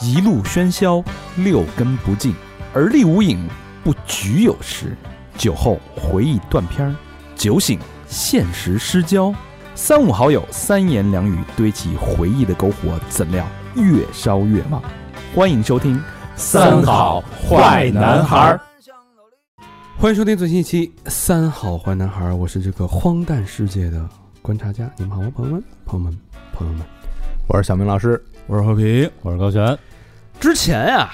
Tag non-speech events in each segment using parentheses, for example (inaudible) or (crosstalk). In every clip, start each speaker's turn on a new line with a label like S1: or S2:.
S1: 一路喧嚣，六根不净，而立无影，不局有时。酒后回忆断片儿，酒醒现实失焦。三五好友，三言两语堆起回忆的篝火，怎料越烧越旺。欢迎收听《
S2: 儿。
S3: (laughs)
S2: 欢迎收听最新一期《三好坏男孩》，我是这个荒诞世界的观察家，你们好吗，朋友们？朋友们，朋友们，
S4: 我是小明老师，
S3: 我是和平，我是高璇。
S1: 之前呀、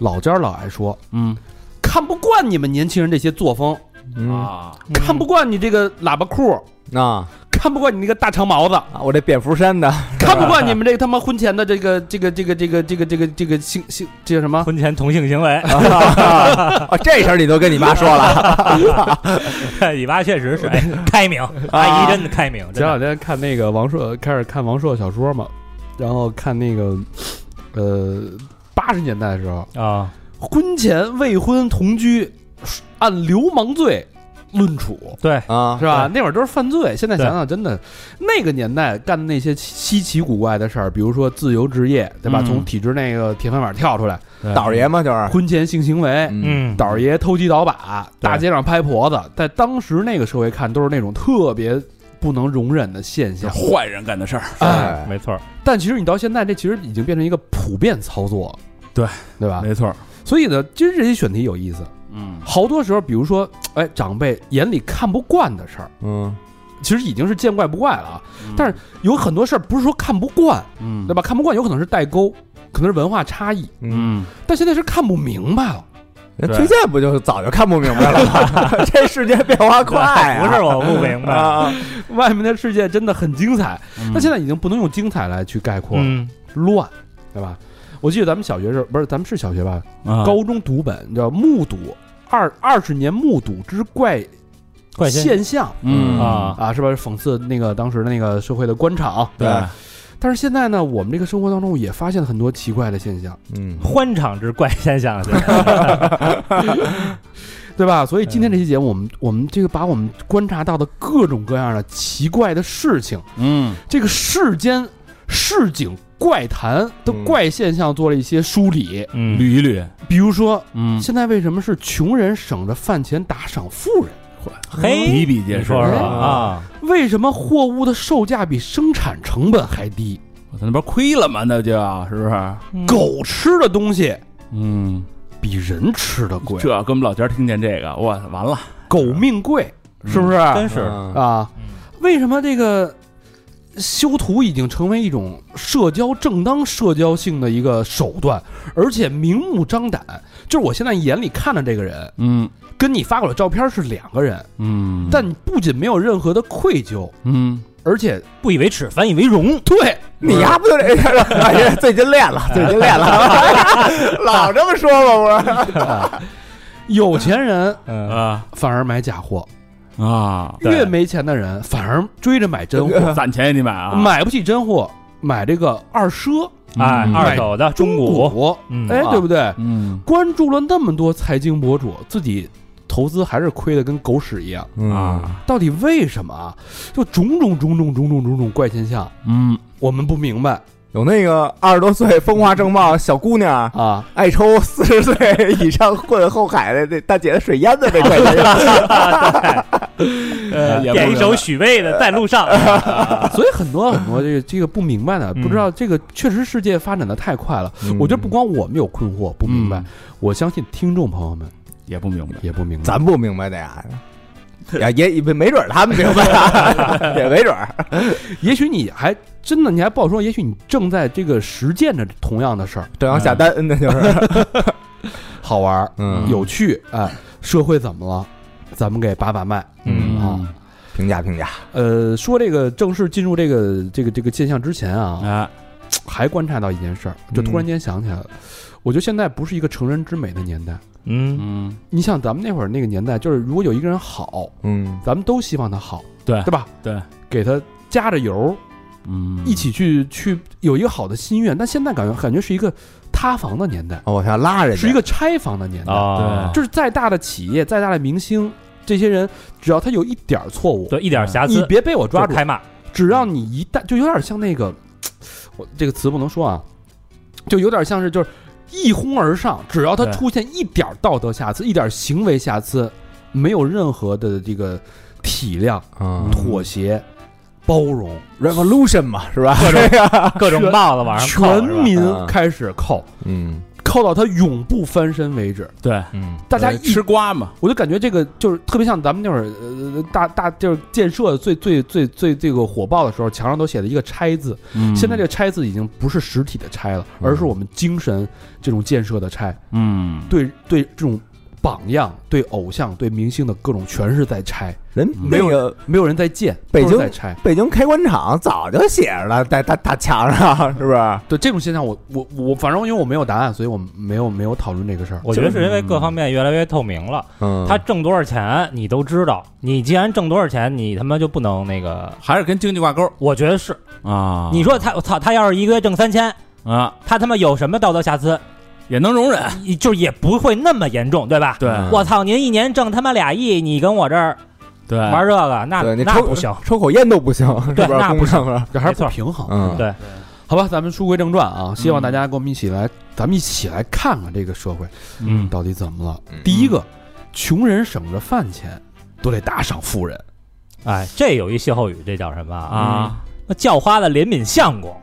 S1: 老家老爱说
S3: 嗯
S1: 看不惯你们年轻人这些作风，
S4: 嗯，
S3: 啊，
S1: 看不惯你这个喇叭裤，
S4: 那啊，
S1: 看不惯你那个大长毛子，
S4: 我这蝙蝠衫的，
S1: 看不惯你们这个他妈婚前的这个这个这个这个这个这个这个性性这叫什么？
S3: (laughs) 婚前同性行
S4: (laughs)
S3: 为，
S4: 啊哦，这事儿你都跟你妈说了，
S3: 你妈确实是哎开明，阿姨真的开明。真
S2: 前两
S3: 的
S2: 天看那个王朔，开始看王朔小说嘛，然后看那个，呃，八十年代的时候，
S3: 啊，
S1: 婚前未婚同居按流氓罪论处。
S3: 对，
S4: 啊
S2: 是吧？
S3: 对
S2: 那会儿都是犯罪，现在
S3: 对
S2: 想想真的，那个年代干的那些稀奇古怪的事儿，比如说自由职业，对
S3: 嗯
S2: 吧？
S3: 啊
S2: 从体制那个铁饭碗跳出来，
S4: 倒爷嘛就是，
S2: 婚前性行为，
S4: 嗯
S3: 嗯，
S2: 倒爷偷鸡倒把，
S3: 对
S2: 大街上拍婆子，在当时那个社会看都是那种特别不能容忍的现象。
S5: 坏人干的事儿。
S2: 哎，
S4: 哎
S3: 没错儿，
S2: 但其实你到现在，这其实已经变成一个普遍操作，
S5: 对
S2: 对吧？
S5: 没错，
S2: 所以呢，今儿这些选题有意思，
S5: 嗯，
S2: 好多时候，比如说，哎，长辈眼里看不惯的事儿，
S4: 嗯，
S2: 其实已经是见怪不怪了啊。但是有很多事儿不是说看不惯，
S5: 嗯
S2: 对吧？看不惯有可能是代沟，可能是文化差异，
S4: 嗯，
S2: 但现在是看不明白了。
S4: 人崔健哎不就早就看不明白了
S3: (laughs)
S4: 吗？这世界变化快啊，
S3: 不是我不
S4: (laughs)
S3: 明
S4: 啊
S3: 白，
S4: 啊，
S2: 外面的世界真的很精彩，
S5: 嗯
S2: 但现在已经不能用精彩来去概括了，
S3: 嗯，
S2: 乱，对吧？我记得咱们小学时候，不是咱们是小学吧？
S5: 啊
S2: 高中读本叫《目睹二二十年目睹之怪
S3: 怪先
S2: 现象》
S5: 嗯
S3: 啊，
S2: 啊，是吧？讽刺那个当时的那个社会的官场。
S5: 对，
S2: 但是现在呢，我们这个生活当中也发现了很多奇怪的现象，
S4: 嗯，
S3: 欢场之怪现象，对
S5: 嗯
S2: 对吧？所以今天这期节目，我们我们这个把我们观察到的各种各样的奇怪的事情，
S5: 嗯
S2: 这个世间市井怪谈的怪现象做了一些梳理，
S3: 嗯，
S5: 捋一捋，
S2: 比如说。
S5: 嗯，
S2: 现在为什么是穷人省着饭钱打赏富人？
S3: 嘿
S5: 比比皆
S3: 你
S5: 是
S3: 说说
S4: 哎
S3: 啊，
S2: 为什么货物的售价比生产成本还低？
S5: 我在那边亏了嘛，那就是不是？
S2: 狗吃的东西
S5: 嗯，
S2: 比人吃的贵，
S5: 这跟我们老家听见这个，我操，完了，
S2: 狗命贵，
S5: 嗯
S2: 是不是？
S3: 真是
S4: 啊
S2: 啊，为什么这个修图已经成为一种社交正当社交性的一个手段，而且明目张胆？就是我现在眼里看着这个人，
S5: 嗯
S2: 跟你发过来照片是两个人，
S5: 嗯，
S2: 但你不仅没有任何的愧疚，
S5: 嗯，
S2: 而且
S3: 不以为耻，反以为荣，
S2: 对
S4: 你丫不就这样？哎，最近练了，最近练
S3: (laughs)
S4: 了，老这么说吧，不是？
S2: 有钱人
S3: 嗯，
S5: 啊
S2: 反而买假货，
S5: 啊，
S3: 对
S2: 越没钱的人反而追着买真
S1: 嗯
S2: 货，
S5: 攒钱也得买啊，
S2: 买不起真货，买这个二奢
S3: 哎，
S5: 嗯
S3: 二手的中古，
S2: 古，
S3: 嗯，
S2: 哎，
S4: 啊
S2: 对不对？
S5: 嗯
S2: 关注了那么多财经博主，自己投资还是亏得跟狗屎一样，
S4: 嗯
S5: 啊，
S2: 到底为什么啊？就种种种种种种种种怪现象，
S5: 嗯
S2: 我们不明白
S4: 有那个二十多岁风华正茂小姑娘， (laughs)
S2: 啊。
S4: 爱抽四十岁以上混后海的那大姐的水烟子那块 (laughs) 钱，
S5: 呃也不
S3: 点一
S5: 明
S3: 首
S5: 白
S3: 许巍的《在路上》
S2: 所以很多很多这个这个不明白的，
S3: 嗯
S2: 不知道这个确实世界发展的太快了。
S4: 嗯
S2: 我觉得不光我们有困惑不明白
S5: 嗯，
S2: 我相信听众朋友们
S5: 也不明白，
S2: 也不明白。
S4: 咱不明白的呀，也也也没准儿他们明白 (laughs) 啊，也没准儿。
S2: 也许你还真的你还不好说，也许你正在这个实践着同样的事儿，
S4: 正要下单，那就是，
S2: 好玩儿、
S4: 嗯
S2: 有趣，哎，社会怎么了？咱们给把把脉。
S4: 嗯
S2: 啊
S4: 评价评价，
S2: 呃，说这个正式进入这个这个这个现象之前啊，
S5: 哎，
S2: 还观察到一件事儿，就突然间想起来了，我觉得现在不是一个成人之美的年代。
S3: 嗯，
S5: 嗯
S2: 你像咱们那会儿那个年代，就是如果有一个人好，
S4: 嗯
S2: 咱们都希望他好，
S5: 对
S2: 对吧？
S5: 对，
S2: 给他加着油，
S5: 嗯，
S2: 一起去去有一个好的心愿。但现在感觉感觉是一个塌房的年代，
S4: 哦我想拉人家，
S2: 是一个拆房的年代。
S3: 啊，
S2: 就是再大的企业，再大的明星，这些人只要他有一点儿错误，
S3: 对，一点瑕
S2: 你
S3: 疵
S2: 别被我抓
S3: 就
S2: 住，
S3: 开骂，
S2: 只要你一旦就有点像那个，我这个词不能说啊，就有点像是就是一哄而上，只要他
S3: 对
S2: 出现一点儿道德瑕疵、一点儿行为瑕疵，没有任何的这个体谅、
S4: 嗯
S2: 妥协、包容，
S4: ，revolution 嘛，是吧？
S3: 各种各种帽子往上扣
S2: 全
S3: 是吧
S2: 民
S4: 嗯
S2: 开始扣，
S4: 嗯
S2: 扣到他永不翻身为止。
S5: 对，
S4: 嗯
S2: 大家
S5: 呃
S2: 一
S5: 吃瓜嘛，
S2: 我就感觉这个就是特别像咱们那会儿呃大大就是建设最最最最这个火爆的时候，墙上都写的一个“拆”字。
S5: 嗯
S2: 现在这个“拆”字已经不是实体的拆了，
S4: 嗯
S2: 而是我们精神这种建设的拆。
S5: 嗯
S2: 对对，这种榜样、对偶像、对明星的各种全是在拆，
S4: 人
S2: 没有
S4: 那个
S2: 没有人在建，
S4: 北
S2: 都是
S4: 京
S2: 在拆。
S4: 北京开关厂早就写着了，在大大墙上，是不是？
S2: 对这种现象我，我我反正因为我没有答案，所以我没有没有讨论这个事儿。
S3: 我觉得是因为各方面越来越透明了，
S4: 嗯
S3: 他挣多少钱你都知道。你既然挣多少钱，你他妈就不能那个？
S5: 还是跟经济挂钩
S3: 我觉得是，
S5: 啊。
S3: 你说他我操，他要是一个月挣三千，
S5: 啊，
S3: 他他妈有什么道德瑕疵？
S5: 也能容忍，
S3: 你就是也不会那么严重，对吧？
S5: 对
S4: 嗯
S3: 我操，您一年挣他妈俩亿，你跟我这儿
S5: 对，啊
S3: 玩这个，那
S4: 对你
S3: 啊那
S4: 抽
S3: 不行。
S4: 抽口烟都不行，是
S3: 对
S4: 不是？
S3: 那不
S4: 工上了，
S2: 这还是不
S3: 没错
S2: 平衡。
S4: 嗯，
S3: 对
S2: 好吧，咱们书归正传啊，希望大家跟我们一起来，咱们一起来看看这个社会
S5: 嗯，
S2: 到底怎么了。第一个，穷人省着饭钱都得打赏富人，
S3: 哎，这有一歇后语，这叫什么
S5: 啊？
S3: 那叫花子怜悯相公，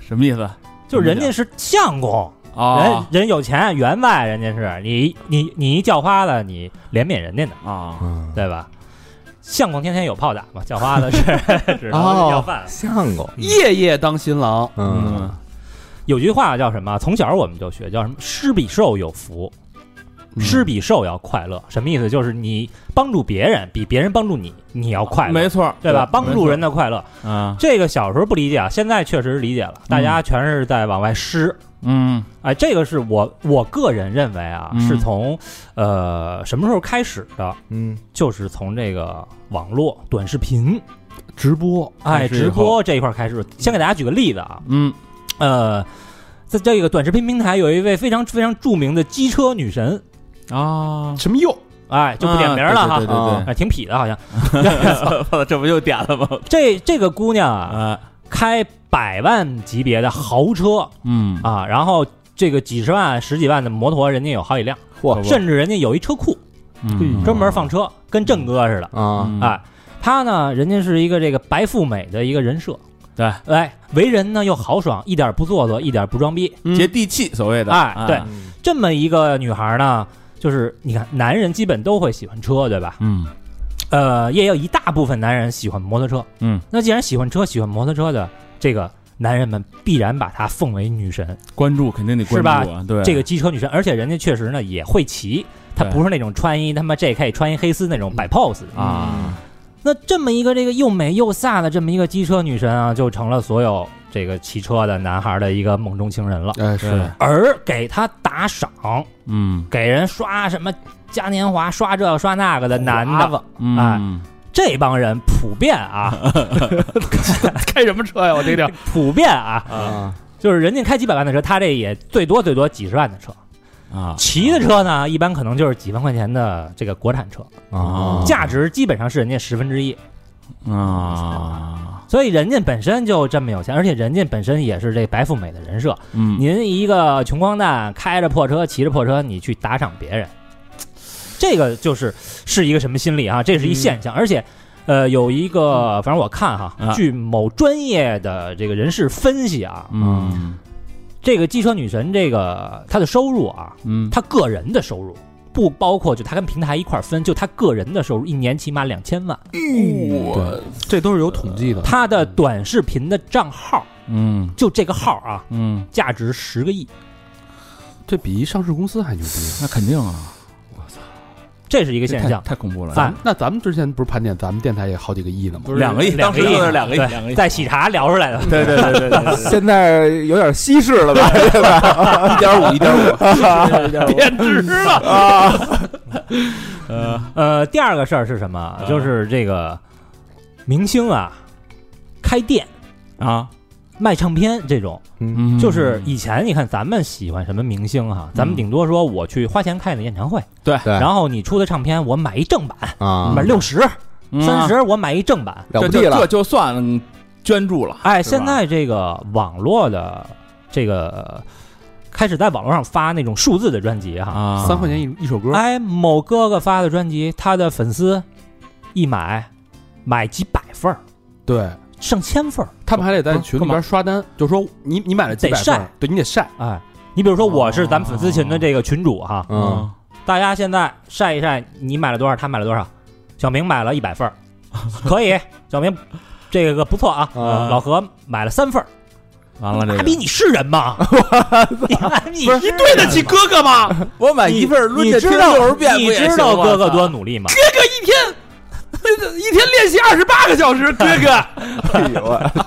S5: 什么意思哎啊？
S3: 就人家是相公，人人有钱，员外人家是你你你一叫花子，你怜悯人家呢，
S5: 啊，
S4: 嗯，
S3: 对吧？相公天天有炮打嘛，叫花
S5: (laughs)
S3: 子是只能要饭。
S5: 哦
S4: 相公，
S2: 夜夜当新郎。
S4: 嗯，
S3: 有句话叫什么？从小我们就学，叫什么？施比受有福，
S2: 嗯
S3: 施比受要快乐。什么意思？就是你帮助别人，比别人帮助你，你要快乐
S5: 没，错，
S3: 对吧？帮助人的快乐，
S5: 啊，
S3: 这个小时候不理解啊，现在确实理解了，大家全是在往外施。
S5: 嗯
S3: 哎，这个是我我个人认为啊，
S5: 嗯
S3: 是从呃什么时候开始的？
S4: 嗯
S3: 就是从这个网络短视频，
S2: 直播，
S3: 哎，
S5: 开始以
S3: 直
S5: 后
S3: 播这一块开始。先给大家举个例子啊，
S5: 嗯
S3: 呃，在这个短视频平台有一位非常非常著名的机车女神，
S5: 啊，
S2: 什么用？
S3: 哎，就不点名了哈
S5: 啊对，对哦对
S3: 哎，挺痞的好像。
S5: 对，这不就点了吗？
S3: 这这个姑娘啊，
S5: 啊，
S3: 开百万级别的豪车
S5: 嗯
S3: 啊，然后这个几十万、十几万的摩托，人家有好几辆，
S4: 嚯
S3: 甚至人家有一车库，
S5: 嗯
S3: 专门放车，跟郑哥似
S5: (laughs)
S3: 的。
S4: 啊，
S3: 哎，他呢，人家是一个这个白富美的一个人设，
S5: 对，
S3: 哎，为人呢又豪爽，一点不做作，一点不装逼，
S5: 接地气，所谓的
S3: 哎，对，，这么一个女孩呢，就是你看，男人基本都会喜欢车，对吧？
S5: 嗯
S3: 呃，也有一大部分男人喜欢摩托车，
S5: 嗯，
S3: 那既然喜欢车，喜欢摩托车的这个男人们必然把她奉为女神，
S5: 关注肯定得关注啊，对
S3: 这个机车女神，而且人家确实呢也会骑。她
S5: 对嗯
S3: 不是那种穿一他妈 JK 穿一黑丝那种摆 pose 的
S5: 啊，
S3: 那这么一个这个又美又飒的这么一个机车女神啊，就成了所有这个骑车的男孩的一个梦中情人了。
S2: 哎，是
S5: 对，
S3: 而给她打赏，
S5: 嗯
S3: 给人刷什么嘉年华、刷这个刷那个的男
S2: 华
S3: 的，
S5: 嗯
S3: 哎这帮人普遍
S5: (laughs)
S3: 啊，
S2: 开什么车呀？我这辆
S3: 普遍啊，
S4: 啊，
S3: 就是人家开几百万的车，他这也最多最多几十万的车。
S5: 啊，
S3: 骑的车呢，一般可能就是几万块钱的这个国产车，
S5: 啊
S3: 价值基本上是人家十分之一。
S5: 啊，
S3: 所以人家本身就这么有钱，而且人家本身也是这白富美的人设，
S5: 嗯
S3: 您一个穷光蛋，开着破车，骑着破车，你去打赏别人，这个就是是一个什么心理啊？这是一现象，而且，呃，有一个，反正我看哈，
S5: 嗯啊
S3: 据某专业的这个人士分析啊，
S5: 嗯
S3: 这个机车女神这个她的收入啊，
S5: 嗯，
S3: 她个人的收入不包括就她跟平台一块儿分，就她个人的收入一年起码两千万，
S2: 对，这都是有统计的。
S3: 她的短视频的账号，
S5: 嗯
S3: 就这个号啊，
S5: 嗯，
S3: 价值十个亿，
S2: 这比上市公司还牛逼。
S5: 那肯定啊，
S3: 这是一个现象。
S5: 太恐怖了，
S3: 哎
S2: 那咱们之前不是盘点咱们电台也好几个亿呢吗？
S5: 两个亿，当时就是两个亿，两个亿，
S3: 在喜茶聊出来的。
S4: 对对对对对， (laughs) 现在有点稀释了吧？对吧？一点五，一点五，
S2: 贬值了。
S3: (laughs) 呃，第二个事儿是什
S5: 啊
S3: 么？就是这个明星啊，开店
S5: 啊，
S3: 卖唱片这种，
S4: 嗯
S3: 就是以前你看咱们喜欢什么明星
S5: 嗯
S3: 哈、咱们顶多说我去花钱看你的演唱会，
S5: 对
S4: 对
S3: 然后你出的唱片我买一正版，
S4: 啊
S3: 买，六十、
S5: 嗯
S3: 三十，我买一正版。
S4: 了
S5: 这
S4: 不地
S5: 这这
S4: 了，
S5: 就算捐助了，
S3: 哎，
S5: 是吧
S3: 现在这个网络的这个开始在网络上发那种数字的专辑哈。
S5: 啊，
S2: 三块钱一一首歌，
S3: 哎，某哥哥发的专辑，他的粉丝一买，买几百份儿，
S2: 对
S3: 上千份儿。
S2: 他们还得在群里
S5: 干
S2: 边刷单，就说你你买了几百份
S3: 得晒
S2: 儿，对你得晒，
S3: 哎，你比如说我是咱们粉丝群的这个群主哈，
S2: 嗯，
S3: 大家现在晒一晒，你买了多少，他买了多少。小明买了一百 (laughs) 份儿，可以，小明这个不错啊。
S2: 啊
S3: 老何买了三份儿，
S5: 完了这
S3: 妈
S5: 个
S3: 逼你是人 (laughs) 吗？你妈逼你
S4: 你对得起哥哥吗？ (laughs) 我买一份儿抡着听六十遍
S3: 你
S4: 不也行吗，
S3: 知道哥哥多努力吗？
S2: 一天练习二十八个小时，哥哥
S4: 哎呦 (laughs) 喂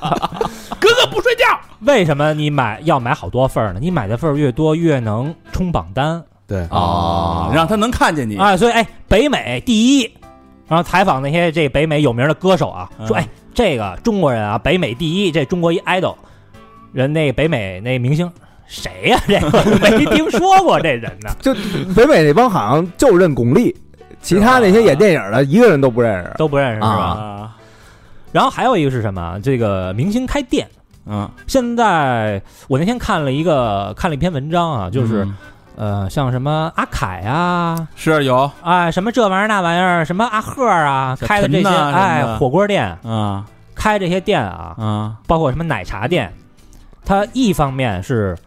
S2: 哥哥不睡觉，
S3: 为什么你买要买好多份儿呢？你买的份儿越多，越能冲榜单。
S2: 对
S5: 啊，让他能看见你
S3: 啊，所以哎，北美第一，然后采访那些这北美有名的歌手啊，
S5: 嗯
S3: 说哎，这个中国人啊，北美第一，这中国一 idol，人那北美那明星谁呀、这个 (laughs) 没听说过这人呢，
S4: 就北美那帮好像就认巩俐，其他那些演电影的一个人都不认识。
S3: 都不认识是吧？
S5: 啊，
S3: 然后还有一个是什么啊？这个明星开店，
S5: 嗯，
S3: 现在我那天看了一个看了一篇文章啊，就是、
S5: 嗯
S3: 呃，像什么阿凯啊，
S5: 是有
S3: 啊什么这玩意儿那玩意儿，什么阿赫啊，
S5: 小
S3: 开的这
S5: 陈
S3: 些
S5: 呐什么
S3: 哎
S5: 的
S3: 火锅店，
S5: 啊
S3: 开这些店啊，
S5: 啊
S3: 包括什么奶茶店，它一方面是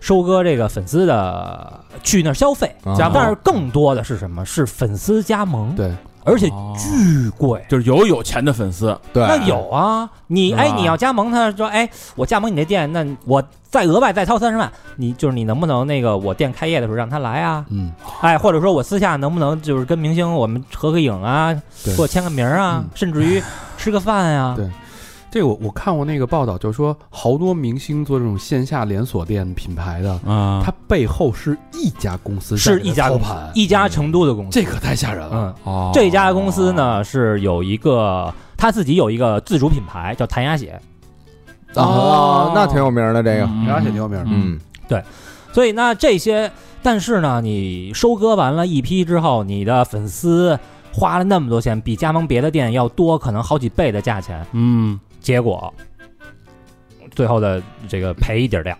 S3: 收割这个粉丝的去那儿消费，
S5: 啊
S2: 加盟
S3: 但是更多的是什么？是粉丝加盟，
S2: 对，
S3: 而且
S5: 哦
S3: 巨贵。
S5: 就是有有钱的粉丝，
S4: 对，
S3: 那有啊，你
S5: 是吧
S3: 哎，你要加盟他说，哎，我加盟你这店，那我再额外再掏三十万，你就是你能不能那个我店开业的时候让他来啊？
S2: 嗯，
S3: 哎，或者说我私下能不能就是跟明星我们合个影啊，
S2: 对
S3: 给我签个名啊，
S2: 嗯
S3: 甚至于吃个饭呀、
S2: 对这个我我看过那个报道，就说好多明星做这种线下连锁店品牌的，
S5: 啊
S2: 它背后是一家公司
S3: 嗯是
S2: 占
S3: 一
S2: 着
S3: 家
S2: 操
S3: 公司
S2: 盘，嗯
S3: 一家成都的公司，
S2: 这可太吓人了，
S4: 啊
S3: 嗯。
S5: 哦
S3: 这家公司呢是有一个他自己有一个自主品牌叫弹牙血，
S4: 哦，那挺有名的这个，
S5: 嗯
S2: 而且挺有名的
S4: 嗯，
S3: 所以那这些，但是呢，你收割完了一批之后，你的粉丝花了那么多钱，比加盟别的店要多，可能好几倍的价钱，
S5: 嗯，
S3: 结果最后的这个赔一底儿掉，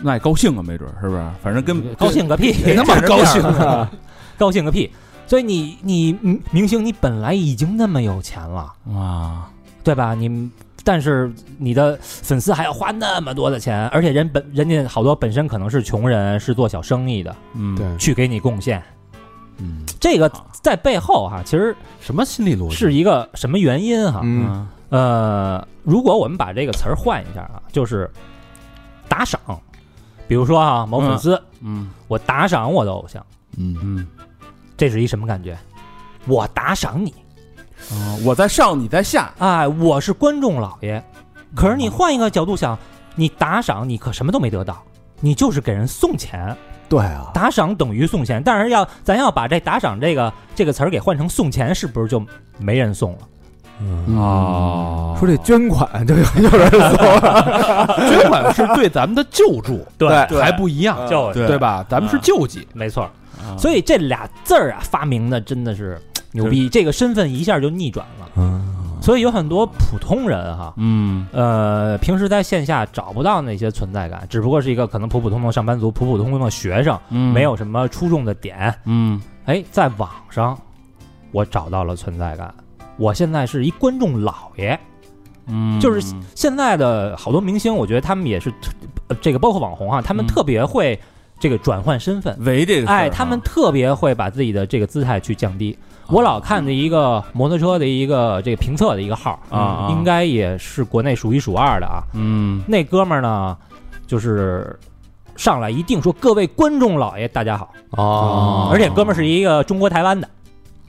S5: 那也高兴啊，没准儿是不是？反正跟
S3: 高兴个
S5: (laughs)
S3: 屁，
S5: 那么高兴
S3: 啊， (laughs) 高兴个屁。所以你你嗯明星你本来已经那么有钱了，
S5: 哇，
S3: 对吧？你但是你的粉丝还要花那么多的钱，而且人本人家好多本身可能是穷人，是做小生意的，
S5: 嗯，
S2: 对，
S3: 去给你贡献，
S2: 嗯，
S3: 这个
S5: 啊
S3: 在背后哈、其实
S2: 什么心理逻辑？
S3: 是一个什么原因哈、
S4: 嗯，
S5: 嗯
S3: 呃，如果我们把这个词儿换一下啊，就是打赏，比如说啊，某粉丝、
S5: 嗯
S3: 我打赏我的偶像，
S2: 嗯，
S5: 嗯，
S3: 这是一什么感觉？我打赏你，
S5: 啊我在上，你在下，
S3: 哎，我是观众老爷。可是你换一个角度想，你打赏你可什么都没得到，你就是给人送钱。
S4: 对啊，
S3: 打赏等于送钱，但是要咱要把这打赏这个这个词儿给换成送钱，是不是就没人送了？
S4: 嗯
S3: 啊
S5: 哦
S4: 说这捐款就有有人搜了，
S2: 捐款是对咱们的救助，
S3: (laughs) 对嗯
S4: 对
S2: 还不一
S4: 啊
S3: (laughs)
S2: 样，
S3: 就
S5: 对
S2: 对吧？咱们是救济，
S3: 没错儿。嗯
S5: 啊
S3: 所以这俩字儿啊，发明的真的是嗯牛逼，这个身份一下就逆转了。所以有很多普通人哈、
S5: 嗯
S3: 呃，平时在线下找不到那些存在感，只不过是一个可能普普通通的上班族、普普通通的学生，
S5: 嗯
S3: 没有什么出众的点，
S5: 嗯
S3: 哎，在网上我找到了存在感。我现在是一观众老爷，
S5: 嗯
S3: 就是现在的好多明星，我觉得他们也是特，呃这个包括网红啊，他们
S5: 嗯
S3: 特别会这个转换身份，
S5: 围这个事儿啊啊
S3: 哎，他们特别会把自己的这个姿态去降低。我老看的一个摩托车的一个这个评测的一个号
S5: 啊啊
S3: 应该也是国内数一数二的啊。
S5: 嗯
S3: 那哥们儿呢，就是上来一定说各位观众老爷大家好，
S5: 啊
S2: 哦
S3: 而且哥们儿是一个中国台湾的，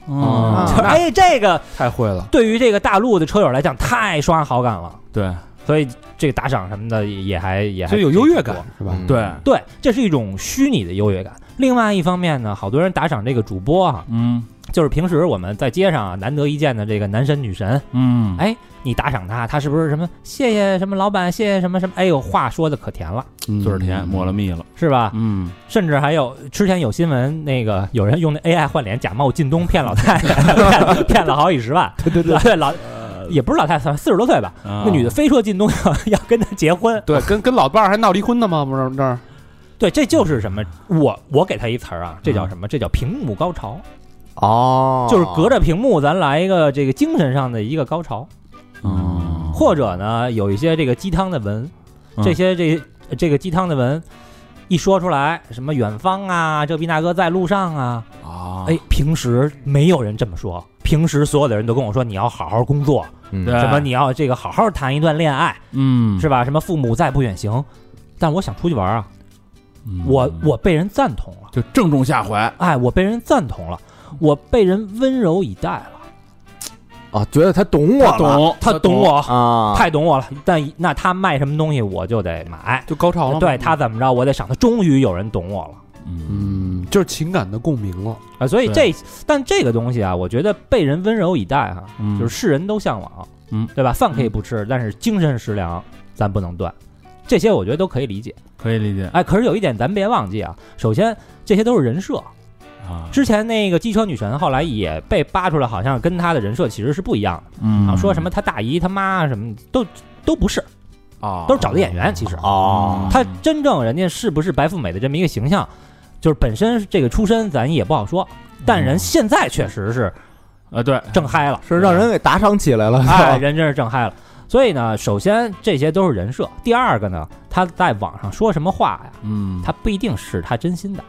S5: 嗯
S3: 就是哎，这个
S2: 太会了，
S3: 对于这个大陆的车友来讲太刷好感了，
S5: 对
S3: 所以这个打赏什么的也还也还
S2: 所以有优越感。是吧？
S4: 嗯
S5: 对，
S3: 对，这是一种虚拟的优越感。另外一方面呢，好多人打赏这个主播啊，
S5: 嗯
S3: 就是平时我们在街上啊难得一见的这个男神女神，
S5: 嗯
S3: 哎，你打赏他，他是不是什么谢谢什么老板，谢谢什么什么？哎呦，话说的可甜了，
S2: 嗯
S5: 嘴儿甜，抹了蜜了，
S3: 是吧？
S5: 嗯
S3: 甚至还有之前有新闻，那个有人用那 AI 换脸假冒靳东骗老太太，骗骗了好几十万。对对对，老也不是老太太，四十多岁吧，
S5: 啊
S3: 那女的非说靳东要要跟他结婚，
S2: 嗯对，跟跟老伴儿还闹离婚呢吗？不是那儿
S3: 对，这就是什么？我我给他一词儿啊，这叫什么？这叫屏幕高潮，
S4: 哦，
S3: 就是隔着屏幕，咱来一个这个精神上的一个高潮，
S5: 嗯，
S3: 或者呢，有一些这个鸡汤的文，这些这这个鸡汤的文一说出来，什么远方啊，这逼那哥在路上啊，
S5: 啊，
S3: 哎，平时没有人这么说，平时所有的人都跟我说你要好好工作，
S5: 对
S4: 嗯
S3: 什么你要这个好好谈一段恋爱，
S5: 嗯，
S3: 是吧？什么父母在不远行，但我想出去玩啊，
S5: 嗯，
S3: 我我被人赞同了，
S5: 就正中下怀，
S3: 哎，我被人赞同了，我被人温柔以待了，
S4: 啊，觉得他懂我
S5: 哦他
S4: 了，
S5: 懂，
S3: 他懂我，
S4: 啊，
S3: 太懂我了。但那他卖什么东西我就得买，
S2: 就高潮了嘛。
S3: 对他怎么着我得想，他终于有人懂我了。
S5: 嗯，
S2: 嗯，就是情感的共鸣了。
S3: 啊，所以
S5: 对
S3: 这但这个东西啊，我觉得被人温柔以待哈、
S5: 嗯
S3: 就是世人都向往，
S5: 嗯，
S3: 对吧？饭可以不吃，但是精神食粮咱不能断，这些我觉得都可以理解。
S5: 可以理解
S3: 哎，可是有一点咱别忘记啊，首先这些都是人设，
S5: 啊，
S3: 之前那个机车女神后来也被扒出来，好像跟她的人设其实是不一样的
S5: 嗯
S3: 啊，说什么她大姨、她妈什么都都不是，
S5: 啊，
S3: 都是找的演员，其实
S4: 哦，
S3: 她真正人家是不是白富美的这么一个形象，就是本身这个出身咱也不好说，但人现在确实是
S5: 啊，对，
S3: 正嗨
S5: (laughs)
S3: 了。
S4: 是让人给打赏起来了，
S3: 哎，
S4: 是吧
S3: 人真是正嗨了。所以呢，首先这些都是人设。第二个呢，他在网上说什么话呀，
S5: 嗯，
S3: 他不一定是他真心的，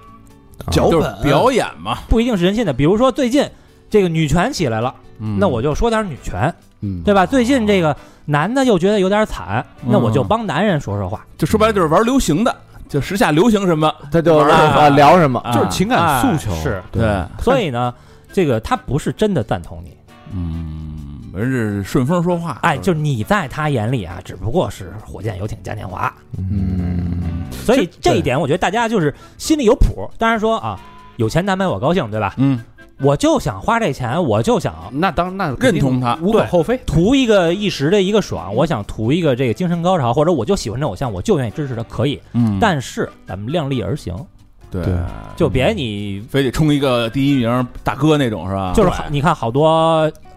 S2: 脚
S5: 就
S2: 本
S5: 是表演嘛，
S3: 不一定是真心的。比如说最近这个女权起来了，
S5: 嗯
S3: 那我就说点女权，
S2: 嗯，
S3: 对吧？最近这个男的又觉得有点惨，
S5: 嗯
S3: 那我就帮男人说说话。
S5: 就说白了就是玩流行的，就时下流行什么，
S4: 他就
S5: 玩儿
S4: 啊聊什么
S5: 啊
S2: 就是情感诉求
S3: 哎是
S5: 对，
S3: 所以呢，这个他不是真的赞同你，
S5: 嗯，人是顺风说话，
S3: 哎，就是你在他眼里啊，只不过是火箭、游艇、嘉年华。
S4: 嗯，
S3: 所以
S2: 这
S3: 这一点，我觉得大家就是心里有谱。当然说啊，有钱难买我高兴，对吧？
S5: 嗯，
S3: 我就想花这钱，我就想
S2: 那当那肯定
S5: 认同他
S2: 无可
S3: 对
S2: 厚非。
S3: 图一个一时的一个爽，我想图一个这个精神高潮，或者我就喜欢这偶像，我就愿意支持他，可以。
S5: 嗯，
S3: 但是咱们量力而行，
S5: 对
S2: 对
S3: 就别你
S5: 非得冲一个第一名大哥那种是吧？
S3: 就是
S5: 对
S3: 你看好多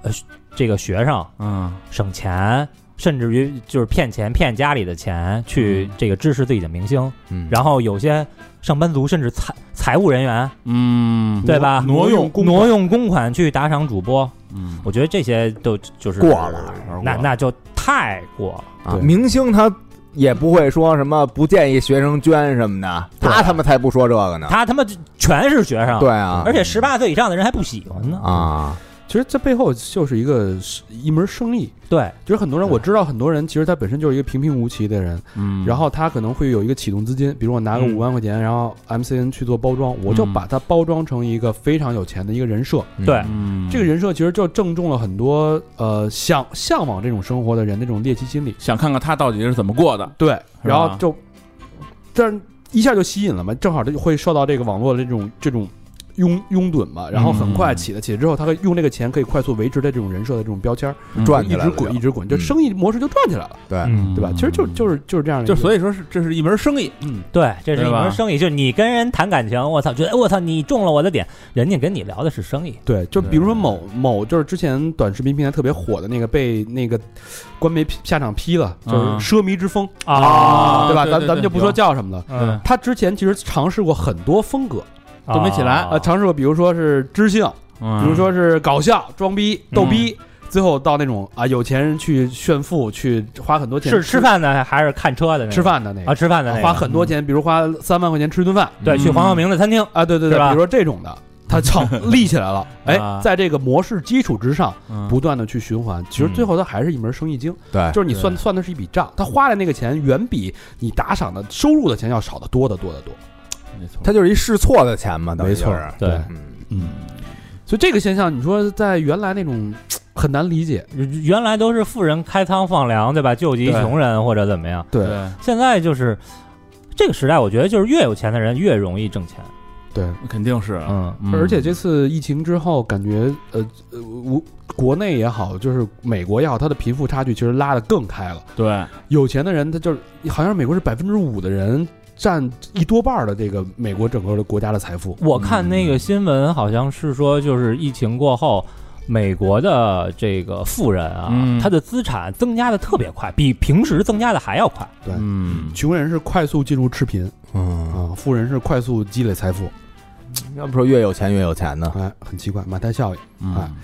S3: 呃这个学生
S5: 嗯
S3: 省钱，甚至于就是骗钱骗家里的钱去
S5: 嗯
S3: 这个支持自己的明星，
S4: 嗯
S3: 然后有些上班族甚至财财务人员
S5: 嗯
S3: 对吧？
S2: 挪挪用公款
S3: 挪用公款去打赏主播，
S5: 嗯
S3: 我觉得这些都就是
S4: 过了，
S3: 那那就太过了。
S4: 啊，明星他也不会说什么不建议学生捐什么的，
S3: 对
S4: 他他妈才不说这个呢。
S3: 他他妈全是学生，
S4: 啊对啊，
S3: 而且十八岁以上的人还不喜欢呢。
S4: 啊，
S2: 其实这背后就是一个一门生意。
S3: 对，
S2: 其实很多人我知道，很多人其实他本身就是一个平平无奇的人，
S5: 嗯，
S2: 然后他可能会有一个启动资金，比如我拿个
S5: 嗯
S2: 五万块钱，然后 MCN 去做包装，我就
S5: 嗯
S2: 把它包装成一个非常有钱的一个人设。
S3: 对
S5: 嗯
S2: 这个人设其实就正中了很多呃想向往这种生活的人那种猎奇心理。
S5: 想看看他到底是怎么过的，
S2: 对，
S5: 是
S2: 然后
S5: 吧
S2: 就，但是一下就吸引了嘛，正好他就会受到这个网络的这种这种拥拥趸嘛，然后很快
S5: 嗯
S2: 起了起来之后，他会用这个钱可以快速维持在这种人设的这种标签儿，
S4: 赚起
S2: 一
S4: 来
S2: 直
S4: 了
S2: 滚
S4: 就
S2: 一直滚，就
S4: 嗯
S2: 生意模式就转起来了，
S4: 对，
S5: 嗯，
S2: 嗯对吧？其实就就是就是这样的一
S5: 就
S2: 个，
S5: 所以说是这是一门生意，
S2: 嗯，
S3: 对，这是一
S5: 对吧
S3: 门生意，就是你跟人谈感情，我操，觉得哎我操你中了我的点，人家跟你聊的是生意，
S2: 对，就比如说
S5: 对
S2: 某某就是之前短视频平台特别火的那个被那个官媒批下场批了，就是
S5: 嗯
S2: 奢靡之风，
S5: 啊
S2: 对吧？
S5: 对
S2: 咱
S5: 对
S2: 咱们
S5: 对
S2: 就不说
S5: 有
S2: 叫什么了。
S5: 嗯
S2: 他之前其实尝试过很多风格，
S5: 都没起来
S3: 啊
S2: 呃，尝试过，比如说是知性，
S5: 嗯
S2: 比如说是搞笑、装逼、
S3: 嗯
S2: 逗逼，最后到那种啊有钱人去炫富，去花很多钱
S3: 是吃饭的还是看车的那个？
S2: 吃饭的那
S3: 啊，
S2: 个，
S3: 吃饭的那个嗯
S2: 花很多钱，比如花三万块钱吃一顿饭
S3: 对，
S5: 嗯
S3: 去黄晓明的餐厅，
S2: 啊，对对对，
S3: 是吧
S2: 比如说这种的，他操立起
S3: (laughs)
S2: 来了，
S5: 啊
S2: 哎，在这个模式基础之上，
S5: 嗯
S2: 不断的去循环，其实最后它还是一门生意
S3: 嗯
S2: 经，
S4: 对
S2: 就是你算
S5: 对
S2: 算的是一笔账，他花的那个钱远比你打赏的收入的钱要少得多得多得多，
S5: 没错
S4: 他就是一试错的钱嘛，等于就是，
S3: 对
S4: 嗯
S2: 嗯，所以这个现象，你说在原来那种很难理解，
S3: 原来都是富人开仓放粮，对吧？救济
S2: 对
S3: 穷人或者怎么样，
S2: 对
S5: 对，
S3: 现在就是这个时代，我觉得就是越有钱的人越容易挣钱，
S2: 对，
S5: 肯定是啊，
S3: 嗯，
S5: 嗯
S2: 而且这次疫情之后，感觉呃呃，无国内也好，就是美国也好，它的贫富差距其实拉得更开了。
S5: 对
S2: 有钱的人，他就是好像美国是百分之五的人占一多半儿的这个美国整个的国家的财富。
S3: 我看那个新闻好像是说，就是疫情过后，美国的这个富人啊，
S5: 嗯
S3: 他的资产增加的特别快，比平时增加的还要快。
S2: 对
S5: 嗯
S2: 穷人是快速进入赤贫
S4: 嗯
S2: 啊、啊，富人是快速积累财富，
S4: 要不说越有钱越有钱呢？
S2: 哎，很奇怪，马太效应。
S5: 嗯，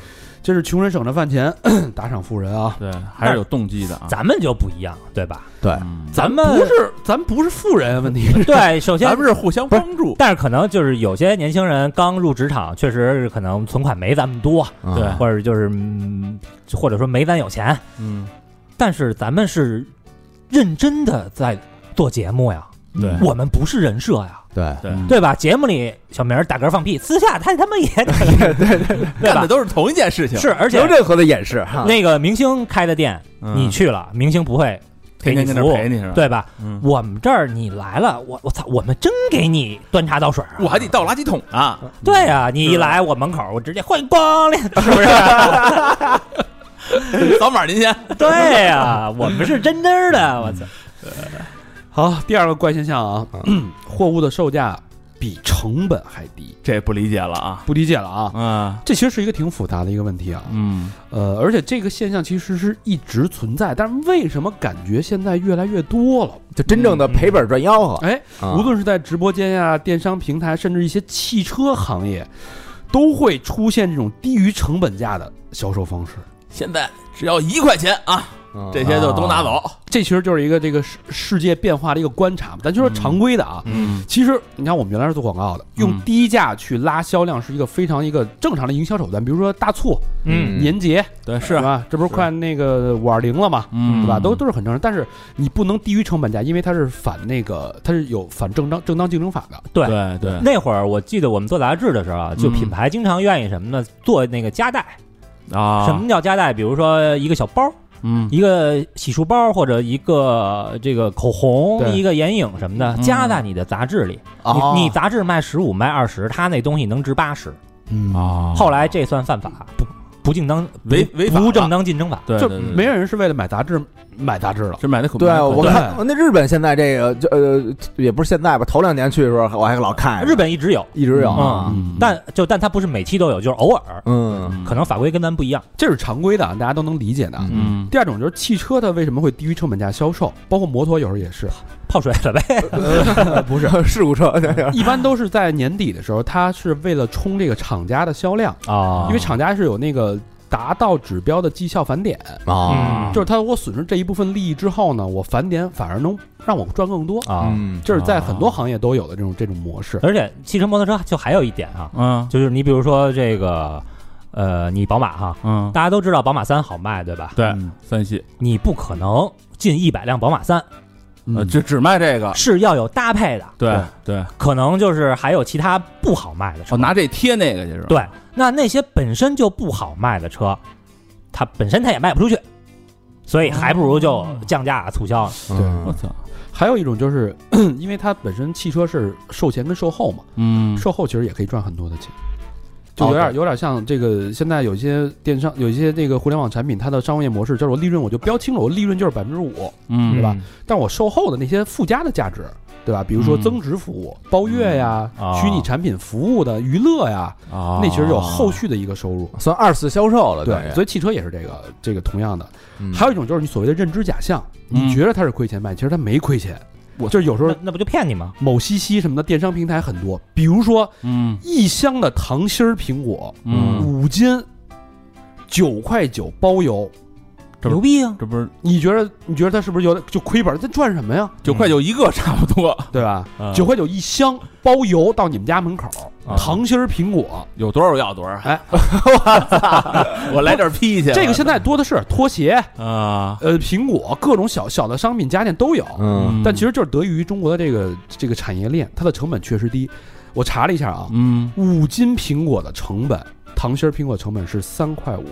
S2: 这是穷人省着饭钱 (coughs) 打赏富人啊，
S5: 对，还是有动机的啊。
S3: 咱们就不一样，对吧？
S5: 嗯
S3: 咱们
S2: 不是咱不是富人，啊问题是
S3: 对，首先
S5: 咱们是互相帮助，
S3: 但是可能就是有些年轻人刚入职场，确实是可能存款没咱们多，
S4: 嗯
S5: 对
S3: 或者就是、嗯、或者说没咱有钱，
S5: 嗯，
S3: 但是咱们是认真的在做节目呀，
S5: 对
S3: 我们不是人设呀。
S5: 嗯
S4: 对，
S5: 对
S3: 对吧？节目里小明儿打嗝放屁，私下他他
S5: (laughs)
S3: 妈也对 (laughs) 对
S5: 干的
S3: 吧？
S5: 都是同一件事情，
S3: 是，而
S4: 没有
S3: 且
S4: 任何的掩饰哈。
S3: 那个明星开的店，
S5: 啊嗯
S3: 你去了，明星不会给
S5: 天
S3: 你
S5: 天跟那
S3: 服务，
S5: 陪你是吧？，
S3: 对吧？
S5: 嗯，
S3: 我们这儿你来了，我我操，我们真给你端茶倒水啊，
S5: 我还得倒垃圾桶啊，
S3: 对啊，你一
S5: 是吧
S3: 来我门口，我直接欢迎光临，是不是？
S5: (laughs) 扫码您先。
S3: (laughs) 对呀、我们是真真的，我操！
S2: 好。第二个怪现象啊， (clears throat) 货物的售价比成本还低，
S5: 这不理解了啊，
S2: 不理解了啊。
S5: 啊，
S2: 这其实是一个挺复杂的一个问题啊，
S5: 嗯
S2: 呃，而且这个现象其实是一直存在，但是为什么感觉现在越来越多了？
S4: 就真正的赔本赚吆喝，
S2: 哎，
S4: 啊
S2: 无论是在直播间呀、电商平台，甚至一些汽车行业，都会出现这种低于成本价的销售方式。
S5: 现在只要一块钱啊，
S4: 嗯
S5: 这些就都拿走。
S2: 这其实就是一个这个世世界变化的一个观察嘛，咱就说常规的啊。
S5: 嗯
S2: 其实你看，我们原来是做广告的，用
S5: 嗯
S2: 低价去拉销量是一个非常一个正常的营销手段，比如说大促、
S4: 嗯
S2: 年节，
S5: 对，啊
S2: 是吧？这不是快那个五二零了吗？
S5: 嗯
S2: 对吧？都都是很正常，但是你不能低于成本价，因为它是反那个，它是有反正当正当竞争法的。
S3: 对
S5: 对对，
S3: 那会儿我记得我们做杂志的时候啊，就
S5: 嗯
S3: 品牌经常愿意什么呢？做那个夹带。
S5: 啊
S3: 什么叫夹带？比如说一个小包，
S5: 嗯
S3: 一个洗漱包，或者一个这个口红，
S2: 对
S3: 一个眼影什么的，
S5: 嗯
S3: 夹在你的杂志里。
S4: 哦
S3: 你你杂志卖十五卖二十，他那东西能值八十。
S2: 嗯
S5: 啊
S3: 后来这算犯法，不不正当
S5: 违违法
S3: 不
S5: 了
S3: 正当竞争法。
S5: 对
S2: 就
S5: 对对
S2: 没有人是为了买杂志买杂志了。
S5: 只买的口
S4: 对，啊我
S2: 对
S4: 看那日本现在这个就呃，也不是现在吧，头两年去的时候我还老看
S3: 日本一直有，
S4: 一直有啊，
S5: 哎嗯
S3: 但就但它不是每期都有，就是偶尔，
S4: 嗯，
S3: 可能法规跟咱不一样。
S2: 这是常规的，啊大家都能理解的。
S5: 嗯
S2: 第二种就是汽车，它为什么会低于成本价销售？包括摩托有时候
S5: (laughs)
S2: 也是，
S3: 泡水了呗，
S4: 不是 (laughs) 啊事故车，
S2: 一般都是在年底的时候，它是为了冲这个厂家的销量，
S3: 啊
S2: 因为厂家是有那个达到指标的绩效返点，
S3: 嗯
S4: 啊，
S2: 就是它我损失这一部分利益之后呢，我返点反而能让我赚更多，
S3: 啊，呃
S4: 嗯
S2: 这是在很多行业都有的这种这种模式。
S3: 而且汽车、摩托车就还有一点啊，
S5: 嗯
S3: 就是你比如说这个，呃，你宝马哈，
S5: 嗯，
S3: 大家都知道宝马三好卖，对吧？
S5: 对
S2: 嗯
S5: 三系
S3: 你不可能进一百辆宝马三，
S5: 呃
S2: 嗯
S5: 只只卖这个，
S3: 是要有搭配的，
S5: 对对，
S3: 可能就是还有其他不好卖的车。
S5: 哦拿这贴那个去是吧？
S3: 对，那那些本身就不好卖的车，它本身它也卖不出去，所以还不如就降价促销呢。
S5: 我
S4: 嗯
S5: 操，
S2: 还有一种就是， (clears throat) 因为它本身汽车是售前跟售后嘛，
S5: 嗯
S2: 售后其实也可以赚很多的钱，就有
S4: 哦
S2: 点有点像这个现在有一些电商有一些这个互联网产品，它的商业模式就是我利润我就标清了，我利润就是百分之五，
S5: 嗯
S2: 对吧？但我售后的那些附加的价值，对吧？比如说
S5: 嗯
S2: 增值服务、包月呀、
S3: 嗯啊
S2: 虚拟产品服务的娱乐呀，
S5: 啊，
S2: 那其实有后续的一个收入。
S4: 算二次销售了，
S2: 对，所以汽车也是这个这个同样的。还有一种就是你所谓的认知假象，你
S5: 嗯
S2: 觉得它是亏钱卖，其实它没亏钱。
S5: 我
S2: 就是有时候
S3: 那那不就骗你吗？
S2: 某西西什么的电商平台很多，比如说
S5: 嗯
S2: 一箱的糖心儿苹果，
S5: 嗯，
S2: 五斤，九块九包邮，
S5: 这不
S3: 牛逼啊！
S5: 这不是
S2: 你觉得你觉得它是不是有点就亏本？它赚什么呀？
S5: 九块九一个差不多，
S2: 对吧？
S5: 嗯
S2: 九块九一箱包邮到你们家门口，
S5: 啊
S2: 糖心儿苹果，
S5: 有多少要多少，
S2: 哎，
S5: (laughs) 我来点批去。
S2: 这个现在多的是拖鞋、
S5: 啊，
S2: 呃苹果各种小小的商品家电都有，
S4: 嗯
S2: 但其实就是得益于中国的这个这个产业链，它的成本确实低。我查了一下啊，
S5: 嗯
S2: 五斤苹果的成本，糖心儿苹果成本是三块五。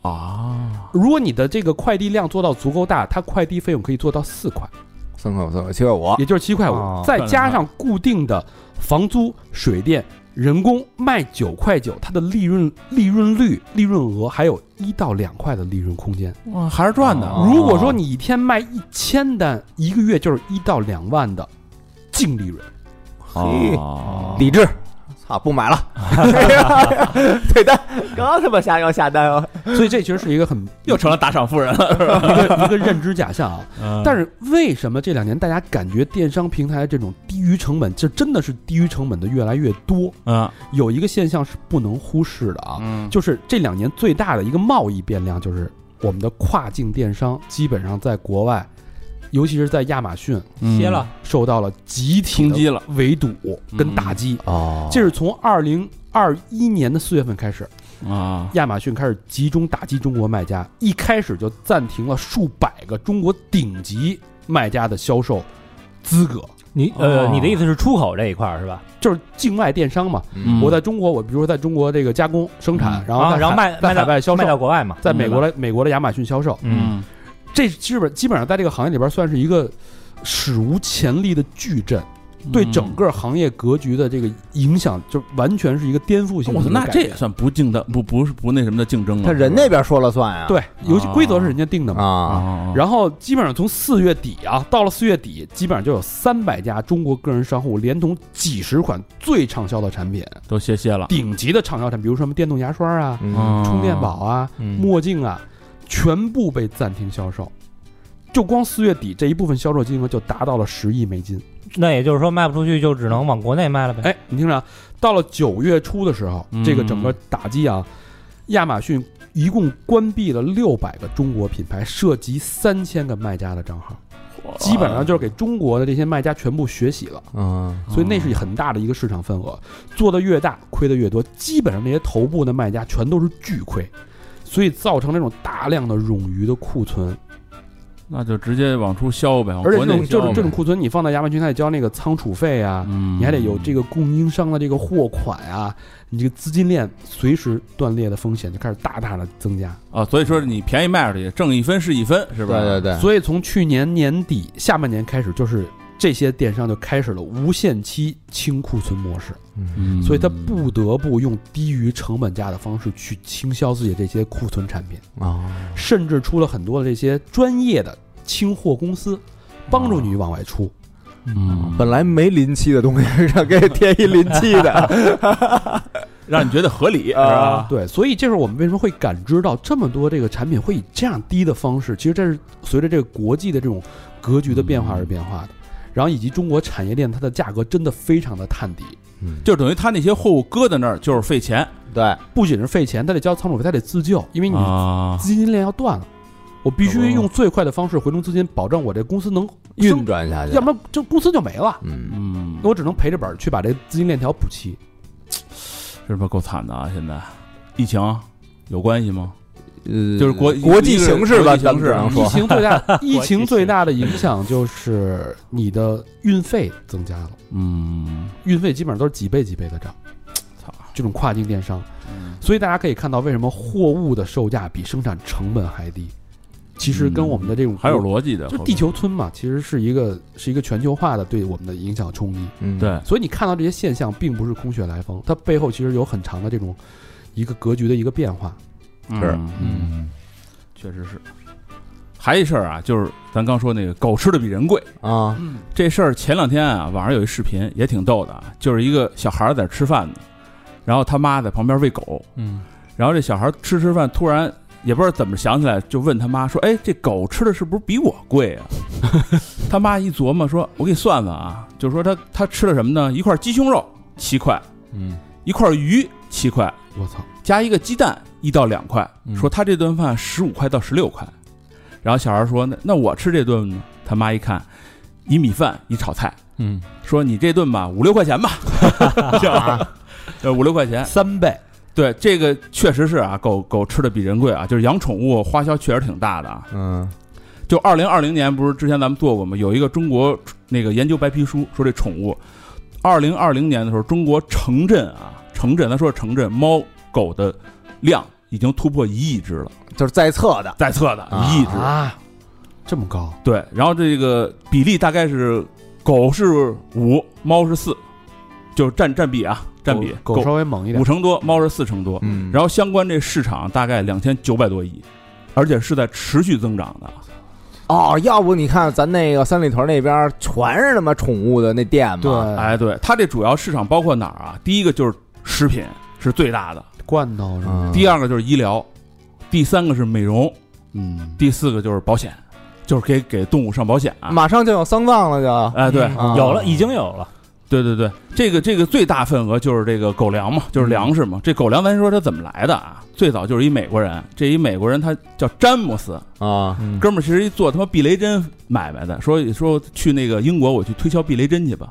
S5: 啊，
S2: 如果你的这个快递量做到足够大，它快递费用可以做到四块，
S4: 三块五三块七块五，
S2: 也就是七块
S3: 哦
S2: 五，再加上固定的房租、水电、人工，卖九块九，它的利润利润率、利润额还有一到两块的利润空间。
S5: 哇，还是赚的
S4: 哦
S2: 如果说你一天卖一千单，一个月就是一到两万的净利润。
S3: (laughs)
S4: 嘿
S5: 哦
S4: 理智，操，不买了，退单，刚他妈下要下单啊，
S2: 所以这其实是一个很
S5: 又成了打赏富人了。
S2: 一个一个认知假象啊。但
S5: 是
S2: 是为什么这两年大家感觉电商平台这种低于成本，这真的是低于成本的越来越多？
S5: 嗯
S2: 有一个现象是不能忽视的啊，
S5: 嗯
S2: 就是这两年最大的一个贸易变量就是我们的跨境电商基本上在国外，尤其是在亚马逊
S5: 嗯
S3: 歇了，
S2: 受到了集体
S5: 冲击
S2: 的
S5: 了，
S2: 围堵跟
S3: 嗯
S2: 打击。
S1: 哦
S2: 这是从二零二一年的四月份开始，
S5: 啊
S2: 亚马逊开始集中打击中国卖家，一开始就暂停了数百个中国顶级卖家的销售资格，
S3: 你
S5: 哦
S3: 呃，你的意思是出口这一块儿是吧？
S2: 就是境外电商嘛。
S5: 嗯
S2: 我在中国，我比如说在中国这个加工生产
S5: 嗯，
S2: 然后
S3: 啊
S2: 在
S3: 然后
S2: 海
S3: 卖
S2: 在
S3: 卖
S2: 海
S3: 到
S2: 外销
S3: 卖到
S2: 售，
S3: 国外嘛？
S2: 在美国的美国的亚马逊销售，
S3: 嗯，
S2: 这基本基本上在这个行业里边算是一个史无前例的巨震。
S5: 嗯
S2: 对整个行业格局的这个影响，就完全是一个颠覆性的
S5: 我
S2: 一
S5: 操，哦
S2: 个
S5: 那
S2: 改变。
S5: 这也算不竞的，不不是不那什么的竞争了。
S4: 他人那边说了算呀，
S2: 对，游戏
S5: 啊
S2: 规则是人家定的嘛。
S4: 啊，
S5: 啊，
S2: 然后基本上从四月底啊，到了四月底，基本上就有三百家中国个人商户，连同几十款最畅销的产品，
S5: 都歇歇了，
S2: 顶级的畅销产品，比如说什么电动牙刷啊、
S4: 嗯
S2: 充电宝啊、
S4: 嗯
S2: 墨镜啊，全部被暂停销售。就光四月底这一部分销售金额就达到了十亿美金。
S3: 那也就是说卖不出去，就只能往国内卖了呗。
S2: 哎，你听着啊，到了九月初的时候，
S5: 嗯
S2: 这个整个打击啊，亚马逊一共关闭了六百个中国品牌，涉及三千个卖家的账号。
S5: 嗯哦
S2: 基本上就是给中国的这些卖家全部学习了，
S4: 嗯
S2: 所以那
S5: 哦
S2: 是很大的一个市场份额，做的越大亏的越多，基本上这些头部的卖家全都是巨亏，所以造成这种大量的冗余的库存，
S5: 嗯那就直接往出销呗，往
S2: 而且
S5: 哦国
S2: 这
S5: 内
S2: 种这
S5: 销呗
S2: 种这种库存你放在亚马逊，它得交那个仓储费啊，
S5: 嗯，
S2: 你还得有这个供应商的这个货款啊，你这个资金链随时断裂的风险就开始大大的增加，
S5: 啊，所以说你便宜卖出去，挣一分是一分，是吧？
S4: 对对对，
S2: 所以从去年年底下半年开始，就是这些电商就开始了无限期清库存模式。
S5: 嗯，
S2: 所以他不得不用低于成本价的方式去倾销自己这些库存产品，
S4: 啊，
S2: 甚至出了很多的这些专业的清货公司，帮助你往外出。
S5: 嗯，
S4: 本来没临期的东西，让 (laughs) 给贴一临期的，
S5: 让你觉得合理是
S4: 啊
S5: 吧？
S2: 对，所以这是我们为什么会感知到这么多这个产品会以这样低的方式，其实这是随着这个国际的这种格局的变
S4: 嗯
S2: 化而变化的。然后以及中国产业链它的价格真的非常的探底，
S5: (laughs) 就等于他那些货物搁在那儿就是费钱
S4: (laughs) 对，
S2: 不仅是费钱，它得交仓储费，它得自救，因为你
S5: 啊，
S2: 资金链要断了，我必须用最快的方式回笼资金，保证我这公司能
S4: 运
S2: 生，
S4: 转下去，
S2: 要不然这公司就没了。
S4: 嗯，
S5: 嗯，
S2: 我只能赔着本儿去把这资金链条补齐。
S5: 是不是够惨的啊？现在疫情有关系吗？
S4: 呃
S5: 就是国
S4: 国际形势吧，
S5: 国际
S4: 咱
S5: 形
S4: 们
S5: 势啊
S4: 只能
S2: 疫
S4: 说，
S2: 情最
S4: (laughs)
S2: 大，疫情最大的影响就是你的运费增加了，
S5: 嗯，
S2: 运费基本上都是几倍几倍的涨。
S5: 操，
S2: 这种跨境电商
S5: 嗯，
S2: 所以大家可以看到为什么货物的售价比生产成本还低，其实跟我们的这种
S5: 嗯还有逻辑的，
S2: 就
S5: 后
S2: 地
S5: 边
S2: 球村嘛，其实是一个是一个全球化的对我们的影响冲击。
S4: 嗯，
S5: 对，
S2: 所以你看到这些现象，并不是空穴来风，它背后其实有很长的这种一个格局的一个变化。
S5: 是，嗯，确实是。还一事儿啊，就是咱刚说那个狗吃的比人贵
S4: 啊，
S5: 这事儿，前两天啊，网上有一视频也挺逗的啊，就是一个小孩儿在那儿吃饭呢，然后他妈在旁边喂狗，
S1: 嗯，
S5: 然后这小孩儿吃吃饭，突然也不知道怎么想起来，就问他妈说：“哎，这狗吃的是不是比我贵啊？” (laughs) 他妈一琢磨说：“我给你算算啊，就是说他他吃了什么呢？一块鸡胸肉七块，
S1: 嗯，
S5: 一块鱼七块，
S2: 我操，
S5: 加一个鸡蛋一到两块，说他这顿饭十五块到十六块。然后小孩说：“那那我吃这顿呢？”他妈一看，一米饭一炒菜，
S1: 嗯，
S5: 说你这顿吧五六块钱
S2: (laughs)
S5: 吧， (laughs) 行吧，呃五六块钱。
S2: 三倍，
S5: 对，这个确实是啊，狗狗吃的比人贵啊，就是养宠物花销确实挺大的啊。
S4: 嗯，
S5: 就二零二零年不是之前咱们做过吗？有一个中国那个研究白皮书说这宠物，二零二零年的时候，中国城镇啊城镇，他说城镇猫狗的量已经突破一亿只了，
S4: 就是在册的，
S5: 在册的
S4: 啊
S5: 一亿只。
S2: 啊，这么高，
S5: 对，然后这个比例大概是狗是五，猫是四，就是占占比啊，占比
S2: 狗狗稍微猛一点
S5: 五，成多，猫是四成多。
S4: 嗯
S5: 然后相关这市场大概两千九百多亿，而且是在持续增长的。
S4: 哦，要不你看咱那个三里屯那边全是他妈宠物的那店嘛，
S2: 对，，
S5: 哎，对，它这主要市场包括哪儿啊？第一个就是食品是最大的，
S2: 罐头是吧？
S4: 嗯、
S5: 第二个就是医疗，第三个是美容，
S2: 嗯，
S5: 第四个就是保险，就是给给动物上保险啊。
S4: 马上就要丧葬了就，
S5: 哎，对，
S4: 啊
S3: 嗯有了，已经有了，
S5: 对对对，这个这个最大份额就是这个狗粮嘛，就是粮食嘛。这狗粮咱说它怎么来的啊？最早就是一美国人，这一美国人他叫詹姆斯，
S4: 啊，
S2: 嗯
S5: 哥们儿其实一做他妈避雷针买卖的，说说去那个英国我去推销避雷针去吧，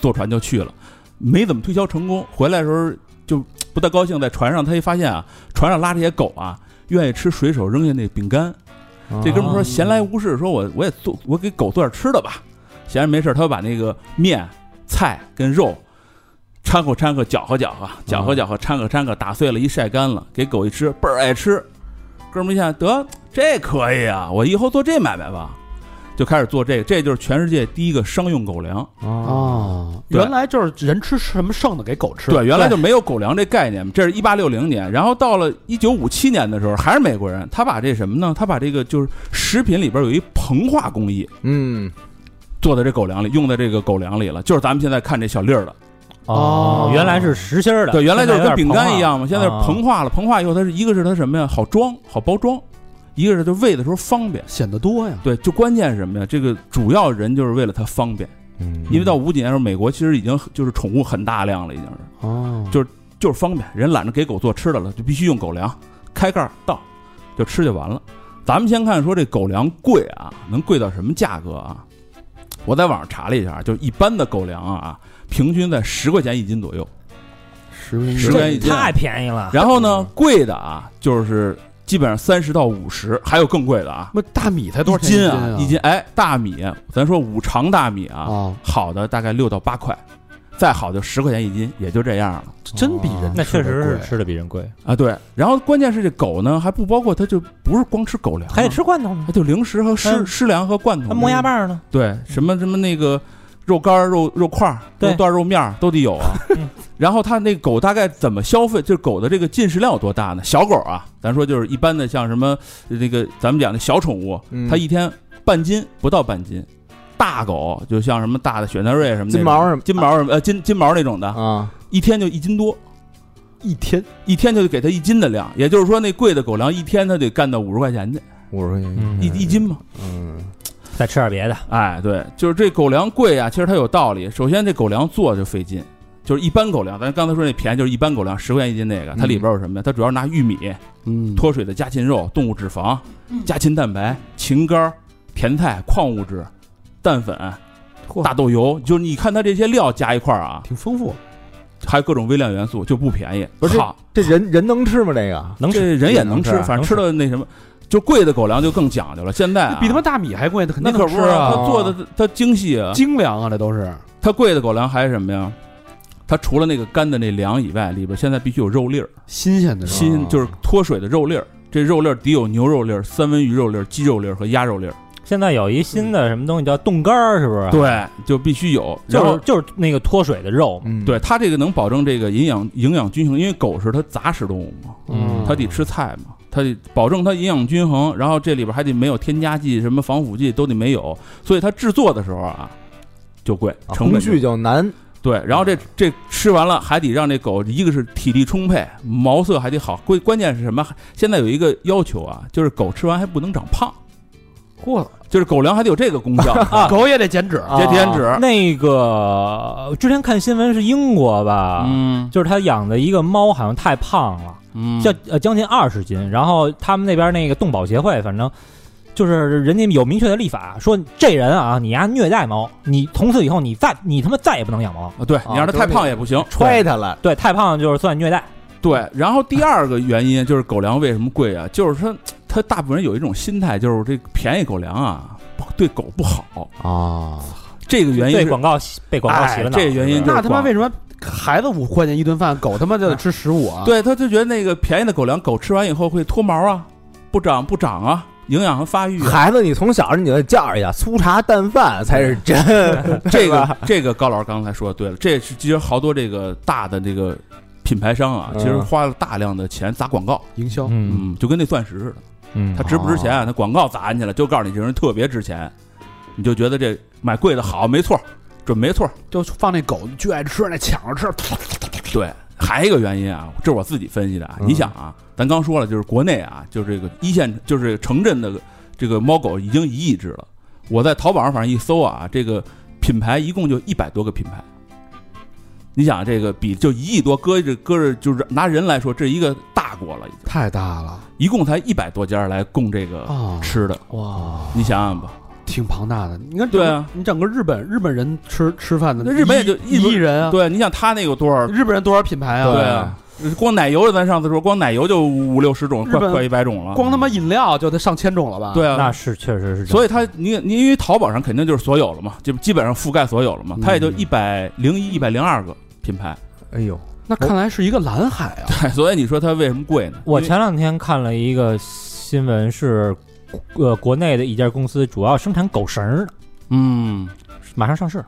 S5: 坐船就去了，没怎么推销成功，回来的时候就不太高兴，在船上他一发现啊，船上拉这些狗啊，愿意吃水手扔下那饼干，这哥们儿说闲来无事，说我我也做，我给狗做点吃的吧。闲着没事儿，他就把那个面、菜跟肉掺和掺和，搅和搅和，搅和搅和，掺和掺和，打碎了，一晒干了，给狗一吃，倍儿爱吃。哥们儿一下得这可以啊，我以后做这买卖吧，就开始做这个，这就是全世界第一个商用狗粮。
S2: 啊，
S5: 哦对
S2: 原来就是人吃什么剩的给狗吃，
S5: 对，原来就没有狗粮这概念，这是一八六零年，然后到了一九五七年的时候，还是美国人，他把这什么呢？他把这个就是食品里边有一膨化工艺，
S4: 嗯，
S5: 做在这狗粮里，用在这个狗粮里了，就是咱们现在看这小粒儿的。
S2: 哦
S3: 嗯原来是实心儿的，
S5: 对，原来就是
S3: 现在
S5: 跟饼
S3: 有点膨嗯
S5: 干
S3: 化啊
S5: 一样嘛，现在是膨化了，膨化以后它是一个是它什么呀，好装好包装，一个是它喂的时候方便。
S2: 显得多呀。
S5: 对，就关键是什么呀？这个主要人就是为了它方便，嗯
S4: 嗯
S5: 因为到五几年的时候，美国其实已经就是宠物很大量了，已经是
S2: 哦
S5: 就就是方便，人懒得给狗做吃的了，就必须用狗粮，开盖儿倒就吃就完了。咱们先看说这狗粮贵啊，能贵到什么价格啊？我在网上查了一下，就是一般的狗粮啊，平均在十块钱一斤左右。
S2: 十块
S5: 十元一
S3: 这
S5: 斤
S3: 太便宜了，
S5: 然后呢，贵的啊，就是基本上三十到五十，还有更贵的啊，
S2: 那大米才多
S5: 一
S2: 少钱
S5: 斤
S2: 啊
S5: 啊，？一斤。哎，大米，咱说五常大米啊，
S2: 啊，
S5: 好的大概六到八块，再好就十块钱一斤，也就这样了。
S2: 真比人
S3: 哦那确实
S2: 吃得
S3: 是
S2: 贵
S3: 吃的比人贵，
S5: 啊，对，然后关键是这狗呢，还不包括它就不是光吃狗粮，啊
S6: 还得，吃罐头呢
S5: 它，就零食和湿
S6: 嗯
S5: 湿粮和罐头，
S6: 还磨牙，棒呢。
S5: 对，什么什么那个肉干儿、肉肉块儿、
S6: 对
S5: 肉段儿、肉面儿都得有啊
S6: 嗯。
S5: 然后它那狗大概怎么消费？就是狗的这个进食量有多大呢？小狗啊，咱说就是一般的，像什么呃那个咱们讲的小宠物，
S4: 嗯
S5: 它一天半斤不到半斤。大狗就像什么大的雪纳瑞什么那种
S4: 金毛什么
S5: 金毛什么呃金金毛那种的，
S4: 啊，
S5: 一天就一斤多。
S2: 一天
S5: 一天就给它一斤的量，也就是说，那贵的狗粮一天它得干到五十块钱去，
S4: 五十块钱，
S3: 嗯
S5: 一一斤嘛。
S4: 嗯，
S3: 再吃点别的，
S5: 哎，对，就是这狗粮贵啊，其实它有道理。首先，这狗粮做就费劲，就是一般狗粮，咱刚才说那便宜，就是一般狗粮十块钱一斤那个，它里边有什么呀？它主要是拿玉米、
S2: 嗯
S5: 脱水的家禽肉、动物脂肪、家禽蛋白、禽肝、甜菜、矿物质、蛋粉、大豆油，就是你看它这些料加一块儿啊，
S2: 挺丰富，
S5: 还有各种微量元素，就不便宜。
S4: 不是
S5: 好
S4: 这人人能吃吗？这个
S3: 能吃
S5: 这人也能吃
S4: 能，吃
S5: 反正吃的那什么，就贵的狗粮就更讲究了。现在、啊、
S2: 比他妈大米还贵，那肯
S5: 那
S2: 定
S5: 可
S2: 能
S5: 不
S2: 吃
S5: 是啊，
S2: 啊，
S5: 它做的它精细啊，
S2: 精粮啊，这都是
S5: 它贵的狗粮还是什么呀？它除了那个干的那粮以外，里边现在必须有肉粒儿，
S2: 新鲜的是吧，
S5: 新就是脱水的肉粒儿。这肉粒儿得有牛肉粒儿、三文鱼肉粒儿、鸡肉粒儿和鸭肉粒儿，
S3: 现在有一新的什么东西叫冻干儿，是不是？，
S5: 对，就必须有。然
S3: 啊就
S5: 后
S3: 是就是那个脱水的肉嘛，
S4: 嗯
S5: 对它这个能保证这个营养营养均衡，因为狗是它杂食动物嘛，
S2: 嗯
S5: 它得吃菜嘛，它得保证它营养均衡，然后这里边还得没有添加剂、什么防腐剂都得没有，所以它制作的时候啊就贵，
S4: 啊
S5: 成本
S4: 工
S5: 就
S4: 序就难，
S5: 对。然后这这吃完了还得让这狗，一个是体力充沛，毛色还得好，关关键是什么？现在有一个要求啊，就是狗吃完还不能长胖，
S2: 嚯，
S5: 就是狗粮还得有这个功效啊，
S2: (laughs) 狗也得减脂，
S5: 节体脂，
S3: 那个之前看新闻是英国吧，
S5: 嗯
S3: 就是他养的一个猫好像太胖了，
S5: 嗯，
S3: 叫呃将近二十斤，然后他们那边那个动保协会，反正。就是人家有明确的立法，说这人啊，你呀虐待猫，你从此以后你再你他妈再也不能养猫，
S5: 啊对你让它太胖也不行。
S4: 踹它了，
S3: 对，太胖就是算虐待。
S5: 对，然后第二个原因就是狗粮为什么贵啊？就是它，它大部分人有一种心态，就是这便宜狗粮啊，不对狗不好。
S4: 啊，
S5: 这个原因
S3: 被
S5: 是
S3: 广告洗被广告洗了
S5: 哎
S3: 脑，
S5: 这原因就是
S2: 那他妈
S5: 广
S2: 为什么孩子五块钱一顿饭，狗他妈就得吃十五啊？，
S5: 对，他就觉得那个便宜的狗粮，狗吃完以后会脱毛啊，不长不长啊，营养和发育、
S4: (laughs)
S5: 啊。
S4: 孩子，你从小你就教育他，粗茶淡饭才是真， (laughs)
S5: 这个这个高老师刚才说的对了，这是其实好多这个大的这个品牌商啊，
S4: 嗯
S5: 其实花了大量的钱砸广告，
S2: 营销
S3: 嗯，
S5: 嗯，就跟那钻石似的，
S1: 嗯
S5: 它值不值钱啊？它广告砸进去了，就告诉你这人特别值钱，你就觉得这买贵的好，没错儿，准没错儿。
S2: 就放那狗巨爱吃，那抢着吃，
S5: 对，还有一个原因啊，这是我自己分析的啊。
S1: 嗯
S5: 你想啊，咱刚说了，就是国内啊，就是这个一线，就是城镇的这个猫狗已经一亿只了。我在淘宝上反正一搜啊，这个品牌一共就一百多个品牌。你想啊这个比就一亿多搁着搁着，就是拿人来说，这一个大国了，已经
S2: 太大了
S5: 一共才一百多家来供这个
S2: 啊！
S5: 吃的，
S2: 哇，
S5: 你想想吧。
S2: 挺庞大的。你看，
S5: 对啊，
S2: 你整个日本日本人吃吃饭的，
S5: 那日本也就
S2: 一
S5: 一
S2: 亿人啊，
S5: 对，你想他那有多少？
S2: 日本人多少品牌啊？
S5: 对啊，光奶油，咱上次说光奶油就五六十种，
S2: 日
S5: 快
S2: 本
S5: 快一百种了。嗯
S2: 光他妈饮料就得上千种了吧？
S5: 对啊，
S3: 那是确实是这样，
S5: 所以它你你因为淘宝上肯定就是所有了嘛，就基本上覆盖所有了嘛，它也就
S2: 嗯
S5: 一百零一、一百零二个品牌， (laughs)
S4: 哎呦，
S2: 那看来是一个蓝海啊！
S5: 所以你说它为什么贵呢？
S3: 我
S5: 因为
S3: 前两天看了一个新闻是，呃，国内的一家公司主要生产狗绳儿的，
S5: 嗯，
S3: 马上上市了，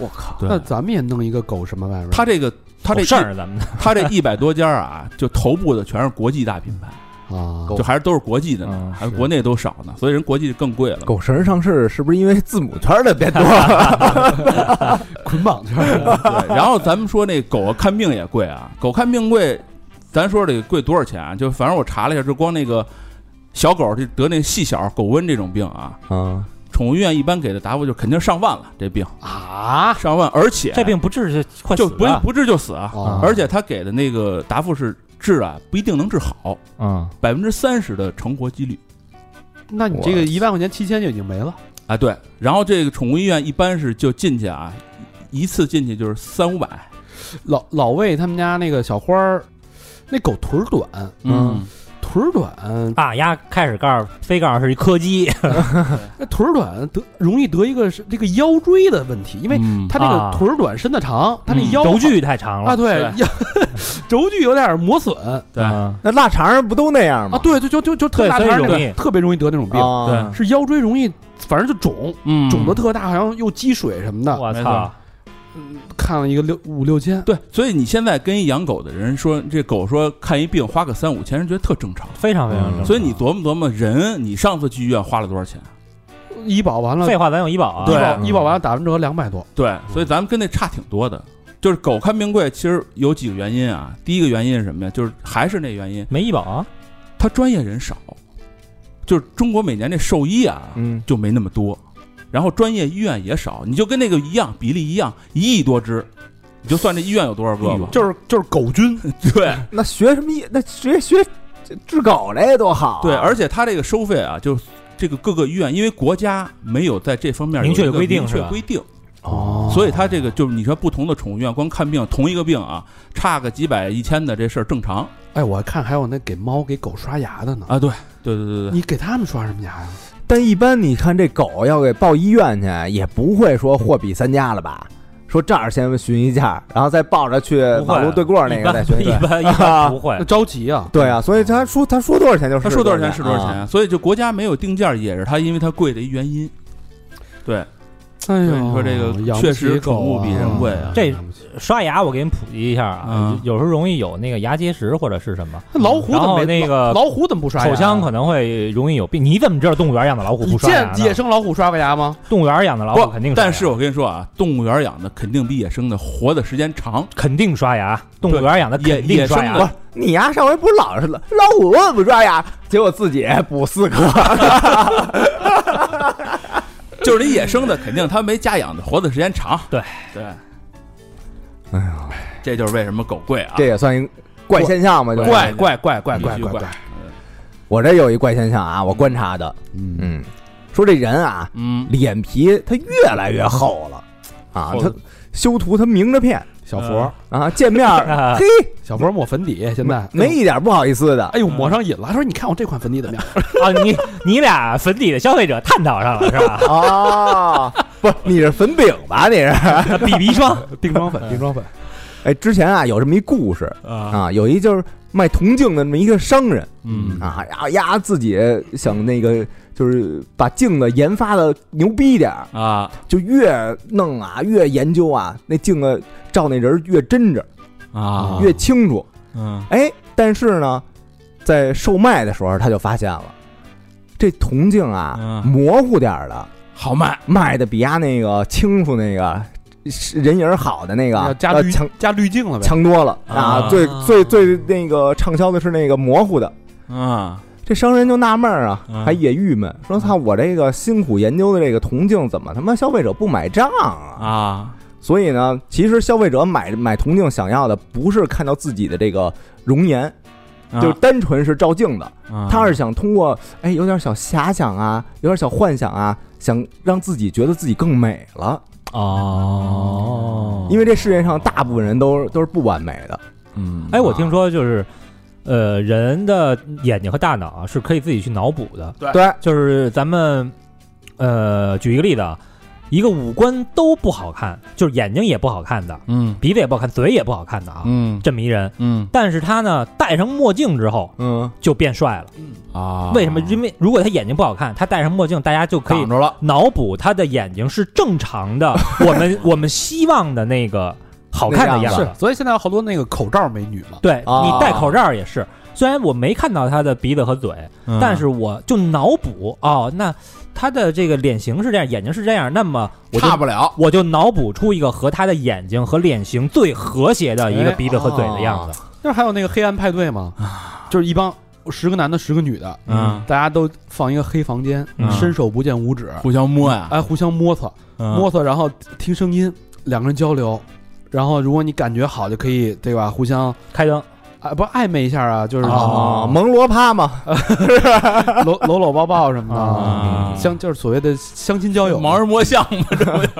S4: 我靠，
S5: 对
S2: 那，咱们也弄一个狗什么玩意儿？
S5: 它这个它这
S3: 狗剩
S5: 一
S3: 儿咱们的，
S5: 它这一百多家啊，就头部的全是国际大品牌，
S2: 啊，
S5: 就还是都是国际的呢
S3: 哦嗯，
S5: 还
S3: 是
S5: 国内都少呢，所以人国际更贵了。
S4: 狗绳上市是不是因为字母圈的变
S5: (laughs)
S4: 多了？
S2: 捆绑去。
S5: 对， (laughs) 然后咱们说那狗看病也贵啊，狗看病贵，咱说得贵多少钱啊？就反正我查了一下，就光那个小狗就得那细小狗瘟这种病啊，
S4: 嗯，
S5: 宠物医院一般给的答复就肯定上万了，这病
S2: 啊
S5: 上万，而且
S3: 这病不治就快
S5: 就
S3: 死
S5: 不
S3: 了，
S5: 不治就死啊，
S2: 啊
S5: 而且他给的那个答复是治啊不一定能治好，
S3: 嗯，
S5: 百分之三十的成活几率
S2: 那你这个一万块钱七千就已经没了，
S5: 啊对，然后这个宠物医院一般是就进去啊。一次进去就是三五百，
S2: 老老魏他们家那个小花儿，那狗腿儿短，
S5: 嗯，
S2: 腿儿短，
S3: 大鸭开始告诉非告诉是一柯
S2: (laughs)
S3: 基，
S2: 那腿儿短得容易得一个是这个腰椎的问题，因
S5: 因
S2: 为它这
S3: 啊
S2: 个腿儿短，身子长，它那
S5: 嗯
S2: 腰
S3: 轴距太长
S2: 啊，
S3: 了，
S2: 对
S5: 对，
S2: 腰轴距有点磨损
S5: 对
S3: 嗯
S4: 那腊肠不都那样
S2: 啊
S4: 吗，？
S2: 对，就就就就特
S3: 对
S2: 大
S3: 所以
S2: 肠那
S3: 容
S2: 个
S3: 易
S2: 特别容易得那种病，
S4: 啊，
S2: 是腰椎容易，反正就肿，
S5: 嗯
S2: 肿的特大，好像又积水什么的。
S3: 我
S5: 没
S3: 操
S5: 错，
S2: 嗯看了一个六五六千，
S5: 对，所以你现在跟一养狗的人说，这狗说看一病花个三五千，人觉得特正常。
S3: 非常非常正常，
S5: 所以你琢磨琢磨，人你上次去医院花了多少钱？
S2: 医保完了，
S3: 废
S2: 医
S3: 话咱有医保啊，
S5: 对
S2: 保医保完了打完折两百多，
S5: 对，所以咱们跟那差挺多的。就是狗看病贵，其实有几个原因啊。第一个原因是什么呀？就是还是那原因，
S3: 没医保啊，
S5: 它专业人少，就是中国每年这兽医啊
S4: 嗯，
S5: 就没那么多，然后专业医院也少，你就跟那个一样，比例一样，一亿多只，你就算这医院有多少个吧。
S2: 就是就是狗菌，
S5: 对，
S4: 那学什么医？那学学治狗这多好啊。
S5: 对，而且它这个收费啊，就是这个各个医院，因为国家没有在这方面
S3: 明确
S5: 有一个
S3: 规定
S5: 明
S3: 是
S5: 确
S3: 吧
S5: 规定，
S2: 哦
S5: 所以它这个就是你说不同的宠物医院光看病，同一个病啊，差个几百一千的这事儿正常
S2: 哎，我看还有那给猫给狗刷牙的呢，
S5: 啊。对，对对对对，
S2: 你给他们刷什么牙呀？
S4: 但一般你看这狗要给抱医院去，也不会说货比三家了吧？说这儿先询一价，然后再抱着去
S3: 不会
S4: 呃马路对过那
S3: 一
S4: 个
S3: 般
S4: 再询
S3: (laughs) 一
S4: 对
S2: (laughs)
S3: 般一般不会
S2: 那，着急啊，
S4: 对啊，所以他说他说多少钱就是
S5: 他说多少钱是多少
S4: 啊
S5: 钱，所以就国家没有定价也是它因为它贵的一原因。对，
S2: 哎
S5: 所
S2: 呦，
S5: 以你说这个
S2: 养不
S5: 确
S2: 起
S5: 实
S2: 狗
S5: 宠物比人贵啊
S2: 啊。
S3: 这
S2: 养不起
S3: 刷牙我给你普及一下啊
S5: 嗯，
S3: 有时候容易有那个牙结石或者是什么。
S2: 那老虎怎
S3: 然
S2: 么
S3: 后
S2: 没
S3: 那个
S2: 老虎怎么不刷牙？啊
S3: 口腔可能会容易有病，你怎么知道动物园养的老虎
S2: 你
S3: 不刷牙
S2: 见
S3: 呢？
S2: 野生老虎刷过牙吗？
S3: 动物园养的老虎肯定
S5: 不，
S3: 刷牙，
S5: 但是我跟你说啊，动物园养的肯定比野生的活的时间长，
S3: 肯定刷牙，动物园养的
S5: 野
S3: 肯定
S5: 野生
S3: 刷
S5: 的
S3: 牙。
S4: 你呀、上回不是老是老虎我不刷牙，结果自己补四颗，
S5: 就是你野生的肯定它没家养的活的时间长。
S3: 对
S5: 对，
S4: 哎呀，
S5: 这就是为什么狗贵啊。
S4: 这也算一怪现象吧？就是
S5: 怪
S2: 怪怪怪
S5: 必须怪
S2: 怪！
S4: 我这有一怪现象啊，我观察的，
S2: 嗯，
S4: 嗯，说这人啊，
S5: 嗯，
S4: 脸皮他越来越厚了啊，
S5: 厚
S4: 他修图他明着骗
S2: 小佛
S4: 啊，见面儿嘿
S2: 小佛抹粉底，现在
S4: 没一点不好意思的，
S2: 哎呦抹上瘾了，他说你看我这款粉底怎么样？
S3: 啊，你你俩粉底的消费者探讨上了是吧？
S4: 哦， (laughs) 不，你是粉饼吧？你是？ (laughs)
S5: 啊
S3: 比鼻霜
S2: (laughs) 定妆粉，定妆粉，
S4: 哎，之前啊有这么一故事
S5: 啊，
S4: 啊，有一就是卖铜镜的那么一个商人
S5: 嗯
S4: 啊，然后呀自己想那个就是把镜子研发的牛逼一点儿，
S5: 啊
S4: 就越弄啊越研究啊，那镜子照那人儿越真着
S5: 啊，
S4: 越清楚。
S5: 嗯
S4: 哎，但是呢，在售卖的时候他就发现了，这铜镜啊，
S5: 嗯
S4: 模糊点儿的
S5: 好卖，
S4: 卖的比他那个清楚那个是人影儿好的那
S2: 要
S4: 个
S2: 加
S4: 要
S2: 滤
S4: 强
S2: 加滤镜了呗。
S4: 强多了啊！
S5: 啊
S4: 最最最那个畅销的是那个模糊的。
S5: 啊，
S4: 这商人就纳闷儿啊
S5: 嗯，
S4: 还也郁闷，说：“操，我这个辛苦研究的这个铜镜，怎么他妈消费者不买账啊
S5: 啊，？”
S4: 所以呢，其实消费者买买铜镜想要的不是看到自己的这个容颜，
S5: 啊
S4: 就单纯是照镜子，
S5: 嗯
S4: 他是想通过哎有点小遐想啊，有点小幻想啊，想让自己觉得自己更美了。
S3: 哦
S5: 哦
S4: 因为这世界上大部分人都都是不完美的，
S5: 嗯，
S3: 哎，我听说就是，呃，人的眼睛和大脑啊是可以自己去脑补的，
S4: 对，
S3: 就是咱们，呃，举一个例子，啊，一个五官都不好看，就是眼睛也不好看的，
S5: 嗯
S3: 鼻子也不好看，嘴也不好看的啊，
S5: 嗯
S3: 这么一人，
S5: 嗯
S3: 但是他呢戴上墨镜之后
S4: 嗯，
S3: 就变帅了，
S5: 啊，
S3: 为什么？因为如果他眼睛不好看，他戴上墨镜，大家就可以
S5: 挡着了？
S3: 脑补他的眼睛是正
S4: (laughs)
S3: 常的，我们我们希望的那个好看的
S4: 那
S3: 样
S4: 样
S3: 子
S2: 是，。所以现在有好多那个口罩美女嘛，
S3: 对
S4: 啊
S3: 你戴口罩也是，虽然我没看到他的鼻子和嘴，
S5: 嗯
S3: 但是我就脑补哦，那他的这个脸型是这样，眼睛是这样，那么我就
S5: 差不了。
S3: 我就脑补出一个和他的眼睛和脸型最和谐的
S4: 哎
S3: 一个鼻子和嘴的样
S4: 哦
S3: 子。
S2: 就是还有那个黑暗派对嘛，就是一帮十个男的，十个女的，
S5: 嗯
S2: 大家都放一个黑房间，
S3: 嗯
S2: 伸手不见五指，
S5: 互相摸呀，
S2: 哎，互相摸索
S5: 嗯
S2: 摸索，然后听声音，两个人交流，然后如果你感觉好，就可以对吧？互相
S3: 开灯，
S2: 啊，不是暧昧一下啊，就是
S3: 哦
S4: 啊，蒙罗趴嘛，
S2: 搂搂搂抱抱什么
S5: 嗯
S3: 啊
S2: 的，相就是所谓的相亲交友。
S5: 盲人摸象嘛，这不就是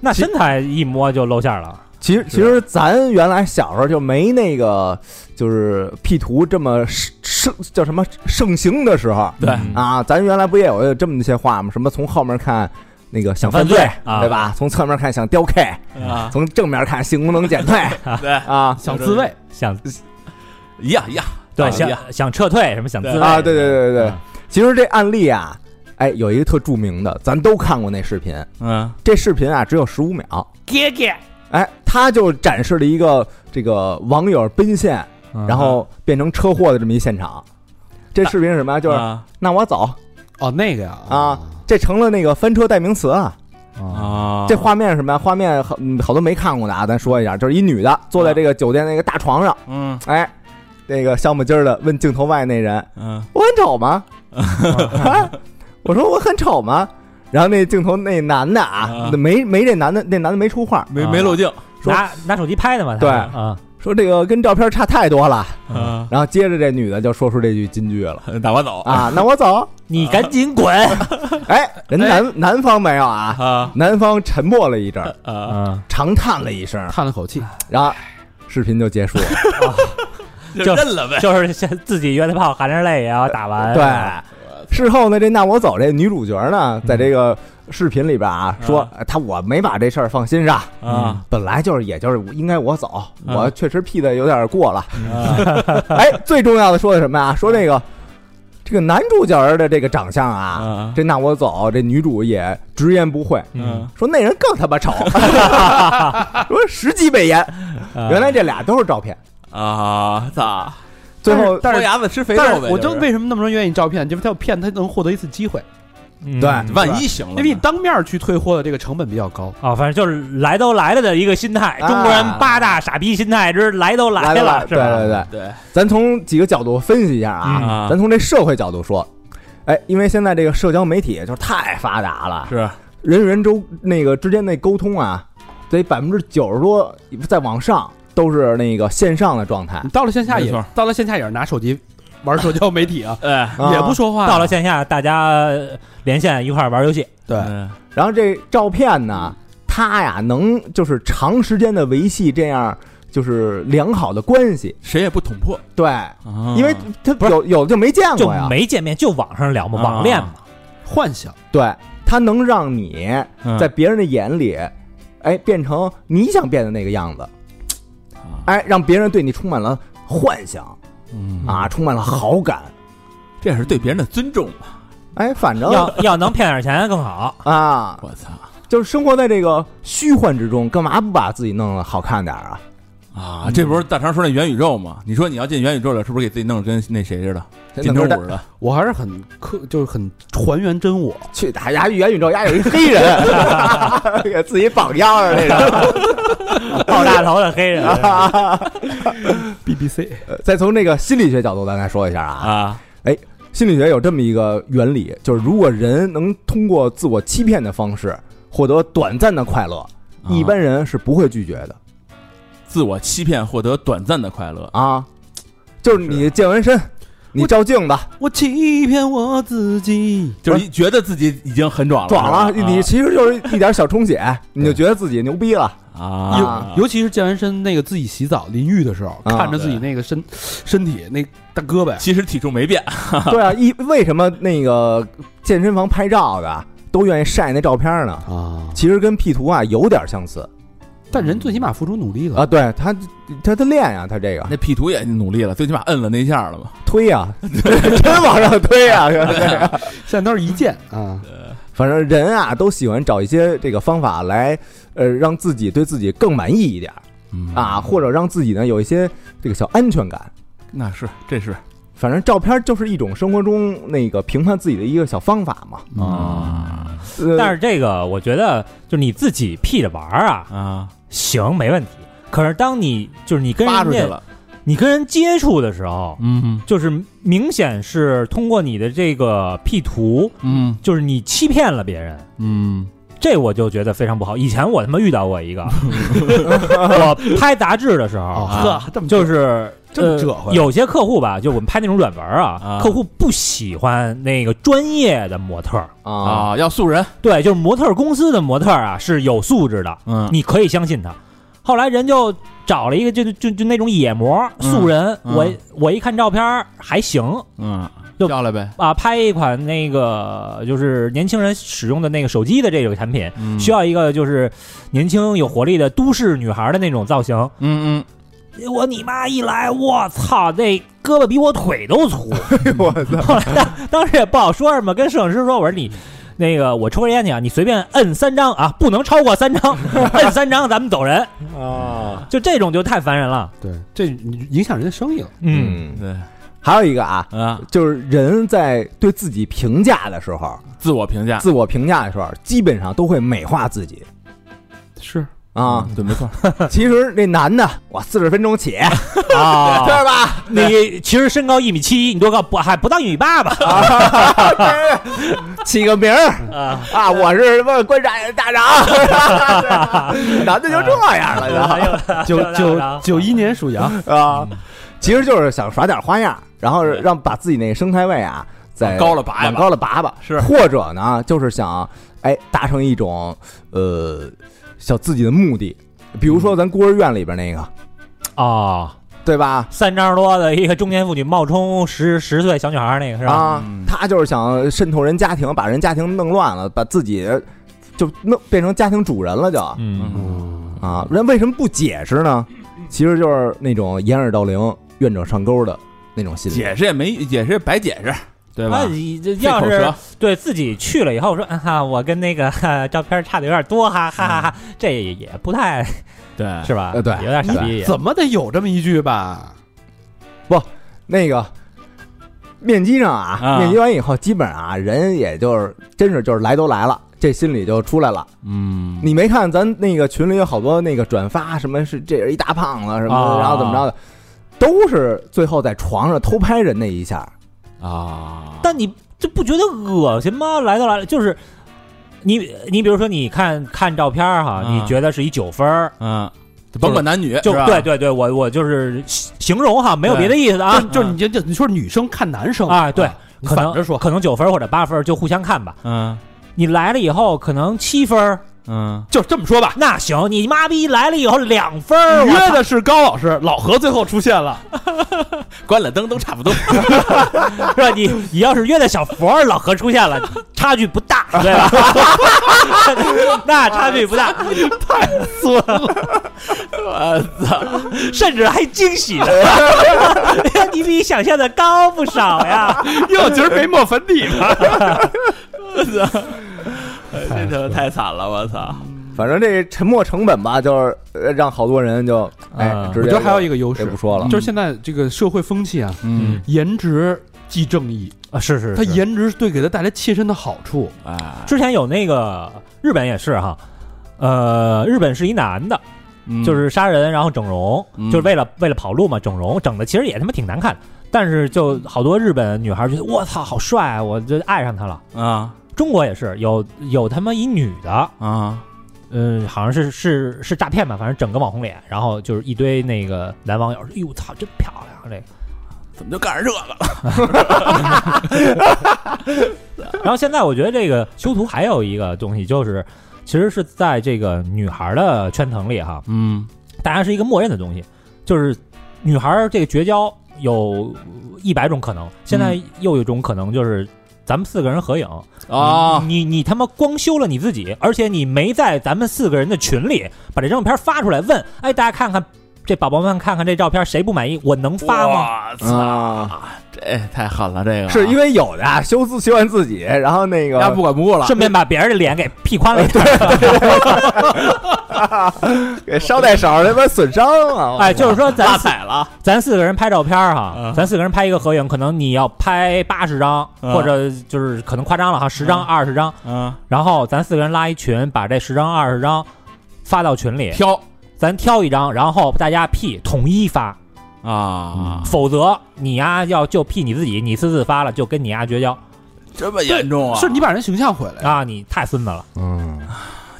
S3: 那身材一摸就露馅儿了。
S4: 其实，其实咱原来小时候就没那个，就是 P 图这么盛盛叫什么盛行的时候
S5: 对
S4: 啊。咱原来不也有这么一些话吗？什么从后面看那个想犯
S3: 想犯罪啊
S4: 对吧？从侧面看想雕 K，
S5: 啊？
S4: 从正面看性功能减退
S5: 对，
S4: 啊
S2: 想自慰，
S3: 想
S5: 一样一样，
S3: 对
S5: 啊一样
S3: 想想撤退什么想自慰
S4: 啊！对对对对对
S3: 嗯。
S4: 其实这案例啊，哎，有一个特著名的，咱都看过那视频。
S5: 嗯
S4: 这视频啊只有十五秒，
S3: 姐姐，
S4: 哎，他就展示了一个这个网友奔
S5: 啊
S4: 现，然后变成车祸的这么一现场。这视频是什么呀？就是
S5: 啊
S4: 那我走，
S2: 哦，那个呀
S4: 啊，这成了那个翻车代名词啊。
S2: 啊，
S5: 啊，
S4: 这画面是什么呀？画面好嗯好多没看过的啊，咱说一下，就是一女的坐在这个酒店那个大床上，
S5: 嗯
S4: 哎，那个小母鸡儿的问镜头外那人
S5: 嗯：“
S4: 我很丑吗？” (laughs) 啊我说：“我很丑吗？”然后那镜头那男的啊
S5: 啊，
S4: 那没没这男的，那男的没出话，
S5: 没没漏镜
S4: 说
S3: 拿拿手机拍的嘛？他
S4: 对
S3: 啊，
S4: 说这个跟照片差太多了。
S5: 啊，
S4: 然后接着这女的就说出这句金句了
S5: 打我走
S4: 啊：“那我走。”
S3: 你赶紧滚！
S4: (laughs) 哎，人南南方没有啊，
S5: 啊
S4: 南方沉默了一阵儿，
S5: 啊，
S4: (laughs)
S3: 嗯，
S4: 长叹了一声，
S2: 叹了口气，
S4: 然后视频就结 (laughs) 束了。
S5: 就认了呗。
S3: 就是先自己约的炮，含着泪也要打
S4: 哎
S3: 完。啊
S4: 对，事后呢，这那我走这女主角呢，在这个视频里边啊，
S5: 嗯
S4: 说呃她我没把这事儿放心上
S5: 啊，
S4: 本来就是也就是应该我走，
S5: 嗯
S4: 我确实 P 的有点过了。
S5: 啊
S4: (laughs) 哎，最重要的说的什么呀？说这个这个男主角的这个长相啊，
S3: 嗯
S5: 啊
S4: 这那我走，这女主也直言不讳。
S5: 嗯
S4: 说那人更他妈丑，说十级美颜，
S3: 啊
S4: 原来这俩都是照片。
S5: 啊，咋？
S4: 最后，
S2: 但是
S5: 豁牙子吃肥肉
S2: 但是
S5: 呗。
S2: 我
S5: 就
S2: 就是为什么那么多人愿意照片，就是他要骗他能获得一次机会，
S3: 嗯
S4: 对
S5: 万一行了
S2: 因
S5: 呢，
S2: 为你当面去退货的这个成本比较高。
S3: 哦，反正就是来都来了的一个心态，
S4: 啊
S3: 中国人八大傻逼心态之来都
S4: 来
S3: 了，
S4: 了，
S3: 是
S4: 对
S3: 吧？
S4: 对对，
S5: 对
S4: 咱从几个角度分析一下啊，
S5: 啊
S4: 咱从这社会角度说，哎，因为现在这个社交媒体就是太发达了，
S5: 是
S4: 人与人周那个之间的沟通啊，得百分之九十多再往上都是那个线上的状态
S2: 你，到了线下
S5: 没
S2: 也
S5: 错，，
S2: 到了线下也是拿手机玩社交媒体啊
S5: 哎
S4: 啊
S2: 也不说话。
S3: 到了线下，大家呃连线一块儿玩游戏，
S2: 对，
S5: 嗯
S4: 然后这照片呢，它呀能就是长时间的维系这样就是良好的关系，
S5: 谁也不捅破，
S4: 对，
S5: 啊
S4: 因为他有有的就没见
S3: 就
S4: 过呀，
S3: 没见面，就网上聊嘛，
S5: 啊
S3: 网恋嘛，
S2: 幻想
S4: 对，它能让你
S5: 嗯
S4: 在别人的眼里，哎，变成你想变的那个样子，
S5: 啊
S4: 哎，让别人对你充满了幻想
S5: 嗯
S4: 啊，充满了好感，
S5: 这也是对别人的尊重吧？
S4: 哎，反正
S3: 要要能骗点钱更
S4: (laughs)
S3: 好。
S4: 啊，
S5: 我操
S4: 就是生活在这个虚幻之中，干嘛不把自己弄得好看点儿啊？
S5: 啊，这不是大肠说那元宇宙吗？你说你要进元宇宙了，是不是给自己弄得跟那谁似的，金城武似的？
S2: 我还是很刻，就是很还原真我。
S4: 去打牙元宇宙，牙有一黑人， (laughs) 给自己绑腰上那种。
S3: 爆炸头的黑人，啊
S2: BBC
S4: (laughs) 再从那个心理学角度，咱再说一下啊，
S5: 啊，
S4: 心理学有这么一个原理，就是如果人能通过自我欺骗的方式获得短暂的快乐，一般人是不会拒绝的
S5: 啊自我欺骗获得短暂的快乐，
S4: 啊。就是啊你健完身，你照镜子
S2: 我欺骗我自己。
S5: 就是一觉得自己已经很壮了，
S4: 爽了，
S5: 是吧
S4: 你其实就是一点小充血，你就觉得自己牛逼 (laughs) 了。
S5: 啊，
S2: 尤其是健完身那个自己洗澡淋浴的时候，
S4: 啊
S2: 看着自己那个身身体那大胳膊，
S5: 其实体重没变，
S4: 对啊，一为什么那个健身房拍照的都愿意晒那照片呢？
S2: 啊！
S4: 其实跟 P 图啊有点相似
S2: 但人最起码付出努力了
S4: 啊。，对他，他他练呀、他这个
S5: 那 P 图也努力了，最起码摁了那一下了嘛。
S4: 推呀、 (laughs) 真往上推 (laughs) 呀、
S2: 现在都是一键啊。
S4: 反正人啊都喜欢找一些这个方法来，呃，让自己对自己更满意一点儿
S5: 嗯
S4: 啊，，或者让自己呢有一些这个小安全感。
S5: 那是这是
S4: 反正照片就是一种生活中那个评判自己的一个小方法嘛。
S5: 啊
S4: 呃、
S3: 但是这个我觉得就是你自己 P 着玩儿啊，
S5: 啊，
S3: 行没问题。可是当你就是你跟
S5: 发
S3: 人
S5: 出去
S3: 家
S5: 了，
S3: 你跟人接触的时候，
S5: 嗯
S3: 就是明显是通过你的这个 P 图，
S5: 嗯
S3: 就是你欺骗了别人。
S5: 嗯
S3: 这我就觉得非常不好。以前我他妈遇到过一
S5: (laughs)
S3: 个，我拍杂志的时候
S2: 哦
S3: 啊，
S2: 呵，这么
S3: 就是是
S2: 这么
S3: 呃
S2: 这回
S3: 有些客户吧，就我们拍那种软文啊
S5: 啊，
S3: 客户不喜欢那个专业的模特儿，哦
S4: 啊，
S5: 啊，要素人，
S3: 对，就是模特儿公司的模特儿啊是有素质的，
S5: 嗯
S3: 你可以相信他。后来人就找了一个就就就那种野模素人，
S5: 嗯
S3: 我我一看照片儿还行
S5: 嗯，
S3: 就
S5: 要来呗，
S3: 啊，拍一款那个就是年轻人使用的那个手机的这个产品，
S5: 嗯
S3: 需要一个就是年轻有活力的都市女孩的那种造型。
S5: 嗯嗯
S3: 结果你妈一来，我操，那胳膊比我腿都
S4: (laughs)
S3: 粗。
S4: 哎我操，嗯
S3: 后来当当时也不好说什么，跟摄影师说，我说你。那个，我抽根烟去啊！你随便摁三张啊，不能超过
S4: (laughs)
S3: 三张，摁三张咱们走人。
S4: 啊，
S3: 就这种就太烦人了。
S2: 对，这影响人的生意了。
S3: 嗯，
S5: 对
S4: 还有一个啊，
S5: 啊，
S4: 就是人在对自己评价的时候，
S3: 啊
S5: 自我评价
S4: 自我评价的时候，基本上都会美化自己
S2: 是，
S4: 啊。
S5: 嗯对，没错，
S4: 其实那男的，我四十分钟起啊，
S5: (laughs)
S4: 对吧？
S3: 嗯 (laughs) 你其实身高一米七，你多高不还不到一米八吧？
S4: (laughs) 起个名儿
S3: 啊，
S4: 啊，我是什么观察
S5: (laughs)
S4: 大长，男的就这样了，
S3: 哎
S4: 然后 (laughs)
S2: 九
S3: 这
S2: 九
S3: 这
S2: 九一年属羊，
S4: 啊，其实就是想耍点花样，然后让把自己那个生态位啊再
S5: 往高了拔一拔
S4: 往高了拔拔，
S5: 是
S4: 或者呢，就是想哎达成一种呃小自己的目的，比如
S5: 嗯
S4: 说咱孤儿院里边那个，
S3: 哦，
S4: 对吧？
S3: 三张多的一个中年妇女冒充十十岁小女孩那个是吧？
S4: 啊
S5: 嗯，
S4: 他就是想渗透人家庭，把人家庭弄乱了，把自己就弄变成家庭主人了就，
S3: 嗯，
S2: 嗯，
S4: 啊，人为什么不解释呢？其实就是那种掩耳盗铃、愿者上钩的那种心理。
S5: 解释也没解释也白解释，对吧
S3: 那？你这
S5: 费
S3: 要
S5: 口
S3: 是
S5: 舌，
S3: 对自己去了以后说，啊哈，我跟那个 (laughs) 哈照片差的有点多，哈哈哈哈，这也不太
S5: 对，
S3: 是吧？
S4: 呃对
S3: 有点傻逼也。
S2: 怎么得有这么一句吧？
S4: 那个面基上啊，
S5: 啊
S4: 面基完以后，基本上啊，人也就是真是就是来都来了，这心理就出来了。
S5: 嗯，
S4: 你没看咱那个群里有好多那个转发，什么是这人一大胖子什么的，
S3: 啊
S4: 然后怎么着的，都是最后在床上偷拍人那一下。
S5: 啊，
S3: 但你这不觉得恶心吗？来都来了，就是你你比如说你看看照片儿哈，
S5: 啊
S3: 你觉得是一九分儿
S5: 嗯，就甭管男女，
S3: 就是
S5: 吧
S3: 对，对对，我我就是形容哈，没有别的意思啊
S2: 就就是你这这，你说女生看男生
S3: 啊，对，
S2: 你
S3: 可
S2: 反
S3: 能
S2: 着说，
S3: 可能九分儿或者八分儿就互相看吧。
S5: 嗯
S3: 你来了以后可能七分儿，
S5: 嗯，
S2: 就这么说吧。
S3: 那行，你妈逼来了以后两分儿，
S2: 约
S3: 我
S2: 的是高老师，老何最后出
S3: (laughs)
S2: 现了，
S5: 关了灯都差 (laughs) 不多，
S3: 操是吧？你你要是约的小佛儿，老何出现了， (laughs) 差距不大，对吧？ (laughs) 那差距不大，太损了，我操，甚至还惊喜呢， (laughs) 你比想象的高不少呀。
S2: 哟，今儿没抹粉底吧？
S5: 这他妈太惨了，我操！
S4: 反正这沉没成本吧，就是呃让好多人就哎
S3: 啊，
S4: 直
S2: 我
S4: 接
S2: 觉得还有一
S4: 个
S2: 个优势
S4: 这不，说了，
S2: 就是现在这个社会风气啊，
S1: 嗯，
S2: 颜值即正义，
S3: 啊，是是，
S2: 它
S3: 是
S2: 颜值对给他带来切身的好处。
S5: 哎，
S3: 之前有那个日本也是哈，呃，日本是一男的，就是杀人然后整容，
S5: 嗯
S3: 就是为了为了跑路嘛，整容整的其实也他妈挺难看的，但是就好多日本女孩觉得我操好帅，啊我就爱上他了。
S5: 啊
S3: 中国也是有有他妈一女的，
S5: 啊，
S3: 嗯，好像是是是诈骗吧，反正整个网红脸，然后就是一堆那个男网友说，哎呦我操真漂亮这个。
S5: 怎么就干上这个了？
S3: 然后现在我觉得这个修图还有一个东西，就是其实是在这个女孩的圈层里哈，
S5: 嗯
S3: 大家是一个默认的东西，就是女孩儿这个绝交有一百种可能，现在又有一种可能就是。咱们四个人合影
S5: 啊，
S3: 你你他妈光修了你自己，而且你没在咱们四个人的群里把这张照片发出来，问，哎，大家看看这宝宝们看看这照片谁不满意，我能发吗？
S5: 吗？
S4: 啊，
S5: 嗯这太狠了，这个
S4: 是因
S5: 为
S4: 为有的啊，修自修完自己，然后那
S5: 家
S4: 个
S5: 不管不顾了，
S3: 顺便把别人的脸给 P 宽了一
S5: 哎
S3: 点，
S4: 给捎带手儿，他妈损伤啊了，
S3: 哎，就是说咱
S5: 拉
S3: 四
S5: 踩了，
S3: 咱四个人拍照片儿哈
S5: 嗯，
S3: 咱四个人拍一个合影，可能你要拍八十张，
S5: 嗯
S3: 或者就是可能夸张了哈，十张
S5: 嗯
S3: 二十张，
S5: 嗯，
S3: 然后咱四个人拉一群，把这十张二十张发到群里，
S5: 挑
S3: 咱挑一张，然后大家 P 统一发，
S5: 啊，
S3: 否则你呀要就 P 你自己，你私自发了就跟你呀绝交
S5: 这么严重啊？
S2: 是你把人形象毁了呀！
S3: 啊，你太孙子了。 (laughs)
S1: 嗯，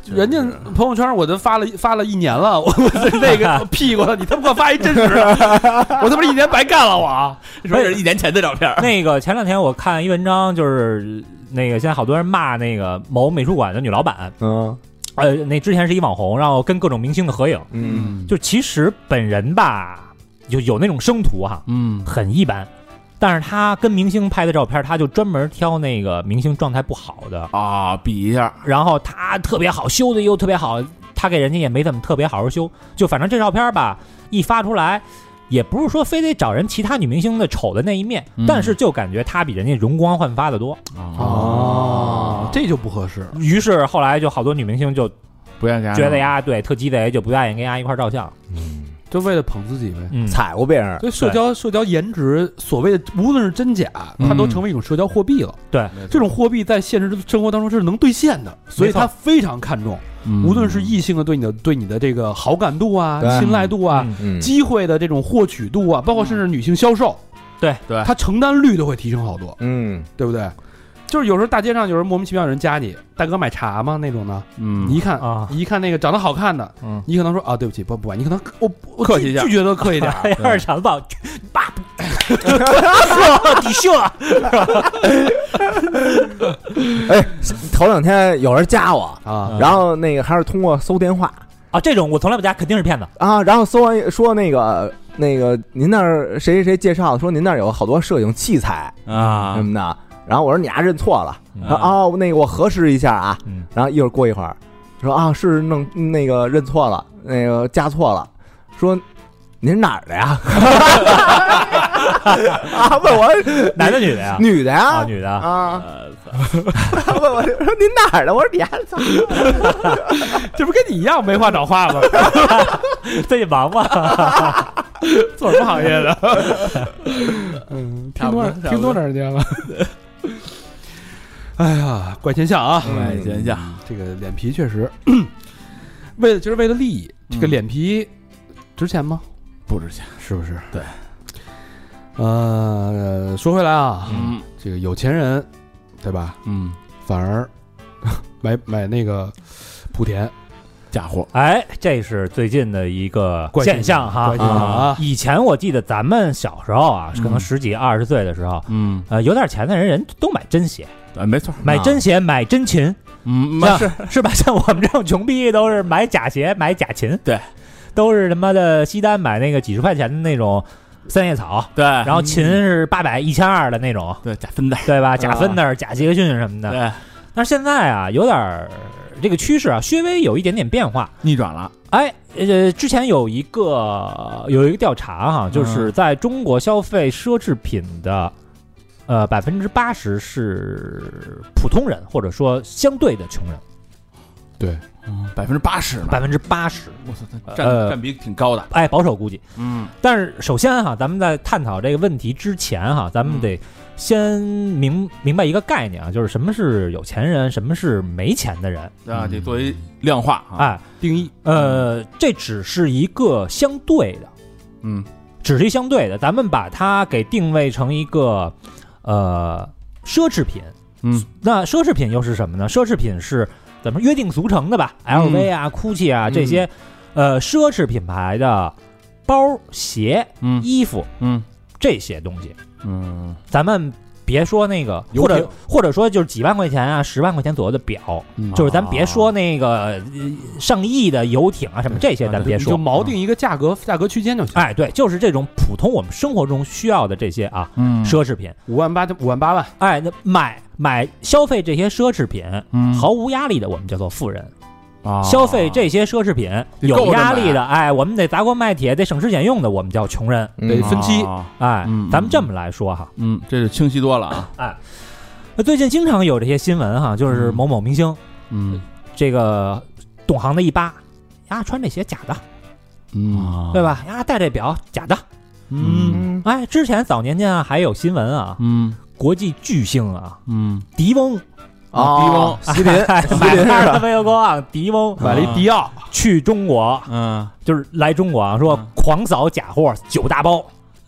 S2: 人家朋友圈我都发了发了一年了，我我这那 (laughs) 个屁股，你他妈给我发一真实的，我他妈一年白干了我 (laughs) 啊！
S5: 说也是一年前的照片，
S3: 那个前两天我看一文章，就是那个现在好多人骂那个某美术馆的女老板，
S4: 嗯
S3: 呃，那之前是一网红，然后跟各种明星的合影，
S4: 嗯，
S3: 就其实本人吧，就有那种生图哈，
S5: 嗯
S3: 很一般。但是他跟明星拍的照片，他就专门挑那个明星状态不好的，
S5: 啊，比一下，
S3: 然后他特别好，修的又特别好，他给人家也没怎么特别好好修，就反正这照片吧，一发出来，也不是说非得找人其他女明星的丑的那一面，
S5: 嗯
S3: 但是就感觉他比人家容光焕发的多。
S5: 啊
S2: 哦，这就不合适。
S3: 于是后来就好多女明星就
S5: 不愿意给他
S3: 觉得
S5: 弄，
S3: 呀，对，特鸡贼，就不愿意跟丫一块儿照相。
S2: 就为了捧自己呗。
S3: 嗯，
S4: 踩过别人，
S2: 所以社交社交颜值，所谓的无论是真假，它都
S5: 嗯
S2: 成为一种社交货币了。
S3: 对，
S2: 这种货币在现实生活当中是能兑现的，所以
S3: 没错
S2: 它非常看重，
S5: 嗯
S2: 无论是异性的对你的对你的这个好感度啊、
S4: 对
S2: 信赖度啊、
S3: 嗯
S4: 嗯
S2: 机会的这种获取度啊，包括甚至女性销售，
S3: 对
S5: 对
S2: 它承担率都会提升好多，
S4: 嗯，
S2: 对不对？就是有时候大街上有人莫名其妙有人加你，大哥买茶吗那种的，
S5: 嗯
S2: 你一看
S3: 啊
S2: 你一看那个长得好看的，
S3: 嗯
S2: 你可能说啊对不起不不管，你可能我我
S5: 客气一下哎
S2: 拒拒绝的客
S5: (laughs)
S2: 气点儿，
S3: 啊 (laughs) 有点想把爸射底射，
S5: 啊
S4: 哎，头两天有人加我，
S5: 嗯
S2: 啊，
S4: 然后那个还是通过搜电话
S3: 啊，这种我从来不加，肯定是骗子。
S4: 啊，然后搜完说那个那个您那儿谁谁谁介绍的说您那儿有好多摄影器材
S5: 啊
S4: 什么的，然后我说你啊还认错了，
S3: 嗯
S4: 然后哦那个我核实一下啊
S3: 嗯，
S4: 然后一会儿过一会儿说啊是弄那个认错了，那个加错了，说。您哪儿的
S3: (laughs)
S4: 呀？啊，问我
S3: 男的女的呀？
S4: 女的
S3: 啊，
S4: 呀？
S3: 女的啊。
S4: 啊，
S5: 呃
S4: (laughs) 问我说您哪儿的？我说你还操
S2: 这不跟你一样没话找话吗？
S3: (laughs) 最近忙吗？
S2: 做什么行
S5: (laughs)
S2: 业的？嗯，
S5: 差
S2: (laughs) 听
S5: 不
S2: 多
S5: 多
S2: 少
S5: 差不多
S2: 听多长时
S5: (laughs)
S2: 间了？哎呀，管钱相啊，
S5: 哎，
S4: 嗯
S5: 等一下，
S2: 这个脸皮确实， (coughs) 为了就是为了利益，这个
S5: 嗯
S2: 脸皮值钱吗？
S5: 不值钱，
S2: 是不是？
S5: 对。
S2: 呃，说回来啊，
S5: 嗯
S2: 这个有钱人，对吧？
S5: 嗯，
S2: 反而 (laughs) 买买那个莆田
S5: 假货，
S3: 哎，这是最近的一个
S2: 怪
S3: 现象哈
S2: 怪。现象啊，
S3: 以前我记得咱们小时候啊，
S5: 嗯
S3: 可能十几二十岁的时候，
S5: 嗯，
S3: 呃，有点钱的人人都买真鞋，
S5: 哎，没错，
S3: 买真鞋，买真琴， (laughs)
S5: 嗯，
S3: 像是吧？ (laughs) 像我们这种穷逼都是买假鞋，买假琴，
S5: 对，
S3: 都是他妈的西单买那个几十块钱的那种三叶草，
S5: 对，然
S3: 然后琴是八百一千二的那种，
S5: 对假分带，
S3: 对吧？假芬达、假杰克逊什么的。
S5: 啊对，
S3: 但是现在啊，有点儿这个趋势啊，稍微有一点点变化。
S5: 逆转了，
S3: 哎，呃，之前有一个有一个调查哈、就是在中国消费奢侈品的，呃，百分之八十是普通人，或者说相对的穷人。
S2: 对，
S5: 百分之八十
S3: 百分之八十。
S5: 我操，它
S3: 呃
S5: 占占比挺高的。
S3: 哎，保守估计。
S5: 嗯
S3: 但是首先哈，咱们在探讨这个问题之前哈，咱们得先明明白一个概念啊，就是什么是有钱人，什么是没钱的人。
S5: 啊，得作为量化啊。
S3: 哎，
S2: 定义
S3: 呃，这只是一个相对的，
S5: 嗯
S3: 只是一相对的，咱们把它给定位成一个呃奢侈品。
S5: 嗯，
S3: 那奢侈品又是什么呢？奢侈品是怎么约定俗成的吧
S5: 嗯
S3: ？LV 啊、GUCCI 啊
S5: 嗯
S3: 这些，呃，奢侈品牌的包、鞋、
S5: 嗯
S3: 衣服
S5: 嗯
S3: 这些东西，
S5: 嗯
S3: 咱们。别说那个，
S2: 游
S3: 或者
S2: 艇
S3: 或者说就是几万块钱啊，十万块钱左右的表，
S2: 嗯
S3: 就是咱别说那个呃上亿的游艇啊什么这些，咱别
S2: 你就
S3: 说。嗯
S2: 锚定一个价格价格区间就行，
S3: 哎，对，就是这种普通我们生活中需要的这些啊
S5: 嗯
S3: 奢侈品，
S2: 五万八千五万八万，
S3: 哎，那买买消费这些奢侈品，
S5: 嗯
S3: 毫无压力的，我们叫做富人；
S5: 啊
S3: 消费这些奢侈品
S5: 你
S3: 有
S5: 够着
S3: 压
S5: 买
S3: 力的，哎，我们得砸锅卖铁，得省吃俭用的，我们叫穷人。
S2: 得
S4: 嗯
S2: 分期
S5: 啊
S3: 哎
S5: 嗯，
S3: 咱们这么来说哈，
S5: 嗯，这是清晰多了啊。
S3: 那最近经常有这些新闻哈，就是
S5: 嗯
S3: 某某明星
S5: 嗯
S3: 这个懂行的一扒，呀，穿这鞋假的，
S5: 哦嗯
S3: 对吧？呀，戴这表假的。
S5: 嗯
S4: 嗯
S3: 哎，之前早年间啊，还有新闻啊，
S5: 嗯
S3: 国际巨星啊，
S5: 嗯，
S3: 迪翁
S4: (laughs) 啊，吉林，吉 (laughs)
S3: (laughs) 买
S4: 林
S3: 哈
S4: 是啊
S3: 尔
S4: 吧？
S3: 滨有光，迪翁
S5: 买了一
S3: 迪奥去中国，
S5: 嗯，
S3: 就是来中国啊，说
S5: 嗯
S3: 狂扫假货，九大包。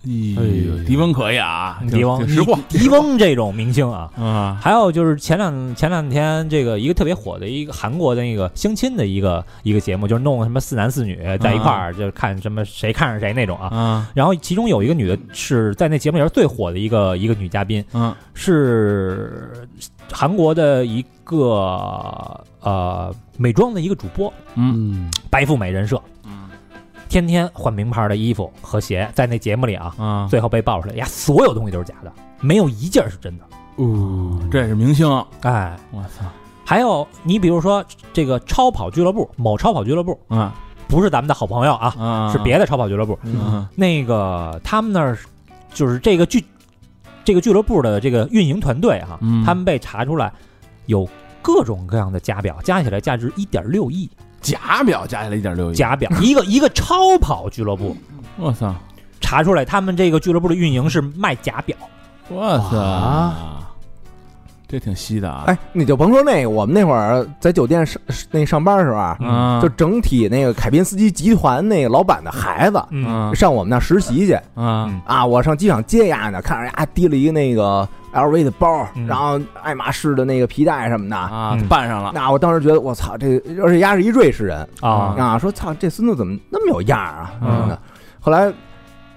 S5: 哎呦，迪翁可以啊，
S3: 迪翁
S5: 挺识货，
S3: 迪翁这种明星啊，
S5: 啊，
S3: 还有就是前两前两天这个一个特别火的一个韩国的那个相亲的一个一个节目，就是弄什么四男四女在一块儿，就是看什么谁看上谁那种啊。
S5: 嗯
S3: 然后其中有一个女的是在那节目里边最火的一个一个女嘉宾，
S5: 嗯
S3: 是韩国的一个呃美妆的一个主播，
S2: 嗯，
S3: 白富美人设，
S5: 嗯
S3: 天天换名牌的衣服和鞋，在那节目里啊，
S5: 嗯，
S3: 最后被爆出来呀，所有东西都是假的，没有一件儿是真的。
S2: 哦，
S3: 嗯
S5: 这是明星，
S3: 哎，
S5: 我操，
S3: 还有你比如说这个超跑俱乐部，某超跑俱乐部
S5: 嗯
S3: 不是咱们的好朋友啊，
S5: 嗯，
S3: 是别的超跑俱乐部。
S5: 嗯
S3: 那个他们那儿就是这个俱这个俱乐部的这个运营团队啊，
S5: 嗯
S3: 他们被查出来有各种各样的假表，加起来价值一点六亿
S5: 假表加起来一点六亿，
S3: 假表，一个一个超跑俱乐部
S5: 我操，
S3: 查出来他们这个俱乐部的运营是卖假表。
S5: 我
S2: 啊
S5: 操，这挺稀的啊，
S4: 哎，你就甭说那个，我们那会儿在酒店上那上班的时候啊，
S5: 嗯，
S4: 就整体那个凯宾斯基集团那个老板的孩子
S5: 嗯
S4: 上我们那实习去
S5: 嗯
S4: 啊，我上机场接丫呢，看着丫提了一个那个 LV 的包
S3: 嗯，
S4: 然后爱马仕的那个皮带什么的。
S5: 啊
S3: 嗯，
S5: 办上了，
S4: 那我当时觉得，我操，这而且丫是一瑞士人，
S3: 啊
S4: 啊，说操，这孙子怎么那么有样儿啊什么的
S5: 嗯。
S4: 后来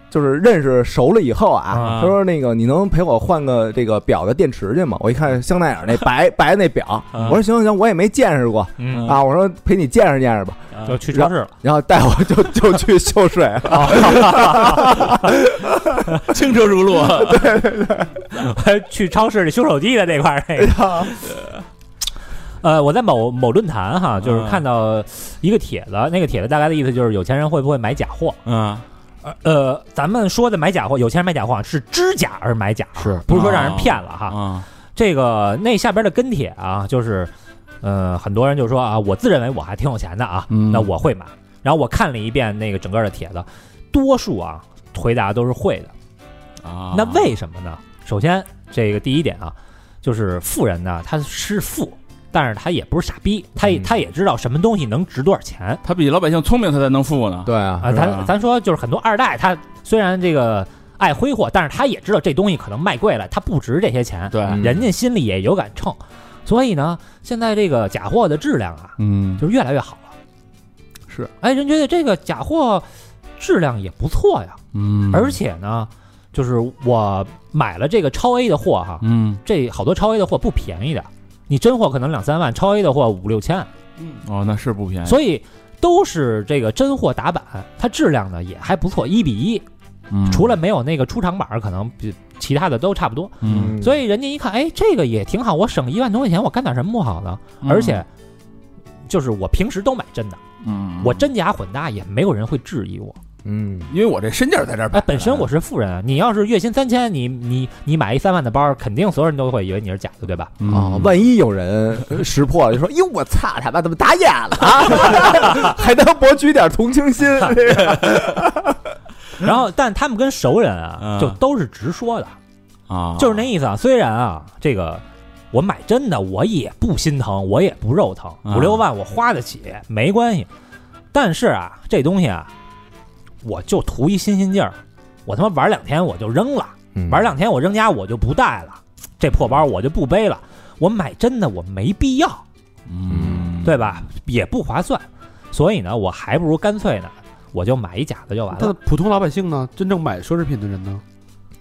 S4: 就是认识熟了以后
S3: 啊
S4: 啊，他说那个你能陪我换个这个表的电池去吗？我一看香奈儿那白 (laughs) 白那表，
S3: 啊
S4: 我说行行行，我也没见识过
S3: 嗯，
S4: 啊，我说陪你见识见识吧，
S3: 就去超市了。
S4: 然后带我就 (laughs) 就去秀水了。
S5: 轻车
S3: (laughs)
S5: 熟路，
S3: 呃去超市里修手机的那块儿那个。 (laughs) 呃，我在某某论坛哈，就是看到一个帖子，那个帖子大概的意思就是有钱人会不会买假货？
S5: 嗯，
S3: 呃，咱们说的买假货，有钱人买假货是知假而买假，啊
S2: 是
S3: 不是说让人骗了哈？
S5: 啊，
S3: 这个那下边的跟帖啊，就是呃，很多人就说啊，我自认为我还挺有钱的啊，
S5: 嗯
S3: 那我会买。然后我看了一遍那个整个的帖子，多数啊回答都是会的。
S5: 啊，
S3: 那为什么呢？首先，这个第一点啊，就是富人呢，他是富，但是他也不是傻逼，他也、
S5: 嗯
S3: 他也知道什么东西能值多少钱啊、
S5: 他比老百姓聪明，他才能富呢，
S4: 对啊，
S5: 是吧
S3: 咱咱说就是很多二代，他虽然这个爱挥霍，但是他也知道这东西可能卖贵了，他不值这些钱，
S5: 对，
S4: 嗯
S3: 人家心里也有杆秤。所以呢，现在这个假货的质量啊，
S5: 嗯，
S3: 就是越来越好了。
S5: 是，
S3: 哎，人觉得这个假货质量也不错呀，
S5: 嗯，
S3: 而且呢，就是我买了这个超 A 的货哈，
S5: 嗯，
S3: 这好多超 A 的货不便宜的，你真货可能两三万，超 A 的货五六千，
S5: 哦，那是不便宜，
S3: 所以都是这个真货打版，它质量呢也还不错，一比一，
S5: 嗯
S3: 除了没有那个出厂版儿，可能比其他的都差不多。
S5: 嗯，
S3: 所以人家一看，哎，这个也挺好，我省一万多块钱，我干点什么不好呢？嗯而且。就是我平时都买真的，
S5: 嗯，
S3: 我真假混搭也没有人会质疑我，
S4: 嗯，
S5: 因为我这身价在这儿摆着
S3: 哎，
S5: 呢。
S3: 本身我是富人啊，你要是月薪三千，你你你买一三万的包，肯定所有人都会以为你是假的，对吧？
S5: 嗯
S4: 啊，万一有人识破了，就说：“哟，我操他妈，怎么打眼了啊？ (laughs) 还能博取点同情
S3: (laughs)
S4: 心？”这个
S5: (laughs)
S3: 然后，但他们跟熟人啊
S5: 嗯，
S3: 就都是直说的，
S5: 啊，
S3: 就是那意思啊。虽然啊，这个我买真的，我也不心疼，我也不肉疼，
S5: 啊
S3: 五六万我花得起，没关系。但是啊，这东西啊，我就图一新鲜劲儿，我他妈玩两天我就扔了，
S5: 嗯
S3: 玩两天我扔家我就不带了，这破包我就不背了。我买真的我没必要，
S5: 嗯，
S3: 对吧？也不划算，所以呢，我还不如干脆呢，我就买一假的就完
S2: 但
S3: 了。
S2: 普通老百姓呢，真正买奢侈品的人呢，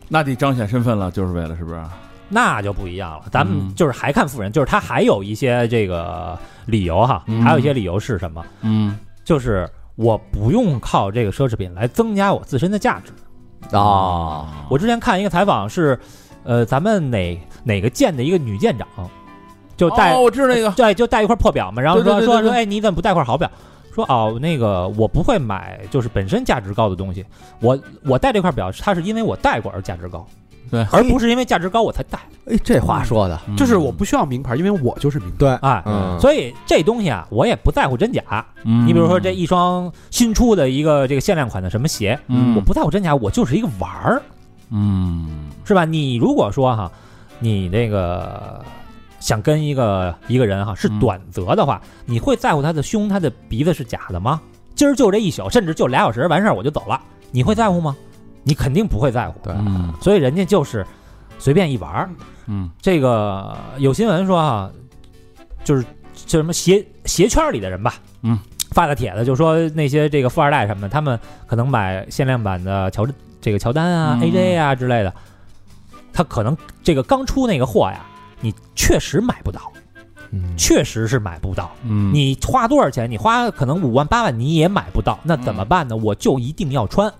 S5: 那得彰显身份了，就是为了是不是？
S3: 那就不一样了，咱们
S5: 嗯
S3: 就是还看富人，就是他还有一些这个理由哈，
S5: 嗯
S3: 还有一些理由是什么？
S5: 嗯
S3: 就是我不用靠这个奢侈品来增加我自身的价值。
S4: 啊，
S3: 我之前看一个采访是，呃，咱们哪哪个舰的一个女舰长，就带、
S5: 哦，我知道那个，
S3: 对，就带一块破表嘛，然后
S5: 对对
S3: 说
S5: 对
S3: 说
S5: 对对
S3: 说，哎，你怎么不带块好表？说哦，那个我不会买，就是本身价值高的东西。我我戴这块表，它是因为我戴过而价值高，
S5: 对
S3: 而不是因为价值高我才戴。
S4: 哎，这话说
S5: 嗯
S4: 的，
S2: 就是我不需要名牌，因为我就是名牌。
S4: 对，
S3: 哎，
S4: 嗯
S3: 所以这东西啊，我也不在乎真假。
S5: 嗯，
S3: 你比如说这一双新出的一个这个限量款的什么鞋，
S5: 嗯
S3: 我不在乎真假，我就是一个玩儿，
S5: 嗯，
S3: 是吧？你如果说哈，你这个想跟一个一个人哈是
S5: 嗯
S3: 短则的话，你会在乎他的胸、他的鼻子是假的吗？今儿就这一宿，甚至就俩小时完事儿我就走了，你会在乎吗？你肯定不会在乎。
S4: 对
S5: 嗯
S3: 所以人家就是随便一玩儿。
S5: 嗯
S3: 这个有新闻说哈，就是就什么鞋鞋圈里的人吧，
S5: 嗯，
S3: 发的帖子就说那些这个富二代什么的，他们可能买限量版的乔这个乔丹啊、
S5: 嗯
S3: AJ 啊之类的，他可能这个刚出那个货呀，你确实买不到，
S4: 嗯
S3: 确实是买不到。
S5: 嗯，
S3: 你花多少钱？你花可能五万八万，你也买不到，那怎
S5: 嗯
S3: 么办呢？我就一定要穿，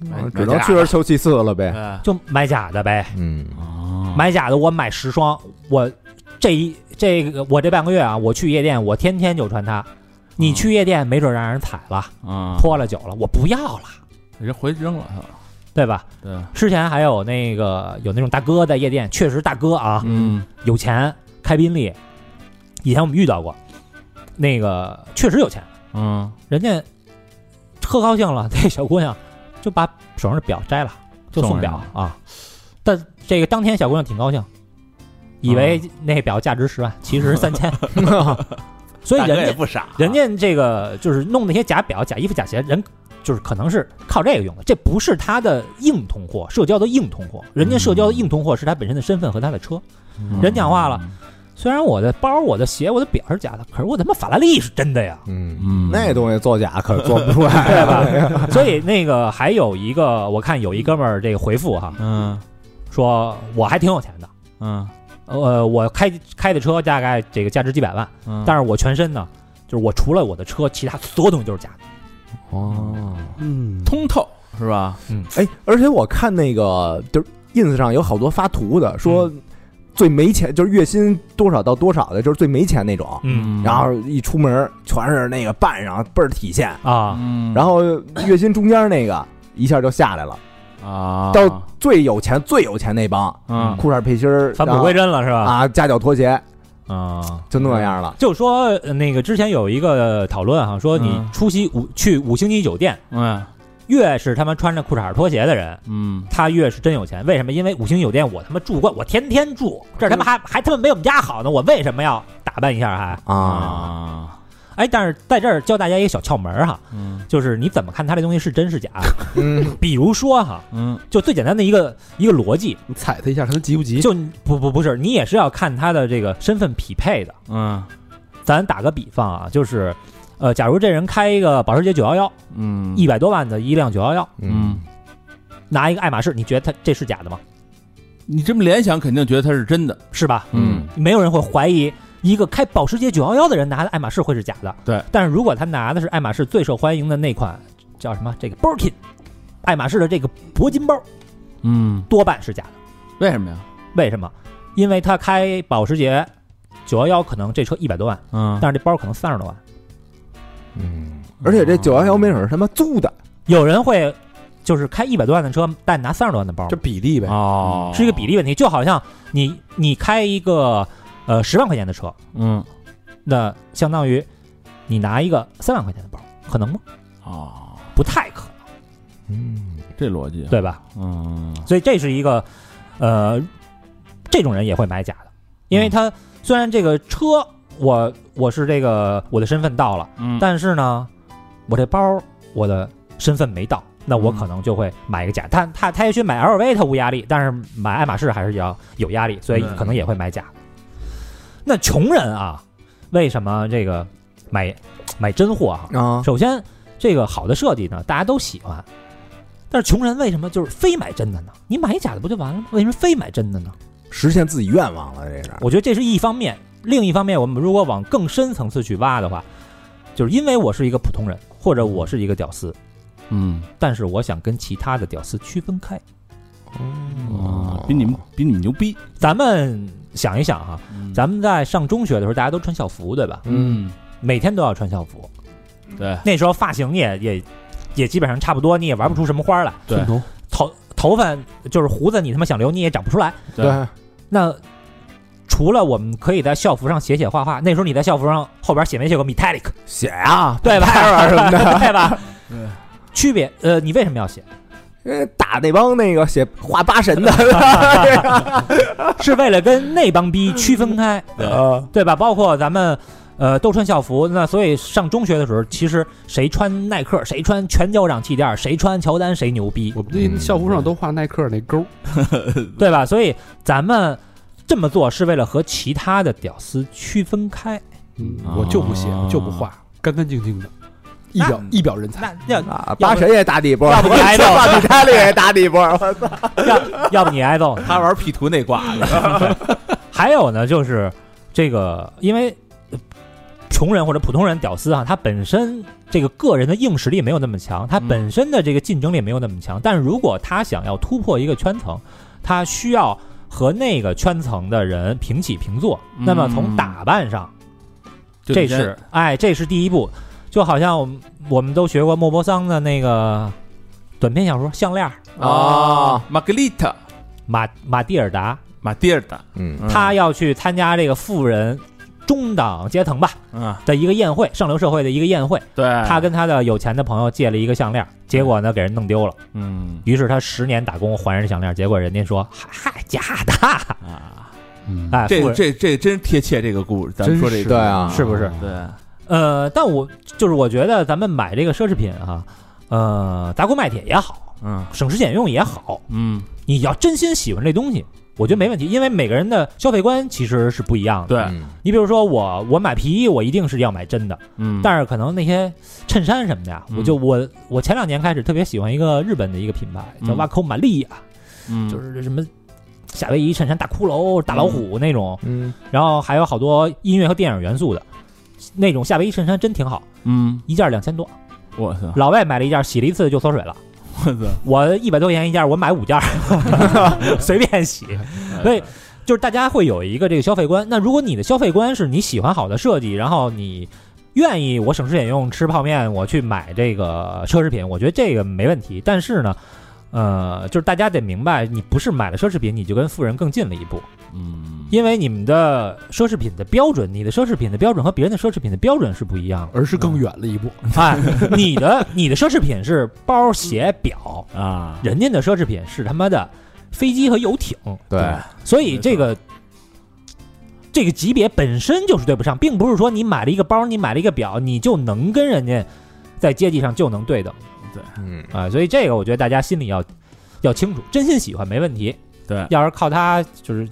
S5: 买
S4: 嗯只能去而求其次了呗。
S5: 哎
S3: 就买假的呗。
S4: 嗯，
S5: 哦
S3: 呃买假的，我买十双，我这一这个我这半个月啊，我去夜店，我天天就穿它。你去夜店，没准让人踩了、
S5: 嗯啊，
S3: 泼了酒了，我不要了，
S5: 人回去扔了，
S3: 对吧？
S5: 对，
S3: 之前还有那个有那种大哥在夜店，确实大哥啊，
S5: 嗯
S3: 有钱开宾利，以前我们遇到过，那个确实有钱，
S5: 嗯，
S3: 人家喝高兴了， (laughs) 那小姑娘就把手上的表摘了，就送表
S5: 送
S3: 啊。但这个当天小姑娘挺高兴，以为
S5: 嗯
S3: 那表价值十万，其实
S5: (laughs)
S3: 三千。所以
S5: 大哥
S3: 人
S5: 也
S3: 家
S5: 不傻，
S3: 人家这个就是弄那些假表、假衣服、假鞋，人就是可能是靠这个用的，这不是他的硬通货，社交的硬通货。人家社交的
S5: 嗯
S3: 硬通货是他本身的身份和他的车。人讲话了，虽然我的包、我的鞋、我的表是假的，可是我他妈法拉利是真的呀。
S4: 嗯，
S5: 嗯，
S4: 那东西作假可做不出来，
S3: (laughs)
S4: 啊
S3: 对
S5: (laughs)
S3: 吧？所以那个还有一个，我看有一哥们儿这个回复哈，
S5: 嗯
S3: 说我还挺有钱的，
S5: 嗯
S3: 呃，我开开的车大概这个价值几百万，
S5: 嗯，
S3: 但是我全身呢，就是我除了我的车，其他所有东西都是假的。
S4: 哦，
S2: 嗯，
S5: 通透是吧？
S4: 哎，而且我看那个就是 ins 上有好多发图的，说最没钱就是月薪多少到多少的，就是最没钱那种。
S3: 嗯
S4: 然后一出门全是那个扮上倍儿体现，
S3: 啊，
S5: 嗯
S4: 然后月薪中间那个一下就下来了，
S5: 啊，
S4: 到最有钱最有钱那帮，
S5: 嗯
S4: 裤衩背心儿
S3: 返璞归真了是吧？
S4: 啊，夹脚拖鞋
S3: 啊。
S4: 就那样了。
S3: 就说呃那个之前有一个讨论哈，说你
S5: 嗯
S3: 出席五去五星级酒店，
S5: 嗯
S3: 越是他妈穿着裤衩拖鞋的人，
S5: 嗯
S3: 他越是真有钱，为什么？因为五星酒店我他妈住惯，我天天住，这儿他妈还还他妈没我们家好呢，我为什么要打扮一下 (laughs) 还？
S4: 啊，
S5: 啊，
S3: 哎，但是在这儿教大家一个小窍门儿哈，
S5: 嗯
S3: 就是你怎么看他这东西是真是假？
S4: 嗯，
S3: (laughs) 比如说哈，嗯
S5: 嗯
S3: 就最简单的一个一个逻辑，
S2: 你 (laughs) 踩他一下，看他急不急？
S3: 就你不不不是，你也是要看他的这个身份匹配的。
S5: 嗯
S3: 咱打个比方啊，就是，呃，假如这人开一个保时捷911，
S5: 嗯，
S3: 一百多万的一辆911，
S5: 嗯，
S3: 拿一个爱马仕，你觉得他这是假的吗？
S5: 你这么联想，肯定觉得它是真的，
S3: 是吧？
S5: 嗯
S3: 没有人会怀疑一个开保时捷911的人拿的爱马仕会是假的。
S5: 对，
S3: 但是如果他拿的是爱马仕最受欢迎的那款叫什么这个 Birkin，爱马仕的这个铂金包，
S5: 嗯，
S3: 多半是假的。
S5: 为什么呀？
S3: 为什么？因为他开保时捷911可能这车一百多万，
S5: 嗯
S3: 但是这包可能三十多万。
S4: 嗯，而且这九幺幺没准是他妈租的，
S3: 有人会就是开一百多万的车，但拿三十多万的包
S2: 这，比例呗，
S1: 哦，
S3: 是一个比例问题。就好像你你开一个呃十万块钱的车，
S1: 嗯，
S3: 那相当于你拿一个三万块钱的包，可能吗？
S1: 哦，
S3: 不太可能，
S4: 嗯，
S5: 啊这逻辑，啊
S3: 对吧？
S1: 嗯，
S3: 所以这是一个呃，这种人也会买假的，
S1: 嗯
S3: 因为他虽然这个车我我是这个我的身份到了，
S1: 嗯
S3: 但是呢，我这包我的身份没到，那我
S1: 嗯
S3: 可能就会买一个假。他他他也许买 LV 他无压力，但是买爱马仕还是要有压力，所以
S2: 嗯
S3: 可能也会买假。那穷人啊，为什么这个买买真货啊？
S4: 啊，
S3: 首先，这个好的设计呢，大家都喜欢。但是穷人为什么就是非买真的呢？你买假的不就完了吗？为什么非买真的呢？
S4: 实现自己愿望了，这是
S3: 我觉得这是一方面，另一方面，我们如果往更深层次去挖的话，就是因为我是一个普通人，或者我是一个屌丝，
S5: 嗯，
S3: 但是我想跟其他的屌丝区分开。嗯
S5: 啊，比你们比你们牛逼，
S3: 咱们想一想哈、
S5: 嗯
S3: 咱们在上中学的时候，大家都穿校服，对吧？
S5: 嗯，
S3: 每天都要穿校服，
S5: 对
S3: 那时候发型也也也基本上差不多，你也玩不出什么花来。
S5: 对
S2: 寸头
S3: 头头发就是胡子，你他妈想留你也长不出来。
S5: 对，
S3: 那除了我们可以在校服上写写画画，那时候你在校服上后边写没写过 (laughs) metallic，
S4: 写啊，
S3: 对吧？
S4: 什么
S3: (laughs)
S4: 的，
S3: 对吧？
S5: 对
S3: 区别，呃，你为什么要写？
S4: 因为打那帮那个写画八神的，
S3: 是为了跟那帮逼区分开，
S4: 啊
S3: 对吧？包括咱们。呃，都穿校服，那所以上中学的时候，其实谁穿耐克，谁穿全胶掌气垫，谁穿乔丹，谁牛逼，
S2: 我们那校服上都画耐克那勾，
S3: 对吧？所以咱们这么做是为了和其他的屌丝区分开。
S2: 嗯，我就不写，
S1: 啊
S2: 我就不画，干干净净的，一表一表人才。
S3: 那要
S4: 啊，
S3: 要
S4: (laughs) 八
S3: 不
S4: 神也打底波，
S3: 要不你挨揍
S4: 比他这个也打底波，我操，
S3: 要要不你挨揍呢，
S1: 他玩 P 图那挂的，
S3: 还有呢，就是这个，因为呃穷人或者普通人屌丝啊，他本身这个个人的硬实力没有那么强，他
S1: 嗯
S3: 本身的这个竞争力没有那么强。但是如果他想要突破一个圈层，他需要和那个圈层的人平起平坐。
S1: 嗯
S3: 那么从打扮上，
S5: 就
S3: 这
S5: 你先
S3: 是哎，这是第一步。就好像我们我们都学过莫泊桑的那个短篇小说《项链》，
S4: 啊，
S1: 玛格丽特，
S3: 马马蒂尔达，
S1: 马蒂尔达，
S4: 嗯
S3: 他要去参加这个富人中档阶层吧。
S1: 啊，
S3: 的一个宴会，上流社会的一个宴会，
S5: 嗯对，
S3: 他跟他的有钱的朋友借了一个项链，
S5: 哎
S3: 结果呢给人弄丢了，
S1: 嗯
S3: 于是他十年打工还人项链，结果人家说嗨假的，
S1: 啊，
S2: 嗯，
S3: 哎，富
S5: 这这
S3: 人
S5: 这真贴切这个故事，咱们
S2: 真
S5: 说这个
S2: 是
S4: 对啊，
S3: 是不是？
S5: 对，
S3: 呃，但我就是我觉得咱们买这个奢侈品啊，呃，砸锅卖铁也好，
S1: 嗯
S3: 省吃俭用也好，
S1: 嗯，
S3: 你要真心喜欢这东西，我觉得没问题，因为每个人的消费观其实是不一样的。
S5: 对
S4: 嗯
S3: 你比如说我，我买皮衣，我一定是要买真的，
S1: 嗯，
S3: 但是可能那些衬衫什么的呀，
S1: 嗯
S3: 我就我我前两年开始特别喜欢一个日本的一个品牌叫
S1: 嗯
S3: 瓦口玛利亚，
S1: 嗯
S3: 就是这什么夏威夷衬衫、大骷髅、大老虎那种，
S4: 嗯，
S3: 然后还有好多音乐和电影元素的。那种夏威夷衬衫真挺好，
S1: 嗯，
S3: 一件两千多。
S5: 我操，
S3: 老外买了一件，洗了一次就缩水了。
S5: 我操，
S3: 我一百多块钱一件，我买五件， (laughs) 随便洗。所以就是大家会有一个这个消费观。那如果你的消费观是你喜欢好的设计，然后你愿意我省吃俭用吃泡面，我去买这个奢侈品，我觉得这个没问题。但是呢，呃，就是大家得明白，你不是买了奢侈品你就跟富人更近了一步，
S1: 嗯，
S3: 因为你们的奢侈品的标准，你的奢侈品的标准和别人的奢侈品的标准是不一样的。
S2: (laughs) 而是更远了一步，
S3: 哎，你的你的奢侈品是包、鞋、表，
S5: 啊，
S3: 人家的奢侈品是他妈的飞机和游艇。
S4: 对，
S3: 所以这个这个级别本身就是对不上，并不是说你买了一个包，你买了一个表，你就能跟人家在阶级上就能对等
S4: 嗯
S3: 啊、所以这个我觉得大家心里要要清楚，真心喜欢没问题。
S5: 对
S3: 要是靠它就是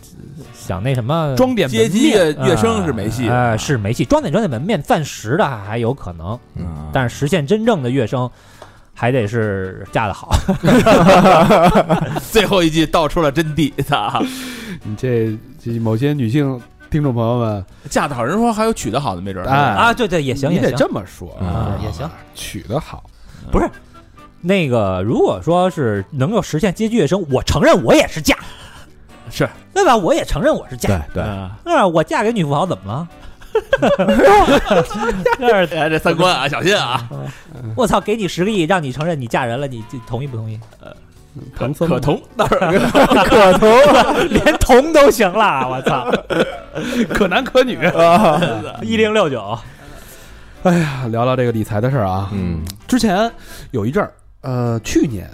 S3: 想那什么
S2: 装点
S5: 阶
S2: 门
S5: 级
S2: 面
S5: 跃跃升是没戏
S3: 啊、是没戏，装点装点门面，暂时的还有可能，
S1: 嗯
S3: 但是实现真正的跃升。还得是嫁得好，
S1: 最后一句道出了真谛，
S5: (laughs)
S1: 操，
S2: 你这这某些女性听众朋友们，
S5: 嫁得好，人说还有娶得好的，没准儿
S2: 哎
S3: 啊，对对，也行
S2: 你
S3: 也
S2: 得
S3: 行，
S2: 这么说
S3: 啊也行，
S2: 取得好，
S3: 不是那个，如果说是能够实现阶级跃升，我承认我也是嫁，
S5: 是
S3: 对吧？我也承认我是嫁，
S4: 对对，
S2: 嗯
S5: 啊
S3: 那我嫁给女富豪怎么了？这是
S5: 哎，这三观啊，小心啊！
S3: 我操，给你十个亿，让你承认你嫁人了，你这同意不同意？
S2: 唐僧
S5: 可同那
S3: 可同， (laughs) 连同都行了， (laughs) 我操！
S2: (laughs) 可男可女。啊
S3: 一零六九，
S2: 哎呀，聊聊这个理财的事儿啊。
S4: 嗯，
S2: 之前有一阵儿，呃，去年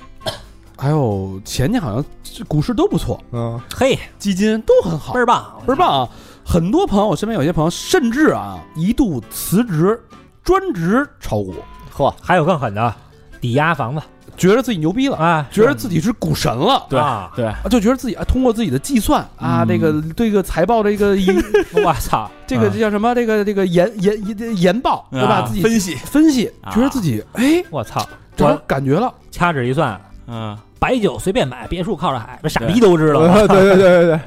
S2: 还有前年，好像股市都不错，
S4: 嗯，
S3: 嘿，
S2: 基金都很好
S3: 倍，儿棒，
S2: 倍儿棒啊！很多朋友，我身边有些朋友，甚至啊一度辞职，专职炒股，
S4: 嚯，
S3: 还有更狠的，抵押房子
S2: 觉得自己牛逼了，
S3: 啊，
S2: 觉得自己是股神了。
S5: 对
S3: 啊
S5: 对，
S2: 啊就觉得自己啊，通过自己的计算啊，
S5: 嗯
S2: 这个对这个财报
S5: (laughs)
S2: 这个
S3: 我操，嗯
S2: 这个这叫什么？这个这个研研研研报，对吧？
S5: 啊
S2: 自己
S5: 分析，
S2: 分析，
S3: 啊
S2: 觉得自己哎，
S3: 我操，
S2: 找到
S3: 我
S2: 感觉了，
S3: 掐指一算，
S5: 嗯，
S3: 白酒随便买，别墅靠着海，那傻逼都知道。
S4: (laughs) 对对对对对，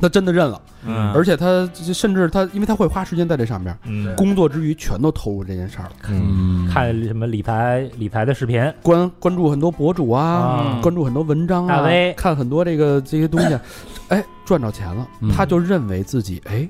S2: 他真的认了，
S5: 嗯
S2: 而且他甚至他，因为他会花时间在这上面，
S3: 嗯，
S2: 工作之余全都投入这件事儿了，
S5: 嗯
S3: 看什么理财理财的视频，
S2: 关关注很多博主啊，
S3: 啊
S2: 关注很多文章
S3: 大
S2: 啊
S3: V，
S2: 看很多这个这些东西，哎，赚着钱了，
S5: 嗯
S2: 他就认为自己哎，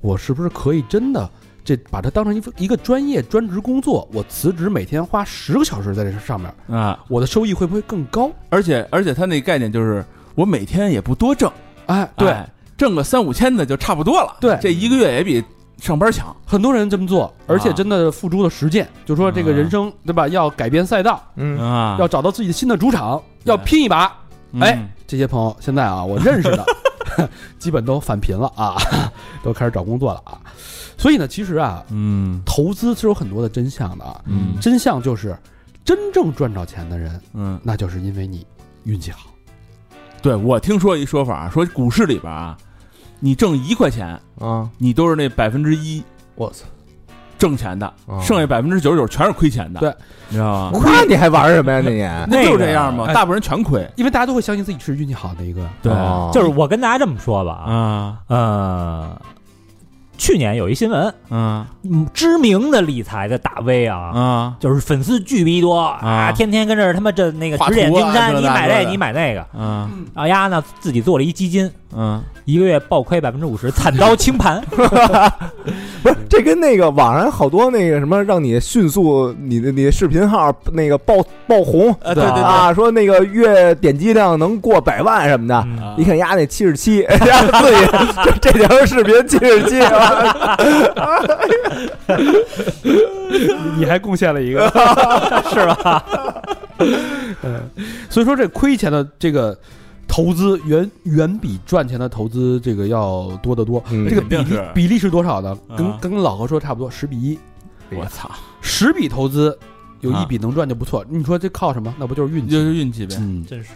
S2: 我是不是可以真的？这把它当成一份一个专业专职工作，我辞职每天花十个小时在这上面，
S5: 啊，
S2: 我的收益会不会更高？
S5: 而且而且他那概念就是，我每天也不多挣，
S2: 哎，对，
S5: 哎，挣个三五千的就差不多了，
S2: 对
S5: 这一个月也比上班强，
S2: 很多人这么做，而且真的付出了实践，就说这个人生对吧？要改变赛道，
S4: 嗯，
S5: 啊
S2: 要找到自己的新的主场，要拼一把。哎，这些朋友现在啊，我认识的 (laughs) 基本都返贫了啊， (laughs) 都开始找工作了啊。所以呢，其实啊，
S5: 嗯
S2: 投资是有很多的真相的啊。
S5: 嗯
S2: 真相就是，真正赚着钱的人，
S5: 嗯，
S2: 那就是因为你运气好。
S5: 对我听说一说法，说股市里边啊，你挣一块钱，
S4: 啊，
S5: 你都是那百分之一
S4: 我操，
S5: 挣钱的，
S4: 哦
S5: 剩下百分之九十九全是亏钱的，
S2: 对，
S5: 你知道吗？
S4: 那你还玩什么呀？那
S5: 那
S4: 你
S5: 就是这样
S2: 哎
S5: 嘛，大部分人全亏，
S2: 因为大家都会相信自己是运气好的一个，
S5: 对
S4: 哦
S3: 就是我跟大家这么说吧啊，
S5: 啊
S3: 呃，去年有一新闻，
S5: 嗯
S3: 嗯知名的理财的大 V 啊，
S5: 啊
S3: 就是粉丝巨逼多啊，
S5: 啊
S3: 天天跟这儿他妈这那个
S5: 画
S3: 指点
S5: 图啊
S3: 江山，
S5: 这
S3: 你
S5: 那
S3: 买
S5: 这
S3: 这
S5: 的
S3: 你买那个，
S5: 啊
S3: 啊丫呢自己做了一基金，
S5: 嗯
S3: 一个月暴亏百分之五十，惨遭
S5: (laughs)
S3: 清盘。
S4: 不是这跟那个网上好多那个什么，让你迅速你的你的视频号那个爆爆红
S5: 啊对对对
S4: 啊，说那个月点击量能过百万什么的。
S3: 嗯
S5: 啊
S4: 一看丫那七十七， (laughs) 丫自己这这条视频七十七，
S2: 你还贡献了一个， (laughs) 是吧？ (laughs) 嗯，所以说这亏钱的这个投资远远比赚钱的投资这个要多得多。
S4: 嗯。
S2: 这个比
S5: 肯定
S2: 例
S5: 是
S2: 比例是嗯多少呢？跟
S5: 啊
S2: 跟老何说差不多，十比一，
S5: 我操，
S2: 十笔投资有一
S5: 啊
S2: 笔能赚就不错。你说这靠什么？那不就是运
S5: 就
S2: 气？
S5: 是运气呗，
S2: 嗯，
S3: 真是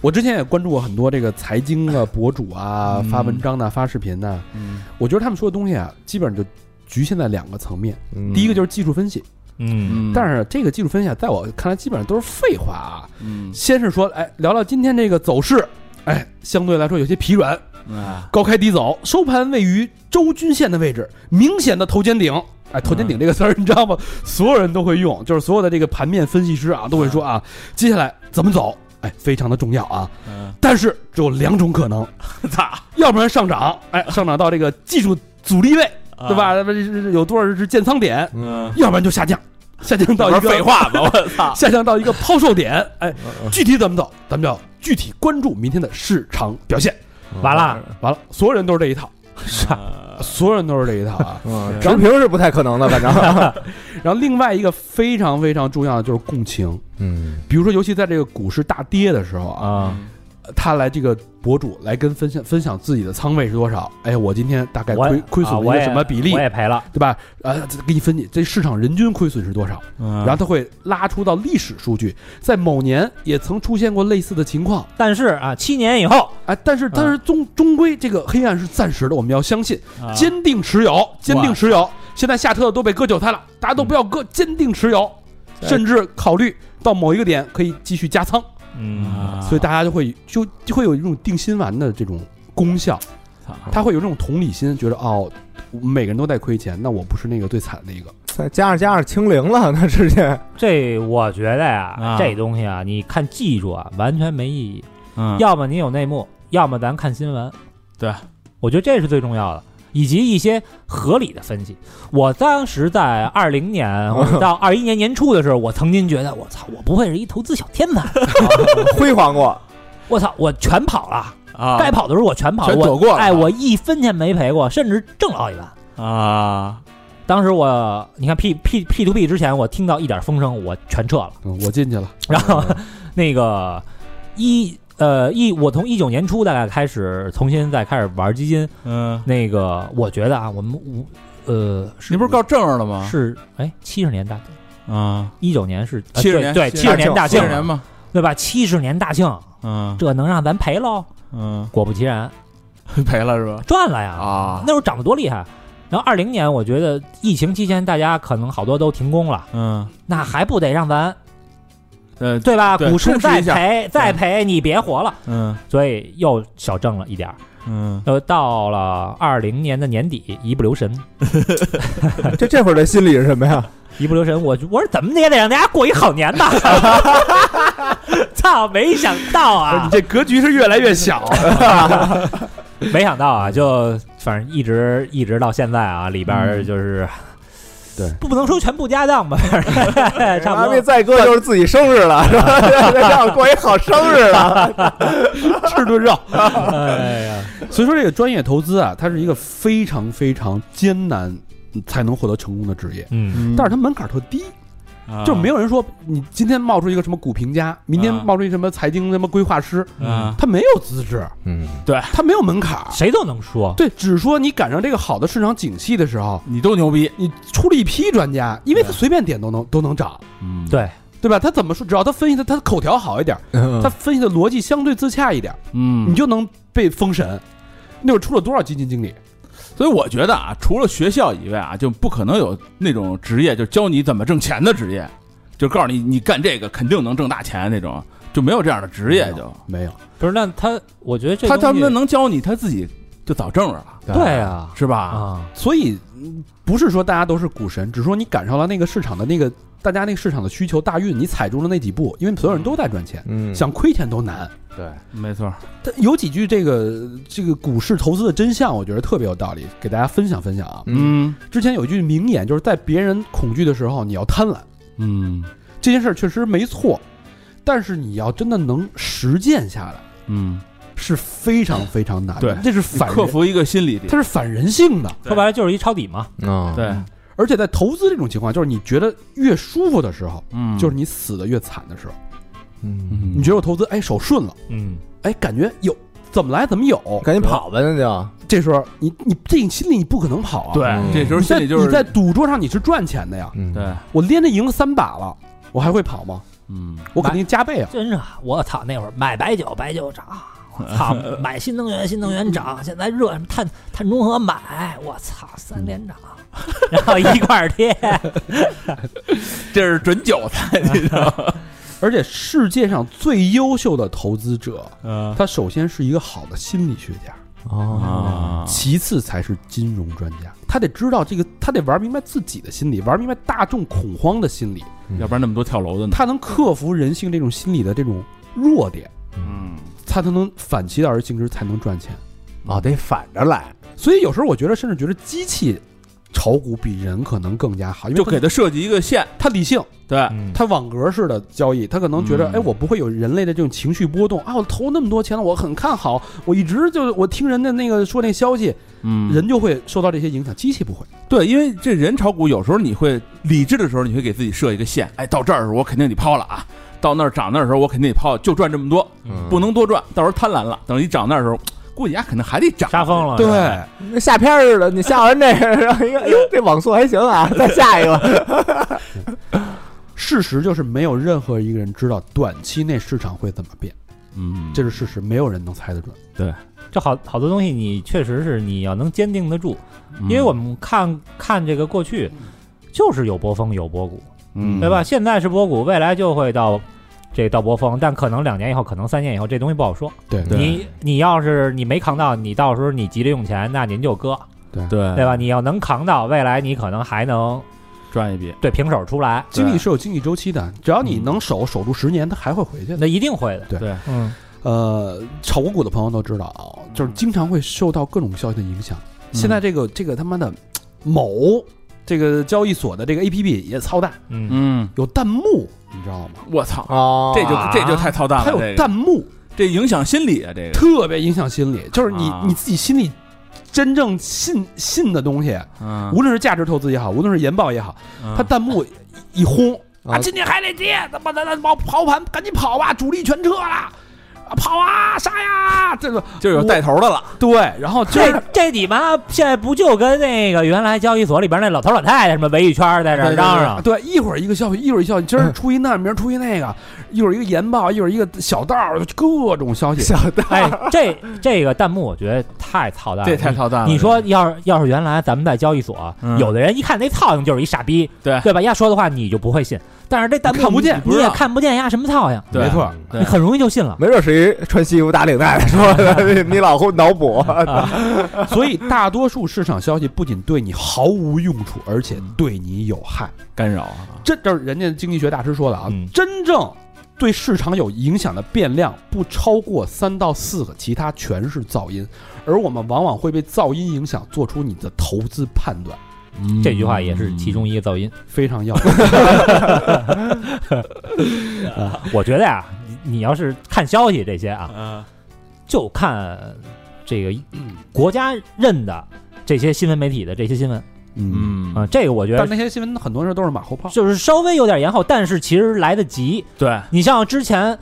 S2: 我之前也关注过很多这个财经
S5: (laughs)
S2: 啊博主啊，
S5: 嗯
S2: 发文章呢，发视频呢。
S5: 嗯
S2: 我觉得他们说的东西啊，基本上就局限在两个层面。第一个就是技术分析，
S3: 嗯
S5: 嗯，
S2: 但是这个技术分析啊，在我看来基本上都是废话啊。
S5: 嗯
S2: 先是说，哎，聊聊今天这个走势，哎，相对来说有些疲软，
S5: 啊
S2: 高开低走，收盘位于周均线的位置，明显的头肩顶。哎，头肩
S5: 嗯
S2: 顶这个词儿你知道吗？所有人都会用，就是所有的这个盘面分析师啊都会说啊，接下来怎么走，哎，非常的重要啊。
S5: 嗯
S2: 但是只有两种可能，
S3: 操，
S2: 要不然上涨，哎，
S5: 嗯
S2: 上涨到这个技术阻力位，对吧？有多少是建仓点？
S5: 嗯，
S2: 要不然就下降，下降到一
S5: 玩
S2: 个
S5: 废话吧，我操，
S2: 下降到一个抛售点。哎，具体怎么走，咱们就要具体关注明天的市场表现。
S3: 完了，
S5: 嗯
S2: 完了，所有人都是这一套，
S5: 啊
S2: 所有人都是这一套啊
S4: 嗯，直屏是不太可能的，反正，
S2: 然后另外一个非常非常重要的就是共情，
S4: 嗯
S2: 比如说，尤其在这个股市大跌的时候啊，
S3: 啊，
S2: 他来这个博主来跟分享分享自己的仓位是多少，哎，我今天大概
S3: 我
S2: 亏亏
S3: 啊
S2: 损
S3: 我
S2: 了一
S3: 也
S2: 个什么比例
S3: 我，也赔了，
S2: 对吧？呃，给你分析这市场人均亏损是多少。
S3: 嗯
S5: 然
S2: 然后他会拉出到历史数据，在某年也曾出现过类似的情况，
S3: 但是啊，七年以后，
S2: 哎，但是但是
S3: 嗯
S2: 终终归这个黑暗是暂时的，我们要相信，
S5: 啊
S2: 坚定持有，坚定持有。现在下车的都被割韭菜了，大家都不要
S5: 嗯
S2: 割，坚定持有，
S4: 对
S2: 甚至考虑到某一个点可以继续加仓，
S3: 嗯
S5: 啊
S2: 所以大家就会就就会有一种定心丸的这种功效，
S5: 操
S2: 他会有这种同理心，觉得哦，每个人都在亏钱，那我不是那个最惨的一个，
S4: (laughs) 再加上加上清零了，那直 (laughs) 接
S3: 这我觉得呀
S5: 啊，
S3: 这东西啊，你看技术啊，完全没意义。
S5: 嗯
S2: 啊
S3: 要么你有内幕，要么咱看新闻。
S5: 对，
S3: 我觉得这是最重要的。以及一些合理的分析。我当时在二零年或
S2: (laughs)
S3: 者到二一年年初的时候，我曾经觉得我操，我不会是一投资小天
S2: (laughs)
S3: 才，
S4: 辉煌过，
S3: 我操，我全跑了，
S5: 啊
S3: 该跑的时候我全跑了，
S5: 全走
S3: 我
S5: 过了
S3: 哎，我一分钱没赔过，甚至挣了好几万。
S5: 啊，
S3: 当时我，你看 P P P to P 之前，我听到一点风声，我全撤了。
S2: 嗯我进
S5: (laughs)
S2: 去了，
S3: 然后那个一呃一，我从一九年初大概开始重新再开始玩基金。
S5: 嗯，
S3: 那个我觉得啊，我们五呃，是
S5: 你不是告正儿了吗？
S3: 是哎七十年大
S5: 啊，
S3: 一九年是呃
S5: 70年
S3: 对
S5: 70
S3: 七十年大
S5: 啊见
S3: 庆
S5: 人嘛，
S3: 对吧？七十年大庆，
S5: 嗯
S3: 这能让咱赔喽？
S5: 嗯，
S3: 果不其然
S5: (laughs) 赔了是吧？
S3: 赚了呀！
S5: 啊
S3: 那时候涨得多厉害。然后二零年，我觉得疫情期间大家可能好多都停工了，
S5: 嗯，
S3: 那还不得让咱
S5: 呃，
S3: 对吧？
S5: 对
S3: 股市
S5: 支持
S3: 再
S5: 一下
S3: 赔再赔，你别活了。
S5: 嗯
S3: 所以又小挣了一点儿。
S5: 嗯，
S3: 呃，到了二零年的年底，一不留神，
S4: 这这会儿的心理是什么呀？
S3: 一不留神，我我说怎么也得让大家过一好年吧。 (laughs) 操，没想到 (laughs) 啊，
S2: 这格局是越来越小。
S3: 没想到啊，就反正一直一直到现在啊，里边儿就是。
S2: 对
S3: 不不能说全部家当吧， (laughs) 反正差不
S4: 那
S3: 多。
S4: 再哥就是自己生日 (laughs) 了，是吧？让过一好生日了，
S2: 吃顿肉。
S3: 哎呀，
S2: 所以说，这个专业投资啊，它是一个非常非常艰难嗯才能获得成功的职业，
S3: 嗯，
S2: 但是它门槛特低，
S5: 啊
S2: 就是没有人说你今天冒出一个什么股评家，明天
S5: 啊
S2: 冒出一什么财经什么规划师，
S5: 啊，
S2: 他没有资质，
S4: 嗯，
S2: 他没有门槛儿。
S3: 谁都能说。
S2: 对，只是说你赶上这个好的市场景气的时候，
S5: 你都牛逼，
S2: 你出了一批专家，因为他
S5: 对
S2: 随便点都能都能涨，
S5: 嗯，
S3: 对，
S2: 对吧？他怎么说，只要他分析的他口条好一点，他
S4: 他
S2: 分析的逻辑相对自洽一点，
S5: 嗯
S2: 你，就能被封神。那会儿出了多少基金经理？
S5: 所以我觉得啊，除了学校以外啊，就不可能有那种职业，就教你怎么挣钱的职业，就告诉你你干这个肯定能挣大钱那种，就没有这样的职业
S2: 没有
S5: 就。
S2: 没有，
S3: 不是，那他，我觉得这
S5: 他他
S3: 东西
S5: 们能教你，他自己就早挣着了，
S3: 对啊
S5: 是吧？
S3: 啊，
S2: 所以嗯不是说大家都是股神，只是说你赶上了那个市场的那个大家那个市场的需求大运，你踩中了那几步，因为所有人都在赚钱，
S4: 嗯
S2: 想亏钱都难。
S4: 对，
S5: 没错，
S2: 它有几句这个这个股市投资的真相，我觉得特别有道理，给大家分享分享啊。
S5: 嗯
S2: 之前有一句名言，就是在别人恐惧的时候，你要贪婪。
S5: 嗯
S2: 这件事儿确实没错，但是你要真的能实践下来，
S5: 嗯，是
S2: 非常非常难的。
S5: 对
S2: 这是反人
S5: 克，服一个心理的
S2: 它是反人性的。
S3: 说白了就是一抄底嘛。
S4: 嗯，
S5: 对，
S2: 而且在投资这种情况，就是你觉得越舒服的时候，
S5: 嗯，
S2: 就是你死的越惨的时候。
S4: 嗯，
S5: 嗯，
S2: 你觉得我投资，哎，手顺了，
S3: 嗯，
S2: 哎，感觉有怎么来怎么有，
S4: 赶紧跑吧，那就
S2: 这时候你你这你心里你不可能跑啊。
S5: 对，
S4: 嗯
S5: 这时候
S2: 你在
S5: 心里就是
S2: 你在赌桌上你是赚钱的呀，
S4: 嗯
S5: 对，
S2: 我连着赢了三把了，我还会跑吗？
S5: 嗯
S2: 我肯定加倍啊。
S3: 真是啊，我操！那会儿买白酒，白酒涨；我 (laughs) 操，买新能源，新能源涨。现在热碳碳中和买，我操，三连涨， (laughs) 然后一块儿贴。
S5: 这是准韭菜，你知道吗？
S2: 而且世界上最优秀的投资者，
S5: 嗯
S2: 他首先是一个好的心理学家，
S4: 哦
S5: 啊，
S2: 其次才是金融专家。他得知道这个，他得玩明白自己的心理，玩明白大众恐慌的心理，
S5: 要不然那么多跳楼的呢？
S2: 他能克服人性这种心理的这种弱点，
S5: 嗯
S2: 他才能反其道而行之，才能赚钱。
S4: 哦，得反着来，
S2: 所以有时候我觉得，甚至觉得机器炒股比人可能更加好，因为
S5: 就
S2: 它
S5: 给他设计一个线，
S2: 它理性，
S5: 对，
S2: 它网格式的交易，他可能觉得，
S5: 嗯
S2: 哎，我不会有人类的这种情绪波动啊！我投那么多钱了，我很看好，我一直就我听人的那个说那消息，
S5: 嗯
S2: 人就会受到这些影响，机器不会。
S5: 对，因为这人炒股有时候你会理智的时候，你会给自己设一个线，哎，到这儿的时候我肯定得抛了啊，到那儿涨那儿的时候我肯定得抛，就赚这么多，
S3: 嗯
S4: 嗯
S5: 不能多赚，到时候贪婪了，等一涨那儿的时候，估计家肯定还得涨，
S3: 杀疯了，是吧，
S4: 那下片儿似的，你下完这个，然后一个，哎呦，这网速还行啊，再下一个，
S2: 事实就是没有任何一个人知道短期内市场会怎么变，
S5: 嗯，
S2: 这是事实，没有人能猜得准。
S3: (laughs) 这好好多东西，你确实是你要能坚定得住，因为我们看看这个过去，就是有波峰有波谷，
S5: 嗯，
S3: 对吧？？现在是波谷，未来就会到。这到波峰，但可能两年以后，可能三年以后，这东西不好说。
S2: 对
S5: 对
S3: 你你要是你没扛到，你到时候你急着用钱，那您就割。
S5: 对
S3: 对吧？？你要能扛到，未来你可能还能
S5: 赚一笔，
S3: 对平手出来，
S2: 经济是有经济周期的，只要你
S5: 嗯
S2: 能守守住十年，它还会回去的。
S3: 那一定会的。
S2: 对
S5: 对，
S3: 嗯
S2: 呃，炒股股的朋友都知道啊，就是经常会受到各种消息的影响，现在这
S5: 嗯
S2: 个这个他妈的某这个交易所的这个 APP 也操蛋，
S4: 嗯
S5: 嗯，
S2: 有弹幕，你知道吗？
S5: 我操，
S4: 哦，
S5: 这就这就太操蛋
S2: 它
S5: 了，
S2: 有
S5: 这个
S2: 弹幕，
S5: 这影响心理啊，这个
S2: 特别影响心理，就是你
S5: 啊
S2: 你自己心里真正信信的东西，
S5: 嗯
S2: 无论是价值投资也好，无论是研报也好，它弹幕一轰
S4: 啊
S2: 啊，今天还得跌，他妈的，那跑刨盘，赶紧跑吧，主力全撤了。啊跑啊，杀呀！这个
S5: 就有带头的了，
S2: 对，然后就是
S3: 这这你妈现在不就跟那个原来交易所里边那老头老太太什么围一圈儿在这儿嚷嚷，
S2: 对，一会儿一个消息，一会儿一消息，今儿出一那，明儿出一那个，一会儿一个研报，一会儿一个小道儿，各种消息。
S4: 小的
S3: 哎，
S5: (laughs)
S3: 这这个弹幕我觉得太操蛋了，
S5: 这太操蛋了。
S3: 哎你说要是要是原来咱们在交易所，
S5: 嗯
S3: 有的人一看那操性就是一傻逼，
S5: 对
S3: 对吧？丫说的话你就不会信，但是这弹幕
S2: 看不见
S3: 你
S5: 不
S3: 你
S5: 知
S3: 也
S5: 道
S3: 看不见丫什么操性，
S5: 对
S2: 没错，
S5: 对
S3: 你很容易就信了。
S4: 没准谁穿西服打领带说的，你老胡脑补。
S2: 所以大多数市场消息不仅对你毫无用处，而且对你有害。
S5: 干扰啊，
S2: 嗯这这是人家经济学大师说的啊
S3: 嗯，
S2: 真正对市场有影响的变量不超过三到四个，其他全是噪音。而我们往往会被噪音影响，做出你的投资判断，
S4: 嗯
S3: 这句话也是其中一个
S5: (laughs)
S3: 噪音。
S2: 非常要。
S3: 我觉得呀、你你要是看消息这些啊，就看这个
S5: 嗯
S3: 国家认的这些新闻媒体的这些新闻啊、
S2: 嗯，
S5: 嗯
S3: 嗯这个我觉
S2: 但
S3: 得
S2: 那些新闻很多时候都是马后炮。
S3: 就是稍微有点延后，但是其实来得及。
S5: 对，
S3: 你像之前，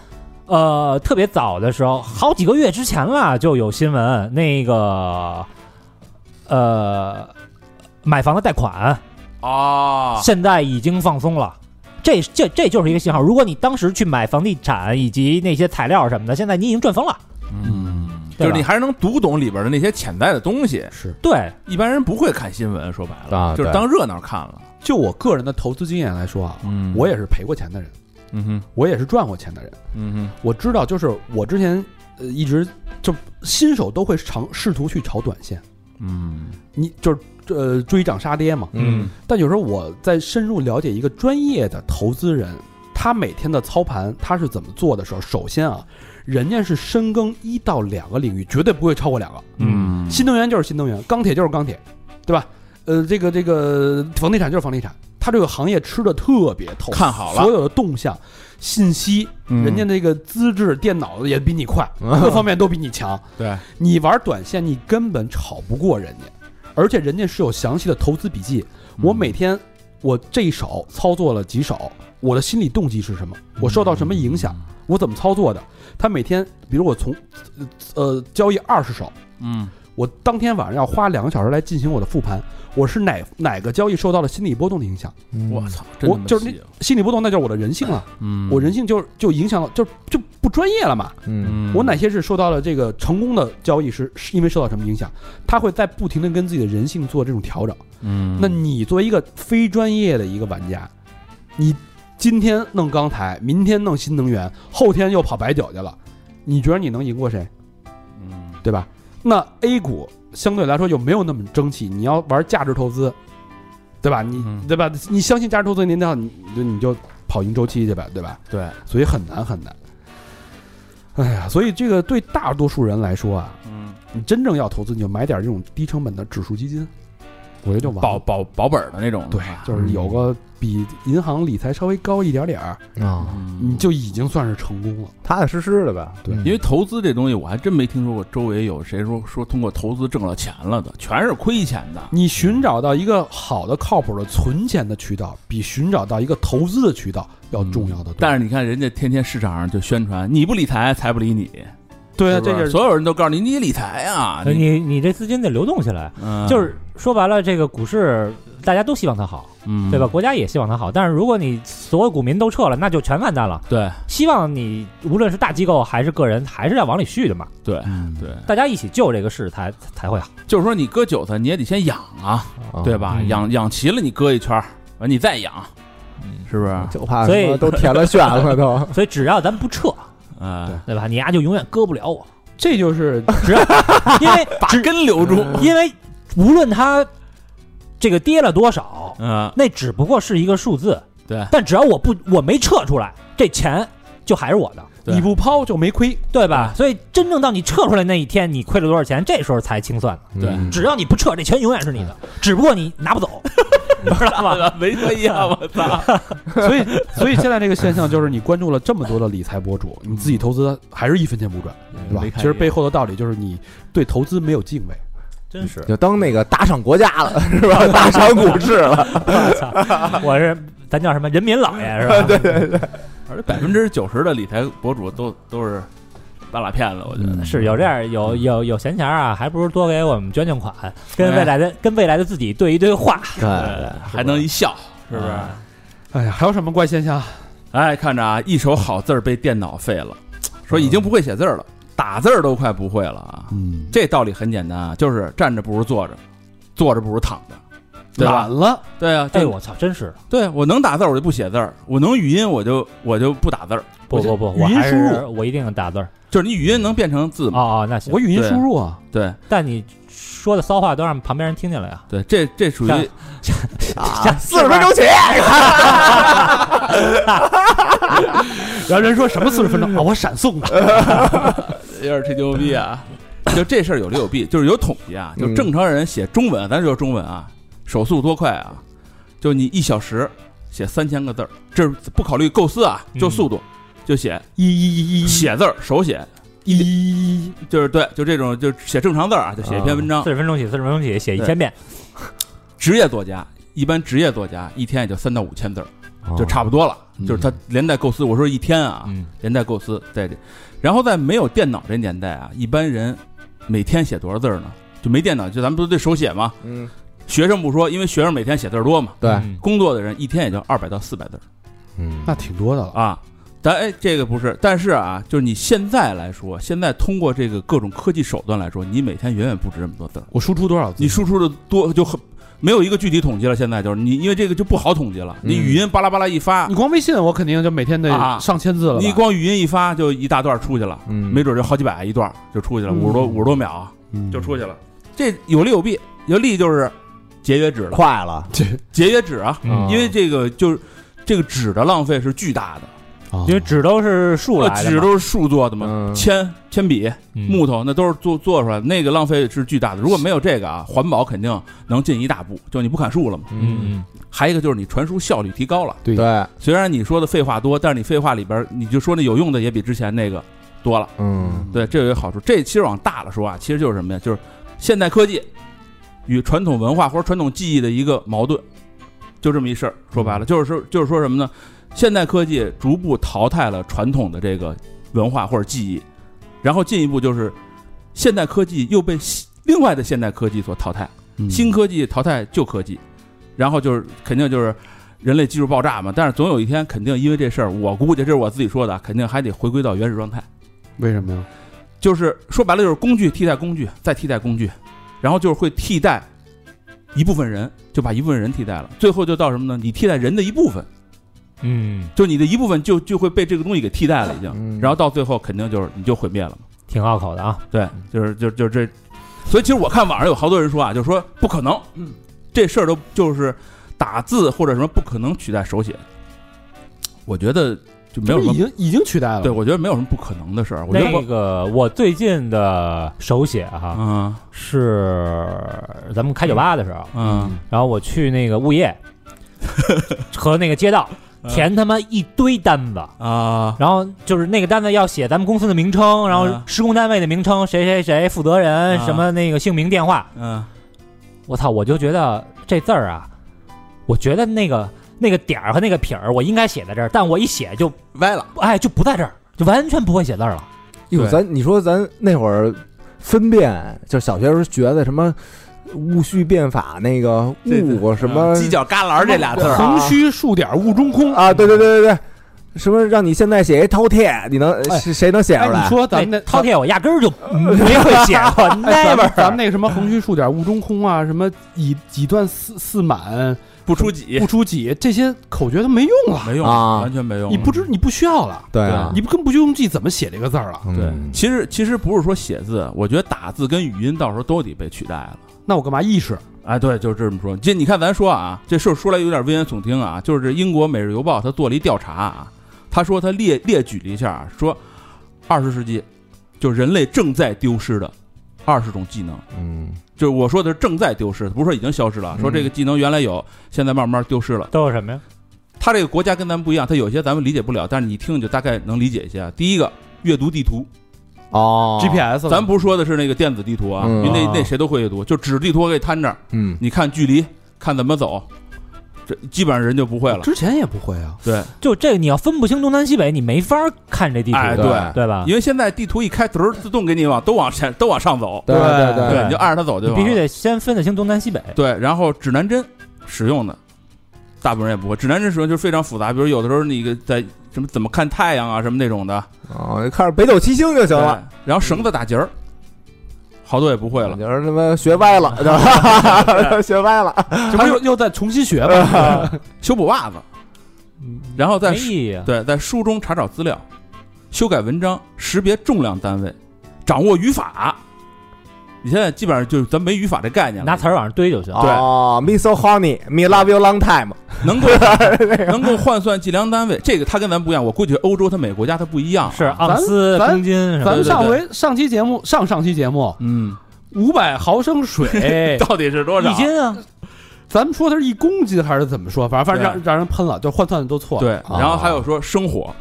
S3: 呃，特别早的时候，好几个月之前了，就有新闻那个，呃，买房的贷款
S5: 啊，
S3: 现在已经放松了。这这这就是一个信号。如果你当时去买房地产以及那些材料什么的，现在你已经赚疯了。
S5: 嗯，就
S3: 对吧
S5: 是你还是能读懂里边的那些潜在的东西。
S2: 是，
S3: 对，
S5: 一般人不会看新闻，说白了，
S4: 啊
S5: 就是
S4: 对
S5: 当热闹看了。
S2: 就我个人的投资经验来说啊，
S5: 嗯
S2: 我也是赔过钱的人，
S5: 嗯哼，
S2: 我也是赚过钱的人。
S5: 嗯哼，
S2: 我知道，就是我之前呃一直就新手都会尝试图去炒短线，
S5: 嗯
S2: 你就是呃追涨杀跌嘛。
S4: 嗯，
S2: 但有时候我在深入了解一个专业的投资人，他每天的操盘他是怎么做的时候，首先啊，人家是深耕一到两个领域，绝对不会超过两个。
S5: 嗯
S2: 新能源就是新能源，钢铁就是钢铁，对吧？呃，这个这个房地产就是房地产，他这个行业吃的特别透，
S5: 看好了
S2: 所有的动向、信息，
S5: 嗯
S2: 人家那个资质、电脑也比
S5: (laughs)
S2: 你快，
S4: 嗯
S2: 各方面都比你强。
S5: 对，
S2: 你玩短线，你根本炒不过人家，而且人家是有详细的投资笔记。
S5: 嗯
S2: 我每天我这一手操作了几手，我的心理动机是什么？我受到什么影响？
S5: 嗯
S2: 我怎么操作的？他每天，比如我从呃交易二十手，
S5: 嗯
S2: 我当天晚上要花两个小时来进行我的复盘，我是哪哪个交易受到了心理波动的影响？
S5: 我操，
S2: 嗯我就是那心理波动，那就是我的人性了，
S5: 啊嗯
S2: 我人性就就影响了，就就不专业了嘛。
S4: 嗯，
S2: 我哪些是受到了这个成功的交易是是因为受到什么影响？他会在不停的跟自己的人性做这种调整。
S5: 嗯
S2: 那你作为一个非专业的一个玩家，你今天弄钢材，明天弄新能源，后天又跑白酒去了，你觉得你能赢过谁？
S5: 嗯
S2: 对吧？那 A 股相对来说就没有那么争气，你要玩价值投资，对吧？你、
S5: 嗯
S2: 对吧？你相信价值投资，您那你就你就跑赢周期去吧，对吧？
S5: 对，
S2: 所以很难很难。哎呀，所以这个对大多数人来说啊，
S5: 嗯
S2: 你真正要投资，你就买点这种低成本的指数基金，我觉得就完
S5: 保
S2: 了。
S5: 保保本的那种，
S2: 对，就是
S5: 嗯
S2: 有个比银行理财稍微高一点点儿，
S4: 啊，
S5: 嗯
S2: 你就已经算是成功了。
S4: 踏踏实实的嗯呗。
S2: 对
S5: 因为投资这东西，我还真没听说过周围有谁说说通过投资挣了钱了的，全是亏钱的。
S2: 你寻找到一个好的、靠谱的存钱的渠道，比寻找到一个投资的渠道要重要的多。
S5: 嗯但是你看人家天天市场上就宣传，你不理财，财不理你。
S2: 对啊，
S5: 是不
S2: 这
S5: 是
S2: 就是哎
S5: 所有人都告诉你，你理财啊，你
S3: 你你这资金得流动起来。
S5: 嗯
S3: 就是说白了，这个股市大家都希望它好，
S5: 嗯
S3: 对吧？？国家也希望它好，但是如果你所有股民都撤了，那就全完蛋了。
S5: 对
S3: 希望你无论是大机构还是个人，还是要往里续的嘛，
S5: 对
S2: 嗯
S5: 对，
S3: 大家一起救这个市才才会好。
S5: 就是说你割韭菜，你也得先养啊，
S4: 啊
S5: 对吧？
S3: 嗯
S5: 养养齐了，你割一圈儿，完你再养，是不是？
S4: 就怕
S3: 所以
S4: 什么都填了炫了都。
S3: 所以只要咱不撤，
S5: 哎，
S3: 对吧？你丫就永远割不了我，
S5: (laughs)
S2: 这就是
S3: 因为
S5: 把
S3: 只
S5: 根留住。
S3: 因为无论它这个跌了多少，
S5: 嗯， (laughs)
S3: 那只不过是一个数字。
S5: 对
S3: 但只要我不我没撤出来，这钱就还是我的。
S5: 对
S2: 你不抛就没亏，
S3: 对吧？所以真正到你撤出来那一天，你亏了多少钱，这时候才清算了。
S5: 对
S4: 嗯
S3: 只要你不撤，这钱永远是你的，只不过你拿不走，知道吧？
S5: 没说一样，我操！(laughs)
S2: 所以所以现在这个现象就是你关注了这么多的理财博主，你自己投资还是一分钱不赚，对吧
S5: 没？看
S2: 其实背后的道理就是你对投资没有敬畏。
S3: 真是，
S4: 就当那个打赏国家了，是吧？打赏股市了，
S3: (laughs) 我操！我是咱叫什么人民老爷
S2: (laughs)
S3: 是吧？对对对，
S5: 而且百分之九十的理财博主都都是半拉骗子，我觉得。
S3: 是有这样有有有闲钱儿啊，还不如多给我们捐捐款，跟未来的跟未来的自己对一对话，
S4: 对，
S5: 还能一笑，是不是？
S3: 啊
S2: 哎呀，还有什么怪现象？啊
S5: 哎，看着啊，一手好字儿被电脑废了，说已经不会写字儿了，打字儿都快不会了啊。
S2: 嗯，
S5: 这道理很简单啊，就是站着不如坐着，坐着不如躺着，对
S2: 嗯懒
S5: 吧？
S2: 了，
S5: 对啊，
S3: 哎，
S5: 对
S3: 我操，真是的
S5: 对我能打字儿我就不写字儿，我能语音我就我就不打字儿，
S3: 不不不，
S2: 语
S3: 我
S2: 音
S3: 还
S2: 输入
S3: 是我一定打字儿。
S5: 就是你语音能变成字嘛？
S3: 哦哦，那行
S2: 我，语音
S5: 对
S2: 输入啊，
S5: 对
S3: 但你说的骚话都让旁边人听见了呀。
S5: 对，这这属于
S3: 像
S4: 四十分钟起，
S2: 然后人说什么四十分钟啊，我闪送的，
S5: 有点吹牛逼啊。 (laughs) 就这事儿有利有弊，就是有统计啊，就
S4: 嗯
S5: 正常人写中文，咱就说中文啊，手速多快啊，就你一小时写三千个字儿，这是不考虑构思啊，就
S3: 嗯
S5: 速度，就写
S2: 一一一一
S5: 写字儿手写，
S2: 一一一，
S5: 就是对，就这种就写正常字儿啊，就写一篇文章
S3: 四。十分钟起，四十分钟起，写一
S5: 对
S3: 千遍，
S5: 职业作家一般职业作家一天也就三到五千字儿，
S4: 哦
S5: 就差不多了，就是他连带构思，我说一天啊，
S3: 嗯，
S5: 连带构思在这，然后在没有电脑这年代啊，一般人每天写多少字儿呢？就没电脑，就咱们不是对手写吗？
S4: 嗯，
S5: 学生不说，因为学生每天写字儿多嘛。
S4: 对，
S3: 嗯
S5: 工作的人一天也就二百到四百字儿
S4: 嗯
S2: 那挺多的了。
S5: 啊。但哎，这个不是，但是啊，就是你现在来说，现在通过这个各种科技手段来说，你每天远远不止这么多字儿。
S2: 我输出多少字？
S5: 你输出的多就很没有一个具体统计了。现在就是你，因为这个就不好统计了。你
S4: 嗯
S5: 语音巴拉巴拉一发
S2: 嗯你，光微信我肯定就每天得
S5: 啊
S2: 上千字了吧。
S5: 你光语音一发就一大段出去了，
S4: 嗯
S5: 没准就好几百一段就出去了，五十多
S2: 嗯
S5: 五十多秒啊
S2: 嗯
S5: 就出去了。这有利有弊，有利就是节约纸了，
S4: 快了，
S5: 节约纸啊，
S3: 嗯
S5: 因为这个就是这个纸的浪费是巨大的，呃
S2: 啊
S3: 因为纸都是树来的嘛，
S5: 纸都是树做的嘛。
S4: 嗯
S5: 铅、铅笔、
S3: 嗯
S5: 木头，那都是做做出来的，那个浪费是巨大的。如果没有这个啊，环保肯定能进一大步。就你不砍树了嘛，
S3: 嗯，嗯
S5: 还有一个就是你传输效率提高了。
S4: 对，
S5: 虽然你说的废话多，但是你废话里边儿你就说那有用的也比之前那个多了。
S4: 嗯，
S5: 对，这有一个好处。这其实往大了说啊，其实就是什么呀？就是现代科技与传统文化或者传统技艺的一个矛盾，就这么一事儿。说白了，就是说就是说什么呢？现代科技逐步淘汰了传统的这个文化或者技艺，然后进一步就是现代科技又被西另外的现代科技所淘汰。
S2: 嗯
S5: 新科技淘汰旧科技，然后就是肯定就是人类技术爆炸嘛。但是总有一天肯定因为这事儿，我估计这是我自己说的啊，肯定还得回归到原始状态。
S2: 嗯为什么呀？
S5: 就是说白了，就是工具替代工具，再替代工具，然后就是会替代一部分人，就把一部分人替代了。最后就到什么呢？你替代人的一部分，
S3: 嗯，
S5: 就你的一部分 (laughs) 就就会被这个东西给替代了，已经。
S4: 嗯
S5: 然后到最后肯定就是你就毁灭了嘛。
S3: 挺拗口的啊，
S5: 对，就是就就这，所以其实我看网上有好多人说啊，就说不可能，这事儿都就是打字或者什么不可能取代手写，我觉得就没有什
S2: 已
S5: 么，
S2: 经已经取代了。
S5: 对我觉得没有什么不可能的事儿，我觉得
S3: 那
S5: 我
S3: 个我最近的手写哈
S5: 嗯
S3: 是咱们开酒吧的时候，
S5: 嗯
S3: 然后我去那个物 (laughs) 业和那个街道填他妈一堆单子。
S5: 啊
S3: 然后就是那个单子要写咱们公司的名称，然后
S5: 啊
S3: 施工单位的名称，谁谁谁负责人，
S5: 啊
S3: 什么那个姓名电话。
S5: 嗯
S3: 我操，我就觉得这字儿啊，我觉得那个那个点儿和那个撇儿，我应该写在这儿，但我一写就
S5: 歪了，
S3: 哎就不在这儿，就完全不会写字儿了。
S4: 哟，
S5: 对
S4: 咱你说咱那会儿分辨，就小学时候学的什么戊戌变法那个
S5: 对对
S4: 戊什么
S5: 嗯犄角旮旯这俩字儿，啊
S2: 横须竖点儿雾中空。
S4: 啊，对对对对对，什么让你现在写一饕餮，你能
S2: 哎
S4: 谁谁能写
S2: 哎，
S4: 出
S2: 你
S4: 来？
S2: 说咱们那
S3: 那饕餮我压根儿就没会写过
S2: 咱 (laughs)
S3: ，never
S2: 们。咱们那个什么横须竖点儿雾中空啊，什么以几段四四满
S5: 不出几
S2: 不出几，这些口诀都没用了。
S5: 没用，
S4: 啊
S5: 完全没用，
S2: 你不知你不需要了，
S4: 对啊，
S2: 你不根本不用记怎么写这个字儿了。
S5: 对
S4: 嗯，
S5: 其实其实不是说写字，我觉得打字跟语音到时候都得被取代了。
S2: 那我干嘛意识？
S5: 哎，对，就是这么说。这你看，咱说啊，这事儿说来有点危言耸听啊。就是这英国《每日邮报》他做了一调查啊，他说他列列举了一下啊，说二十世纪，就人类正在丢失的二十种技能。
S4: 嗯，
S5: 就是我说的是正在丢失，不是说已经消失了。说这个技能原来有，现在慢慢丢失了。
S3: 都有什么呀？
S5: 它这个国家跟咱们不一样，它有些咱们理解不了，但是你听你就大概能理解一下。第一个，阅读地图，
S4: 哦
S3: 嗯
S2: GPS，
S5: 咱不是说的是那个电子地图啊，
S4: 嗯
S5: 因为
S3: 啊
S5: 那那谁都会阅读，就纸地图我给摊这儿，
S4: 嗯
S5: 你看距离，看怎么走，这基本上人就不
S3: 哦
S5: 会了。
S2: 之前也不会
S5: (laughs)
S2: 啊，
S5: 对，
S3: 就这个你要分不清东南西北，你没法看这地图，
S5: 哎，
S4: 对
S5: 对，
S3: 对吧？
S5: 因为现在地图一开，嘚儿自动给你往都往前都往上走，
S4: 对对
S2: 对
S5: 你就按着它走就
S3: 你
S5: 完
S3: 必须
S5: 了
S3: 得先分得清东南西北。
S5: 对，然后指南针使用的，大部分人也不会。指南针使用就是非常复杂，比如有的时候你个在什么怎么看太阳啊什么那种的，
S4: 哦，看着北斗七星就行了。
S5: 对。然后绳子打结儿，好多也不会了。
S4: 就是他妈学歪了， (laughs) 对吧？学歪了，
S2: 这不又又再重新学吧？
S5: 修补袜子，然后在
S3: 没
S5: 书
S3: 意义啊。
S5: 对在书中查找资料，修改文章，识别重量单位，掌握语法。你现在基本上就是咱没语法这概念了，
S3: 拿词儿往上堆就行。啊
S5: 对
S4: 哦，Me so honey, me love you long time。
S5: 能
S3: (laughs)
S5: 够 (laughs) 能够换算计量单位，这个它跟咱不一样。我估计欧洲它每个国家它不一样。啊
S3: 是啊盎司、
S2: 咱
S3: 公斤什么
S2: 咱
S3: 的。
S2: 们上
S5: 呃对
S2: 回上期节目上上期节目
S5: 嗯，，
S2: 五百毫升水
S5: (laughs) 到底是多少？
S3: 哎一斤啊，
S2: 咱们说它是一公斤还是怎么说？反正反正
S5: 对啊
S2: 让让人喷了，就换算的都错了。
S5: 对，
S3: 啊
S5: 然后还有说生火，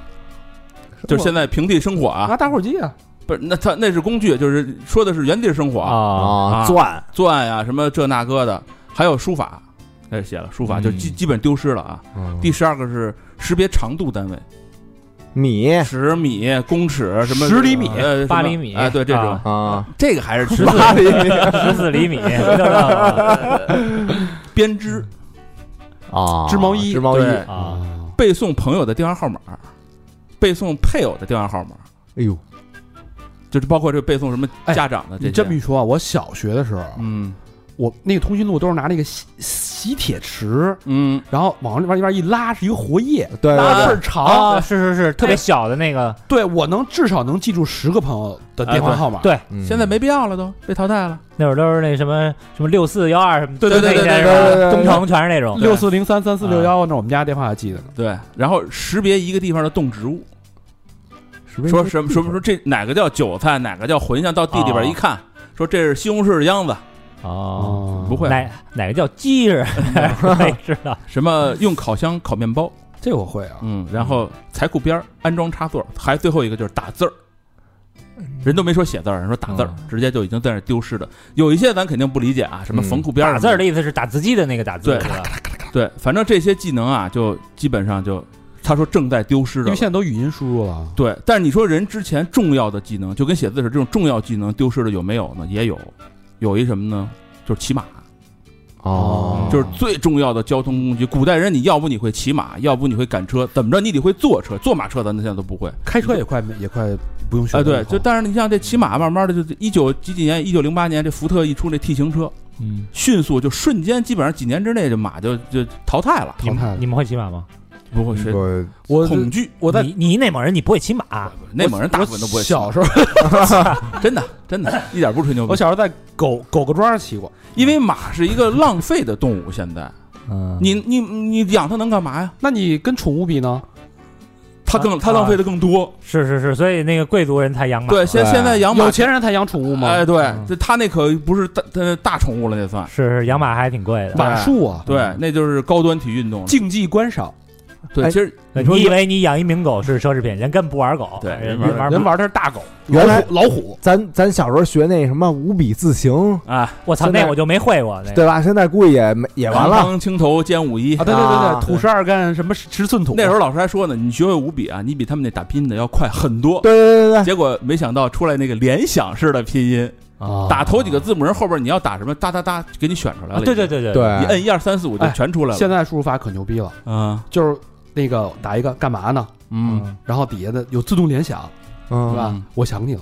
S5: 就是现在平地生火啊，
S2: 拿打火机啊，
S5: 不是那它那是工具，就是说的是原地生火啊，
S3: 啊，
S4: 啊
S5: 啊
S4: 钻
S5: 钻呀、什么这那个的，还有书法，哎写了书法就基
S3: 嗯
S5: 基本丢失了啊。第十二个是识别长度单位，
S4: 米
S5: 十米、公尺什么
S2: 10厘米
S5: 呃什么
S3: 八厘米
S5: 哎对这种
S4: (laughs)
S3: 啊
S4: 啊，
S5: 这个还是
S3: 十
S4: 八
S5: (laughs)
S3: 四
S4: 厘
S3: 十四厘米，知道吗
S5: 编织，
S4: 啊，
S2: 织毛衣
S4: 织毛衣，
S5: 对
S4: 哎
S3: 啊，
S5: 背送朋友的电话号码，背送配偶的电话号码，
S4: 呦，
S5: 就是包括这背送什么家长的这
S2: 哎你
S5: 些。
S2: 这么一说啊，我小学的时候，啊
S5: 嗯
S2: 我那个通讯录都是拿那个吸吸铁池，
S5: 嗯，
S2: 然后往那边一边一拉，是一个活页，
S4: 对
S2: 拉
S4: 对
S2: 得倍
S4: 对，
S2: 儿长。
S3: 啊，是是是，特别小的那个，
S2: 对我能至少能记住十个朋友
S5: 哎
S2: 的电话号码。
S3: 对
S4: 嗯
S5: 现在没必要了都，被淘汰了。
S3: 那会儿都是那什么什么六四幺二什么，
S5: 对对对
S3: 那
S5: 对对
S4: 对
S3: 些是
S4: 对对
S3: 吧中城全是那种，
S2: 六四零三三四
S5: 哎
S2: 六幺，那我们家电话还记得呢。
S5: 对，然后识别一个地方的动植物，说什么什么说这哪个叫韭菜，哪个叫茴香，到地里
S2: 哦
S5: 边一看，说这是西红柿的秧子，
S3: 哦。
S2: 嗯
S5: 不会
S3: 哪哪个叫鸡是？没知道
S5: 什么用烤箱烤面包，
S2: 这我会啊。
S5: 嗯，然后裁裤边儿安装插座，还最后一个就是打字儿。人都没说写字儿，人说打字儿，直接就已经在那儿丢失的。有一些咱肯定不理解啊，什么
S4: 嗯
S5: 缝裤边儿
S3: 打
S5: 什
S3: 字
S5: 么
S3: 儿的意思是打字机的那个打字，
S5: 对
S3: 是吧
S5: 对，反正这些技能啊，就基本上就他说正在丢失
S2: 因
S5: 的
S2: 为。现在都语音输入了，
S5: 对，但是你说人之前重要的技能，就跟写字似的，这种重要技能丢失的有没有呢？也有，有一什么呢？就是骑马，
S4: 哦，
S5: 就是最重要的交通工具。古代人，你要不你会骑马，要不你会赶车，怎么着你得会坐车，坐马车咱们现在都不会。
S2: 开车也快也快不用学
S5: 哎，
S2: 了。
S5: 对，就但是你像这骑马，慢慢的就一九几几年，一九零八年这福特一出这 T 型车，
S3: 嗯，
S5: 迅速就瞬间，基本上几年之内这马就就淘汰了，
S2: 淘汰了
S3: 你们会骑马吗？
S5: 不会谁
S4: 我
S2: 我
S5: 恐惧。
S2: 我在
S3: 你你内蒙人，你不会骑马，
S5: 内蒙人大部分都不会骑嗯马，
S2: 小时候，
S5: 真的真 (laughs) 的，一点不吹牛逼
S2: 我。小时候在狗狗狗庄上骑过，
S5: 因为马是一个浪费的动物，现 (laughs) 在
S3: 嗯，
S5: 你你你养它能干嘛呀？啊
S2: 那你跟宠物比呢？
S5: 它更它浪费的更多。
S3: 是是是，所以那个贵族人才养马，
S5: 对，现
S4: 对
S5: 现在养马
S2: 有，钱人才养宠物吗？
S5: 哎，对
S3: 嗯，
S5: 这它那可不是大它大宠物了，那算
S3: 是是养马还挺贵的。
S2: 马术啊，
S5: 对，那就是高端体育运动了。
S2: 竞技观赏，
S5: 对，
S4: 哎
S5: 其实
S3: 你
S5: 你说
S3: 以为你养一名狗是奢侈品，人根本不玩狗，
S5: 对人
S3: 人
S5: 玩
S3: 玩
S2: 人，玩的是大狗，
S4: 原来
S2: 老虎老虎，
S4: 咱咱小时候学那什么五笔字形，
S5: 啊，
S3: 我操，
S4: 现在
S3: 那我就没会过那个。
S4: 对吧？现在估计也没也完了，
S5: 郎当青头肩舞一
S2: 啊，。对对对
S4: 啊
S2: 对，土十二干什么十十寸土，
S5: 那时候老师还说呢，你学会五笔啊，你比他们那打拼音的要快很多。
S4: 对对
S5: (laughs)
S4: 对对
S5: 结果没想到出来那个联想式的拼音，
S2: 啊
S5: 打头几个字母，人后边你要打什么哒哒哒，给你选出来
S3: 啊
S5: 了。
S3: 对对，对对，
S5: 你
S4: 对，
S5: 摁一二三四五就
S2: 哎
S5: 全出来了。
S2: 现在输入法可牛逼了，
S5: 嗯
S2: 就是那个打一个干嘛呢？
S5: 嗯
S2: 然后底下的有自动联想，是
S4: 嗯
S2: 吧
S5: 嗯？
S2: 我想你了，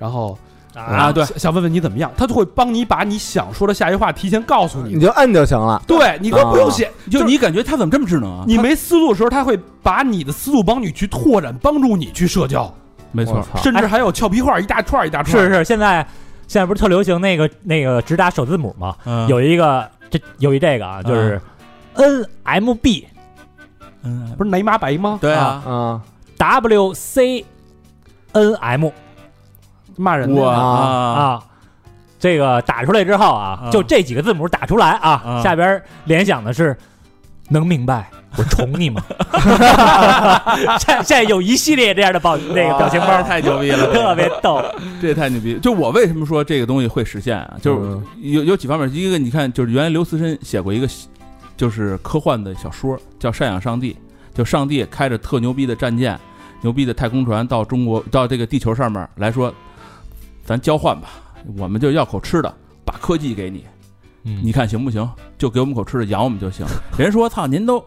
S2: 然后
S3: 啊，
S5: 对
S2: 想想问问你怎么样，他就会帮你把你想说的下一句话提前告诉
S4: 嗯你
S2: 你。
S4: 就摁就行了。
S2: 对你都不用写，
S5: 就
S2: 就是
S5: 你感觉他怎么这么智能啊？
S2: 你没思路的时候，他会把你的思路帮你去拓展，帮助你去社交，
S5: 没
S4: 我
S5: 错，
S4: 操
S2: 甚至还有俏皮话一大串儿一大串
S3: (laughs)
S2: 儿。
S3: 是是，现在现在不是特流行那个那个直打首字母吗？
S5: 嗯
S3: 有一个这有一这个啊，就是 N M B
S5: 嗯
S4: 嗯
S2: 不是奶妈白吗？
S5: 对啊，
S4: 啊
S3: W C N M
S2: 骂人
S5: 我
S2: 的
S5: 啊
S3: 啊。这个打出来之后啊，
S5: 啊
S3: 就这几个字母打出来啊，
S5: 啊
S3: 下边联想的是能明白我宠你吗？ (laughs) 现现在有一系列这样的表那个表情包，
S5: 太牛逼了，
S3: 啊特别逗。
S5: 这也太牛逼！就我为什么说这个东西会实现啊？就是
S2: 嗯
S5: 有有几方面，一个你看，就是原来刘慈欣写过一个就是科幻的小说，叫《赡养上帝》，就上帝开着特牛逼的战舰、牛逼的太空船到中国到这个地球上面来说，咱交换吧，我们就要口吃的，把科技给你，
S3: 嗯
S5: 你看行不行？就给我们口吃的，养我们就行。 (laughs) 人说操，您都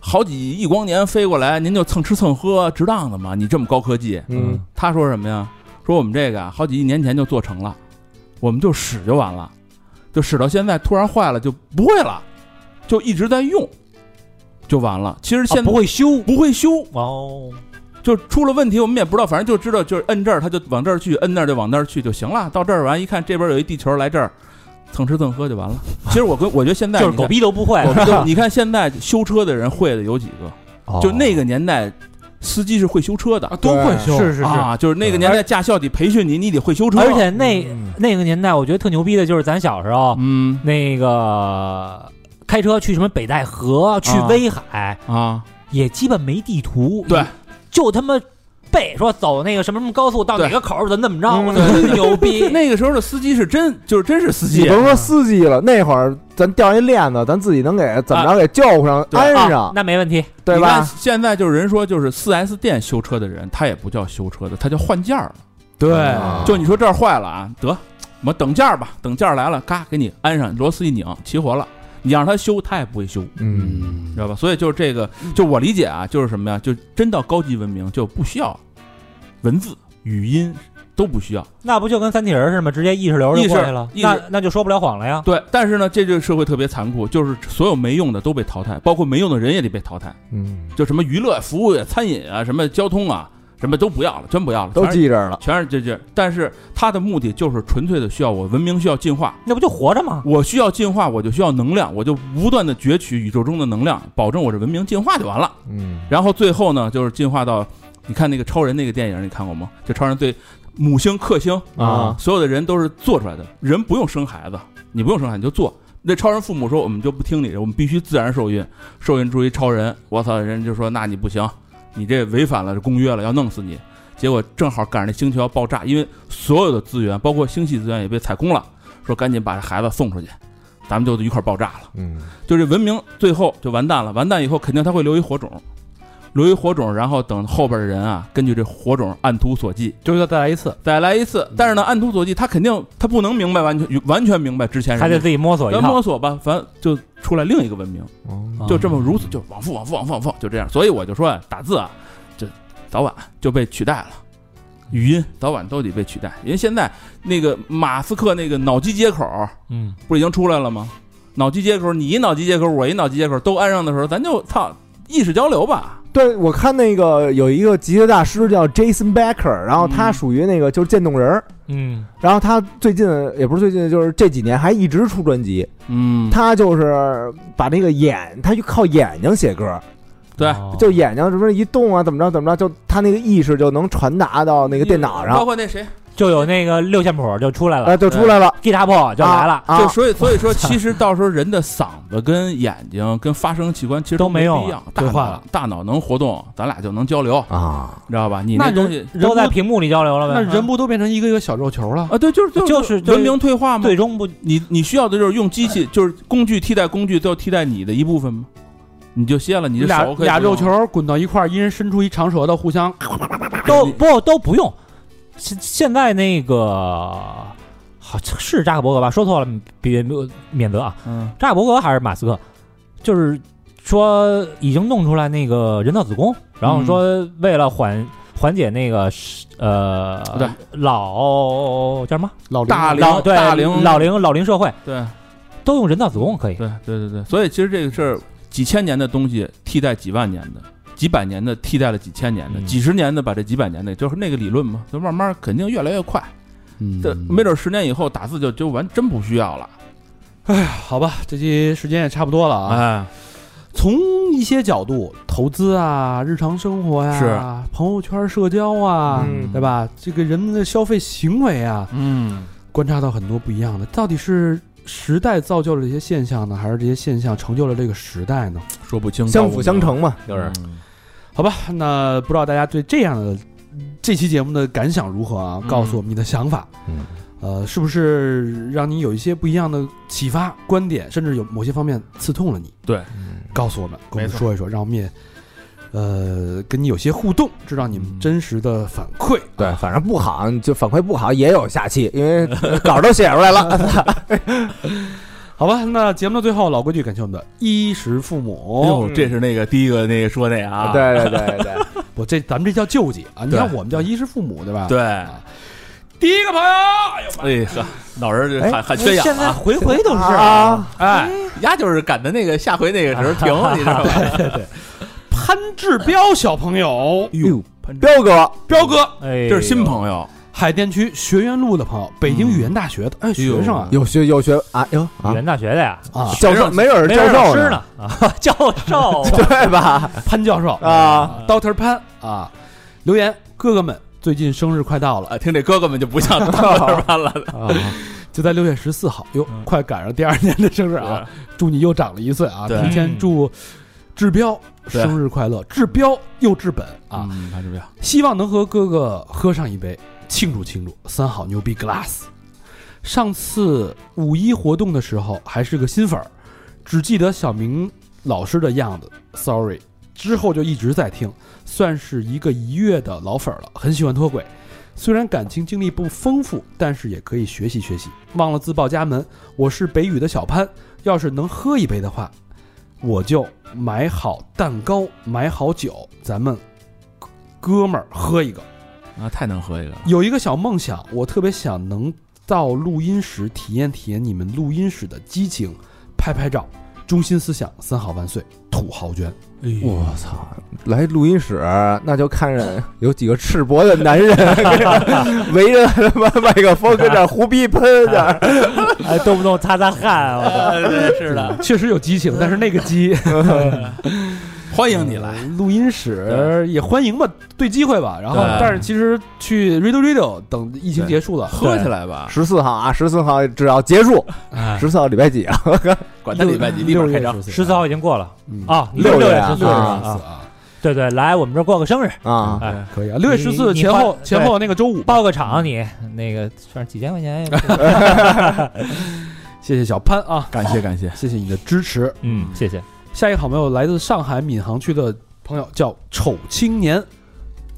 S5: 好几亿光年飞过来，您就蹭吃蹭喝，值当的吗？你这么高科技，
S4: 嗯，
S5: 他说什么呀？说我们这个啊好几亿年前就做成了，我们就使就完了，就使到现在突然坏了就不会了，就一直在用，就完了。其实现在、
S3: 啊不会修
S5: 不会修，
S3: 哦，
S5: 就出了问题我们也不知道，反正就知道就是摁这儿他就往这儿去，摁那儿就往那儿去就行了。到这儿完一看这边有一地球来这儿蹭吃蹭喝就完了。其实我跟我觉得现在
S3: 就是狗
S5: 你
S3: 逼都不会啊
S5: 看。
S3: (laughs)
S5: 狗逼就你看现在修车的人会的有几个？
S3: 哦
S5: 就
S4: 哦
S5: 那个年代司机是会修车的
S2: 啊。都会修，
S3: 是是是，
S5: 啊，就是那个年代驾校得培训你，你得会修车，
S3: 而且那
S4: 嗯
S3: 那个年代，我觉得特牛逼的就是咱小时候
S5: 嗯
S3: 那个开车去什么北戴河、去
S5: 啊
S3: 威海，
S5: 啊，
S3: 也基本没地图，
S5: 对，
S3: 就他妈背说走那个什么什么高速到哪
S5: 对！
S3: 个口儿怎么怎么着，
S4: 嗯
S3: 我操，真牛逼
S5: (laughs) 那个时候的司机是真就是真是司
S4: 你
S5: 机，啊
S4: 甭说司机了，那会儿咱掉一链子，咱自己能给怎么着给救上、
S5: 啊对
S4: 安
S3: 啊
S4: 上，
S3: 那没问题，
S4: 对
S5: 你看
S4: 吧？
S5: 现在就是人说就是四 S 店修车的人，他也不叫修车的，他叫换件儿。
S2: 对，
S5: 就你说这儿坏了啊，得我等件儿吧，等件儿来了，嘎给你安上，螺丝一拧，齐活了。你让他修，他也不会修，
S4: 嗯，
S5: 知道吧？所以就是这个，就我理解啊，就是什么呀？就真到高级文明就不需要文字、语音都不需要。
S3: 那不就跟三体人似的吗？直接意识流就过去了，
S5: 意识意
S3: 那
S5: 识
S3: 那就说不了谎了呀。
S5: 对，但是呢，这就是社会特别残酷，就是所有没用的都被淘汰，包括没用的人也得被淘汰。
S4: 嗯，
S5: 就什么娱乐、服务业、餐饮啊，什么交通啊，什么都不要了，真不要了，
S4: 都
S5: 全是
S4: 记着了。
S5: 全是这这。但是它的目的就是纯粹的需要我文明需要进化，
S3: 那不就活着吗？
S5: 我需要进化，我就需要能量，我就不断的攫取宇宙中的能量，保证我这文明进化就完了。
S4: 嗯，
S5: 然后最后呢，就是进化到，你看那个超人那个电影，你看过吗？就超人对母星、克星
S4: 啊
S5: 所有的人都是做出来的，人不用生孩子，你不用生孩子你就做。那超人父母说我们就不听你，的，我们必须自然受孕，受孕出一超人，我操，人就说那你不行，你这违反了公约了，要弄死你。结果正好赶上那星球要爆炸，因为所有的资源，包括星系资源也被采空了，说赶紧把这孩子送出去，咱们就一块儿爆炸了。
S4: 嗯，
S5: 就这文明最后就完蛋了，完蛋以后肯定它会留一火种，留一火种，然后等后边的人啊，根据这火种按图索骥
S2: 就是要再来一次，嗯
S5: 再来一次。但是呢，按图索骥，他肯定他不能明白完全完全明白之前
S3: 还
S5: 人
S3: 得
S5: 的，
S3: 自己摸索一
S5: 咱
S3: 套
S5: 摸，索吧，反正就出来另一个文明，
S4: 哦
S3: 啊
S5: 就这么如此就往复往复往复往复就这样。所以我就说啊，打字啊，这早晚就被取代了。语音早晚都得被取代，因为现在那个马斯克那个脑机接口，
S3: 嗯，
S5: 不已经出来了吗？脑机接口，你一脑机接口，我一脑机接口都安上的时候，咱就操意识交流吧。
S4: 对，我看那个有一个吉他大师叫 Jason Becker，然后他
S5: 嗯
S4: 属于那个就是渐冻人儿，
S3: 嗯，
S4: 然后他最近也不是最近，就是这几年还一直出专辑，
S5: 嗯，
S4: 他就是把那个眼，他就靠眼睛写歌，
S5: 对
S3: 哦
S4: 就眼睛什么一动啊，怎么着怎么着，就他那个意识就能传达到那个电脑
S5: 包
S4: 上，
S5: 括那谁，
S3: 就有那个六线谱就出来
S5: 呃
S3: 了
S4: 哎，就出来了，
S3: ，guitar p 就来了，
S4: 啊
S5: 就所以所以说，其实到时候人的嗓子跟眼睛跟发声器官其实
S3: 都没
S5: 没
S3: 用
S5: 一样，大
S2: 对换
S5: 脑
S2: 了
S5: 大脑能活动，咱俩就能交流，
S4: 啊，
S5: 你知道吧？你
S2: 那
S5: 东
S2: 人
S5: 西
S2: 人
S3: 都
S2: 不
S3: 在屏幕里交流了呗。
S2: 那人不都变成一个一个小肉球了？
S5: 啊，对，就是
S3: 就是就是
S5: 文明退化吗？
S3: 啊最终不
S5: 你你需要的就是用机器，就是工具替代工具，都替代你的一部分吗？你就歇了，你就
S2: 俩
S5: 手可以
S2: 俩
S5: 不用
S2: 肉球滚到一块儿，一人伸出一长舌头，互相
S3: 都不都不用。现现在那个好像是扎克伯格吧？说错了，别别免责啊！
S5: 嗯
S3: 扎克伯格还是马斯克，就是说已经弄出来那个人造子宫，然
S5: 嗯
S3: 后说为了缓缓解那个是呃
S5: 对
S3: 老叫什么
S2: 老
S5: 大龄
S3: 老对
S5: 大龄
S3: 老龄老龄社会
S5: 对。
S3: 都用人造子宫可以。
S5: 对对对对，所以其实这个事儿，几千年的东西替代几万年的，几百年的替代了几千年的，
S3: 嗯
S5: 几十年的把这几百年的，就是那个理论嘛，就慢慢肯定越来越快。
S2: 嗯
S5: 这没准十年以后打字就就完真不需要了。
S2: 哎好吧，这期时间也差不多了啊。
S5: 哎，
S2: 从一些角度，投资啊，日常生活呀、
S5: 是
S2: 朋友圈社交啊，
S4: 嗯
S2: 对？吧？这个人们的消费行为啊，
S1: 嗯，
S2: 观察到很多不一样的。到底是时代造就了这些现象呢，还是这些现象成就了这个时代呢？
S5: 说不清，
S4: 相辅相，成嘛，就是
S2: 好吧，那不知道大家对这样的嗯这期节目的感想如何啊？
S1: 嗯
S2: 告诉我们你的想法。
S4: 嗯
S2: 呃，是不是让你有一些不一样的启发、观点，甚至有某些方面刺痛了你？
S4: 嗯
S3: 嗯
S2: 告诉我们，跟我
S1: 没
S2: 们
S1: 错
S2: 说一说，让我们也呃跟你有些互动，知道你们真实的反馈。
S4: 对，反正不好就反馈不好也有下期，因为稿儿都写出来
S3: (laughs)
S4: 了。
S2: 好吧，那节目的最后，老规矩，感谢我们的衣食父母。
S5: 哦，这是那个第一个那个说那个啊，
S4: (laughs) 对对对对，
S2: 不，这咱们这叫救济啊！你
S5: 对
S2: 看我们叫衣食父母，对吧？。
S5: 对，
S2: 第一个朋
S5: 哎
S2: 友，
S5: 呵，老人就
S4: 哎
S5: 喊喊缺氧
S3: 现在
S5: 啊，
S3: 回回都是
S4: 啊，
S5: 哎，丫就是赶在那个下回那个时候停，你知道吧？
S2: 潘志彪小朋友，
S4: 哟，彪哥，
S2: 彪哥，
S3: 哎，
S5: 这是新朋友，
S2: 海淀区学院路的朋友，北京语言大学的，哎，学生啊，
S4: 有学有学啊哟
S3: 友，语
S4: 啊，
S3: 言大学的呀，
S2: 啊，
S4: 教授没准儿
S3: 没
S4: 教
S3: 人老
S4: 授
S3: 师，呢啊，教授
S4: (laughs) 对吧？
S2: 潘教授
S4: 啊
S2: ，Doctor 潘啊，留言哥哥们，最近生日快到了，
S5: 啊，听这哥哥们就不像当班班了，
S3: 啊
S2: 就在六月十四号，哟，
S5: 嗯
S2: 快赶上第二年的生日啊！祝你又长了一岁啊！
S5: 对
S2: 提前祝志彪
S5: 对
S2: 生日快乐，志彪又志本啊！
S5: 嗯，潘志彪，
S2: 希望能和哥哥喝上一杯，庆祝庆祝。三好牛逼 glass。上次五一活动的时候还是个新粉儿，只记得小明老师的样子，sorry。之后就一直在听，算是一个一月的老粉儿了，很喜欢脱轨。虽然感情经历不丰富，但是也可以学习学习。忘了自报家门，我是北语的小潘，要是能喝一杯的话，我就买好蛋糕，买好酒，咱们哥们儿喝一个。
S5: 啊，太能喝一个了，
S2: 有一个小梦想，我特别想能到录音室体验体验你们录音室的激情，拍拍照。中心思想：三好万岁，土豪捐。
S3: (laughs) 哎
S4: 我操！来录音室，那就看着有几个赤膊的男人 (laughs) 围着他妈麦克风跟这儿胡逼喷点
S3: (laughs)
S4: 儿，
S3: 哎，动不动擦擦
S5: (laughs)
S3: 汗，啊我操
S5: 呃
S3: 是的，
S2: 确实有激情，但是那个
S3: (laughs)
S2: 激，
S5: 欢迎你来，
S2: 录音室呃也欢迎吧，对机会吧。然后
S5: 对，
S2: 但是其实去 Radio Radio 等疫情结束了，
S5: 喝起来吧，
S4: 十四号啊，十四号只要结束，
S3: 哎
S4: 十四号礼拜几啊？
S5: 管他礼拜几，立马开张，
S3: 十四号已经过了
S2: 嗯
S3: 啊，
S4: 六
S3: 月
S4: 月
S3: 十
S4: 啊
S3: 四
S2: 六月十
S3: 啊，
S2: 四
S3: 啊
S2: 啊，
S3: 对对，来我们这儿过个生日，
S4: 啊，
S3: 哎，
S2: 可以啊。六月十
S3: 你
S2: 四
S3: 你
S2: 前后
S3: 换
S2: 前后那个周五吧。
S3: 包个场啊你那个算是几千块钱，
S2: 谢谢小潘啊，
S5: 感谢感谢，
S2: 谢谢你的支持。
S3: 嗯，谢谢，
S2: 下一个好朋友来自上海闵行区的朋友叫丑青年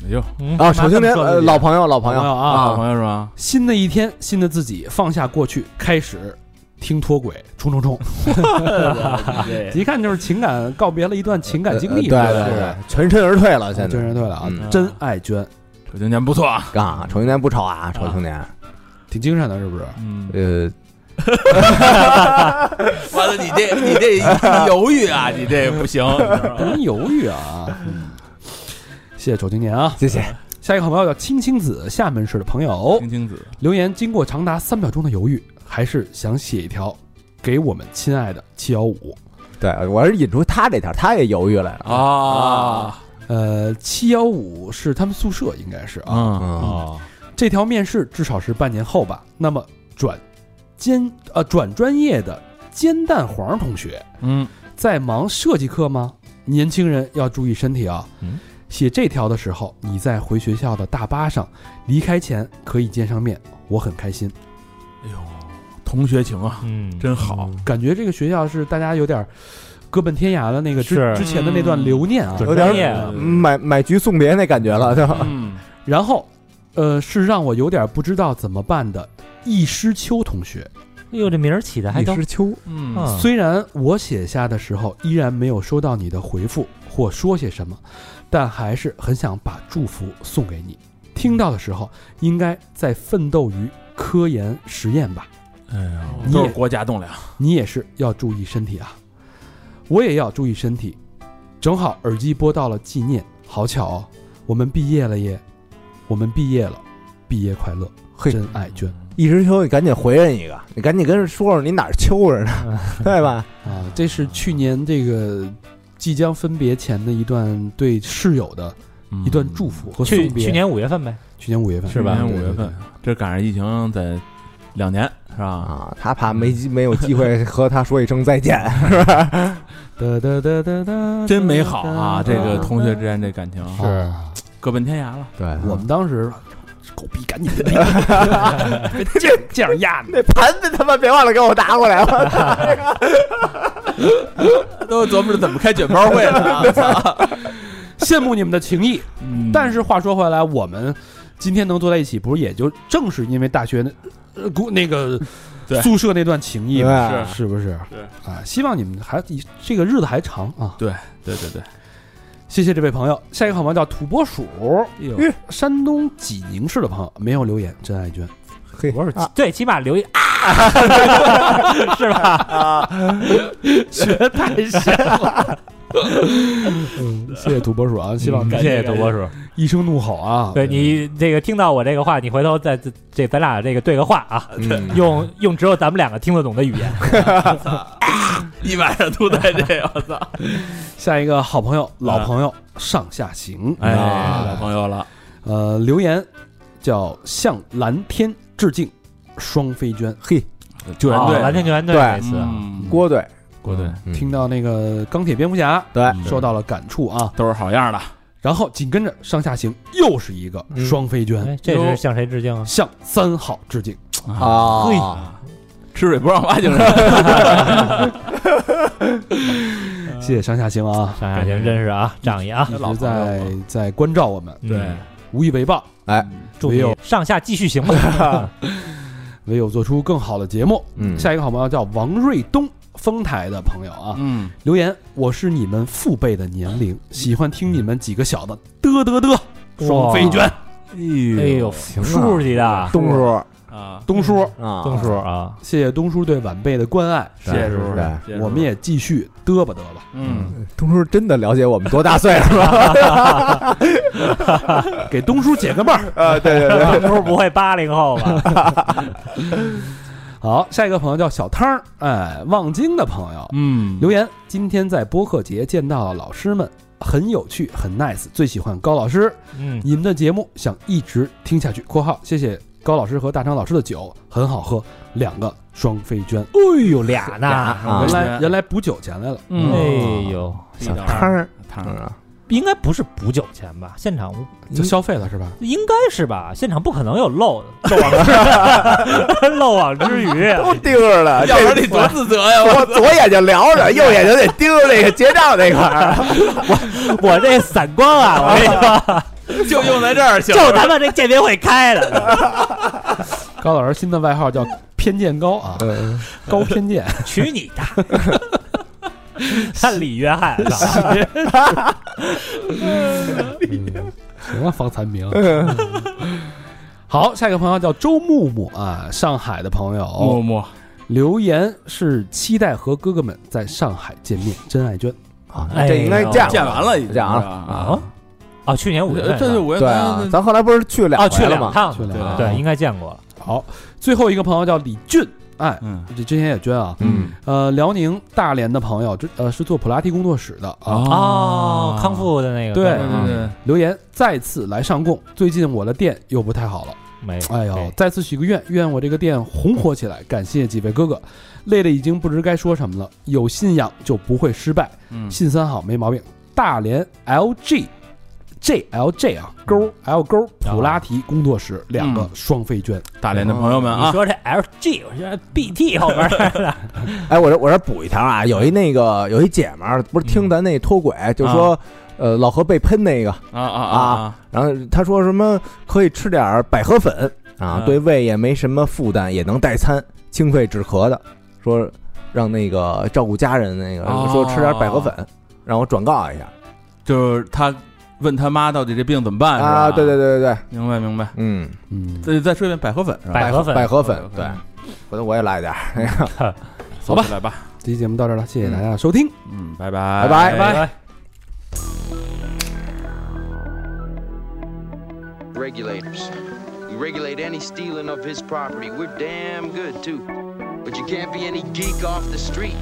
S5: 哎呦，
S3: 嗯
S4: 啊，首先
S2: 这么
S4: 连
S2: 说的
S4: 呃
S2: 也
S4: 老朋友老朋友，
S2: 啊，
S5: 啊，朋友是吧？
S2: 新的一天，新的自己，放下过去，开始听脱轨，冲
S4: (laughs)
S2: 冲冲！
S3: 啊
S2: 一看就是情感告别了一段情感经历，
S4: 呃对
S2: 是吧
S4: 对对，全身而退了，现
S2: 啊真
S4: 在
S2: 是对了啊，
S4: 嗯
S2: 真爱娟
S5: 这今年不错啊，
S4: 啊，丑青年不丑啊，丑青年，
S2: 挺精神的，是不是？
S5: 嗯，
S4: 呃，
S5: 完了，你这你这犹豫啊，你这不行，
S4: 嗯
S2: 别犹豫啊！谢谢丑青年啊！
S4: 谢谢，
S2: 下一个好朋友叫青青子，厦门市的朋友
S5: 青青子，
S2: 留言，经过长达三秒钟的犹豫，还是想写一条给我们亲爱的七幺五。
S4: 对我是引出他这条，他也犹豫来了，
S5: 啊
S2: 呃，七幺五是他们宿舍，应该是啊。
S5: 嗯，
S4: 嗯
S2: 这条面试至少是半年后吧。那么转兼呃转专业的煎蛋黄同学
S5: 嗯，
S2: 在忙设计课吗？年轻人要注意身体啊！
S3: 嗯
S2: 写这条的时候，你在回学校的大巴上离开前可以见上面，我很开心。
S5: 哎呦，同学情啊，
S3: 嗯，
S5: 真好，
S2: 感觉这个学校是大家有点儿哥奔天涯的那个之
S3: 是
S2: 之前的那段留念啊。
S3: 嗯
S4: 有点
S3: 专业
S4: 儿买买局送别那感觉了，对吧？ (laughs)
S5: 嗯，
S2: 然后，呃，是让我有点不知道怎么办的易诗秋同学。
S3: 哎呦，这名儿起的还
S4: 一
S3: 都
S4: 时秋，
S5: 嗯，
S3: 嗯
S2: 虽然我写下的时候依然没有收到你的回复或说些什么，但还是很想把祝福送给你。听到的时候，应该在奋斗于科研实验吧。
S5: 哎呦，
S2: 你
S5: 都是国家栋梁，
S2: 你也是要注意身体啊，我也要注意身体。正好耳机播到了纪念，好巧哦，我们毕业了耶，我们毕业了，毕业快乐，
S4: 嘿
S2: 真爱娟
S4: 一时秋，你赶紧回人一个，
S2: 嗯
S4: (laughs) 你赶紧跟人说说你哪儿秋着呢，对吧？
S2: 啊，这是去年这个即将分别前的一段对室友的
S5: 嗯
S2: 一段祝福和送
S3: 去
S2: 别。
S3: 去年五月份呗，
S2: 去年五月份
S5: 是吧去
S2: 对
S5: 年
S2: 对
S5: 五月份
S2: 对
S5: 这赶上疫情得两年是
S2: 嗯
S5: 吧？
S4: 啊，他怕没机没有机会和他说一声再见，
S2: (laughs) 对哒哒哒哒哒，
S5: 真美好啊！
S2: 哒
S5: 这
S2: 哒
S5: 个同学之间这感情
S2: 是
S5: 各奔天涯了。
S4: 对啊
S2: 我们当时狗逼
S5: (laughs)
S2: 赶紧的，这这样压你。
S4: (laughs) 那盘子他妈别忘了给我拿过来了。
S5: 都琢磨着怎么开卷包会了。啊
S2: (laughs) 羡慕你们的情谊，
S5: 嗯
S2: 但是话说回来，我们今天能坐在一起，不是也就正是因为大学那呃古那 (laughs) 个
S5: 对
S2: 宿舍那段情谊吗？
S4: 对
S5: 是
S2: 是不是？
S5: 对
S2: 啊，希望你们还这个日子还长啊！
S5: 对对对，
S2: 谢谢这位朋友。下一个好朋友叫土拨鼠，
S5: 哎呦
S2: 山东济宁市的朋友没有留言，真爱娟。
S4: 嘿，
S3: 我是
S4: 啊
S3: 对，起码留一啊，是吧？
S2: 学 (laughs) 太像了。嗯，谢谢土拨鼠啊！希
S4: 嗯
S2: 望
S3: 感
S2: 你
S3: 谢土拨鼠。
S2: (laughs) 一声怒吼啊！
S3: 对你这个听到我这个话，你回头再这咱俩这个对个话啊，
S4: 嗯
S3: 用用只有咱们两个听得懂的语言。
S5: 一晚上都在这，我操！
S2: 下一个好朋友，老朋友上下行，
S5: (laughs) 哎，
S2: 啊
S5: 老朋友了，
S2: 呃，留言叫向蓝天致敬，双飞娟。
S4: 嘿，
S5: 救援
S3: 啊
S5: 队，
S3: 篮球救援队
S4: 对
S3: 这次啊，
S5: 嗯
S4: 郭队，
S5: 郭队
S4: 嗯
S2: 听到那个钢铁蝙蝠侠，
S4: 对，
S5: 嗯
S2: 受到了感触啊。
S5: 都是好样的。
S2: 然后紧跟着上下行又是一个
S4: 嗯
S2: 双飞娟，
S3: 哎这是向谁致敬啊？
S2: 向三好致敬。
S5: 嗯
S4: 啊，
S5: 啊，吃水不让挖井人，
S2: 谢谢上下行啊，
S3: 上下行真是啊，仗义啊！
S2: 一
S5: 嗯老
S2: 直
S5: 朋友
S2: 在
S5: 了嗯
S2: 在关照我们，
S5: 对
S3: 嗯，
S2: 无以为报，
S3: 祝
S2: 没
S3: 你
S2: 有
S3: 上下继续行 (laughs) 吧。
S2: 唯有做出更好的节目。
S4: 嗯
S2: 下一个好朋友叫王瑞东，丰台的朋友啊，
S5: 嗯，
S2: 留言：我是你们父辈的年龄，喜欢听你们几个小子嘚嘚
S5: 嗯
S2: 嘚。双飞娟，
S5: 哎
S3: 哎呦，
S4: 行啊
S3: 叔级的
S4: 东叔
S5: 啊，
S2: 东叔，
S4: 啊，
S3: 东叔啊，
S2: 谢谢东叔对晚辈的关爱，
S5: 谢谢叔叔
S4: 对，
S5: 谢谢叔叔
S2: 我们也继续嘚吧嘚吧，
S5: 嗯，
S4: 东叔真的了解我们多大岁数了？
S2: 给东叔解个闷儿。
S4: (laughs) 啊，对对对，
S3: 东叔不会八零后吧？ (laughs)
S2: 好，下一个朋友叫小汤儿，哎，望京的朋友
S5: 嗯，
S2: 留言，今天在播客节见到了老师们，很有趣，很 nice，最喜欢高老师，
S3: 嗯，
S2: 你们的节目想一直听下去。（括号谢谢高老师和大昌老师的酒很好喝，两个双飞娟。
S3: 哎呦，俩呢，
S4: 啊
S2: 原，来
S5: 对
S2: 原来补酒钱来了，
S5: 嗯
S3: 哎呦，
S4: 小摊儿，
S5: 汤
S4: 嗯
S5: 儿，
S4: 啊
S3: 应该不是补酒钱吧？现场
S2: 就消费了是吧？
S3: 应该是吧？现场不可能有漏漏网漏网之 (laughs) 鱼
S4: (laughs)
S3: 啊。
S4: 都盯着了，
S5: 要不然
S4: 这
S5: 你多自责呀！我
S4: (laughs) 我左眼睛聊着，右眼睛得盯着那个结账那块儿。
S3: 我这散光啊，我跟你说，
S5: 就用在这儿行
S3: 就他妈这见面会开的，
S2: 高老师新的外号叫偏见高啊，高偏见。
S3: 娶你的！ (laughs) 看李约翰，操
S2: 行啊，方残明。 (laughs) 好，下一个朋友叫周木木啊，上海的朋
S5: 默
S2: 友
S5: 默，
S2: 留言是期待和哥哥们在上海见面，真爱娟。
S4: (laughs) 啊
S3: 哎呦
S4: 这应该见过
S5: 见完了已经
S4: 见完了
S5: 啊
S3: 啊，啊！去年五月份
S5: 这就
S3: 啊
S5: 五月
S4: 对
S5: 份
S4: 啊，咱后来不是去两
S3: 啊，去
S4: 回了
S3: 两
S4: 吗？
S3: 趟
S2: 去
S3: 了，
S2: 两趟
S3: 对，应该见过了。
S2: 好，最后一个朋友叫李俊，哎，
S5: 嗯
S2: 这之前也捐啊，
S4: 嗯，
S2: 呃，辽宁大连的朋友，这呃是做普拉提工作室的啊，
S3: 哦，康复的那个
S2: 对
S5: 对
S3: 嗯
S5: 对对，
S2: 留言再次来上供，最近我的店又不太好了。
S3: 没，
S2: 哎呦
S3: 对，
S2: 再次许个愿，愿我这个店红火起来。感谢几位哥哥，累得已经不知该说什么了。有信仰就不会失败，
S5: 嗯
S2: 信三好没毛病。大连 LG JLJ 啊，勾 L 勾普拉提工作室两个双飞娟，
S5: 大连的朋友们
S3: 你
S5: 啊，
S3: 说这 LG，我说 BT 后边儿的，
S4: 哎，我这我这补一条啊，有一那个有一姐们儿不是听咱那脱轨，就说呃老何被喷那个，
S5: 啊啊啊，
S4: 然后她说什么可以吃点儿百合粉啊
S5: 嗯，
S4: 对胃也没什么负担，也能代餐，清肺止咳的。说让那个照顾家人那个
S5: 哦
S4: 说吃点百合粉，让我转告一下
S5: 就是他问他妈到底这病怎么办是吧
S4: 啊，对对，对对对，
S5: 明白明白，
S4: 嗯，
S2: 嗯，
S5: 再再说一遍百合粉是吧？
S3: 百合粉
S4: 百合粉
S5: 粉，
S4: 对，回头我也来点儿，
S5: 走吧，来吧，
S2: 这期节目到这儿了，谢谢大家的收听。
S5: 嗯，拜拜
S4: 拜拜
S5: 拜。
S6: regulators. We regulate any stealing of his property. We're damn good, too. But you can't be any geek off the street.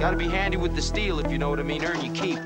S6: Gotta be handy with the steel if you know what I mean. Earn your keep.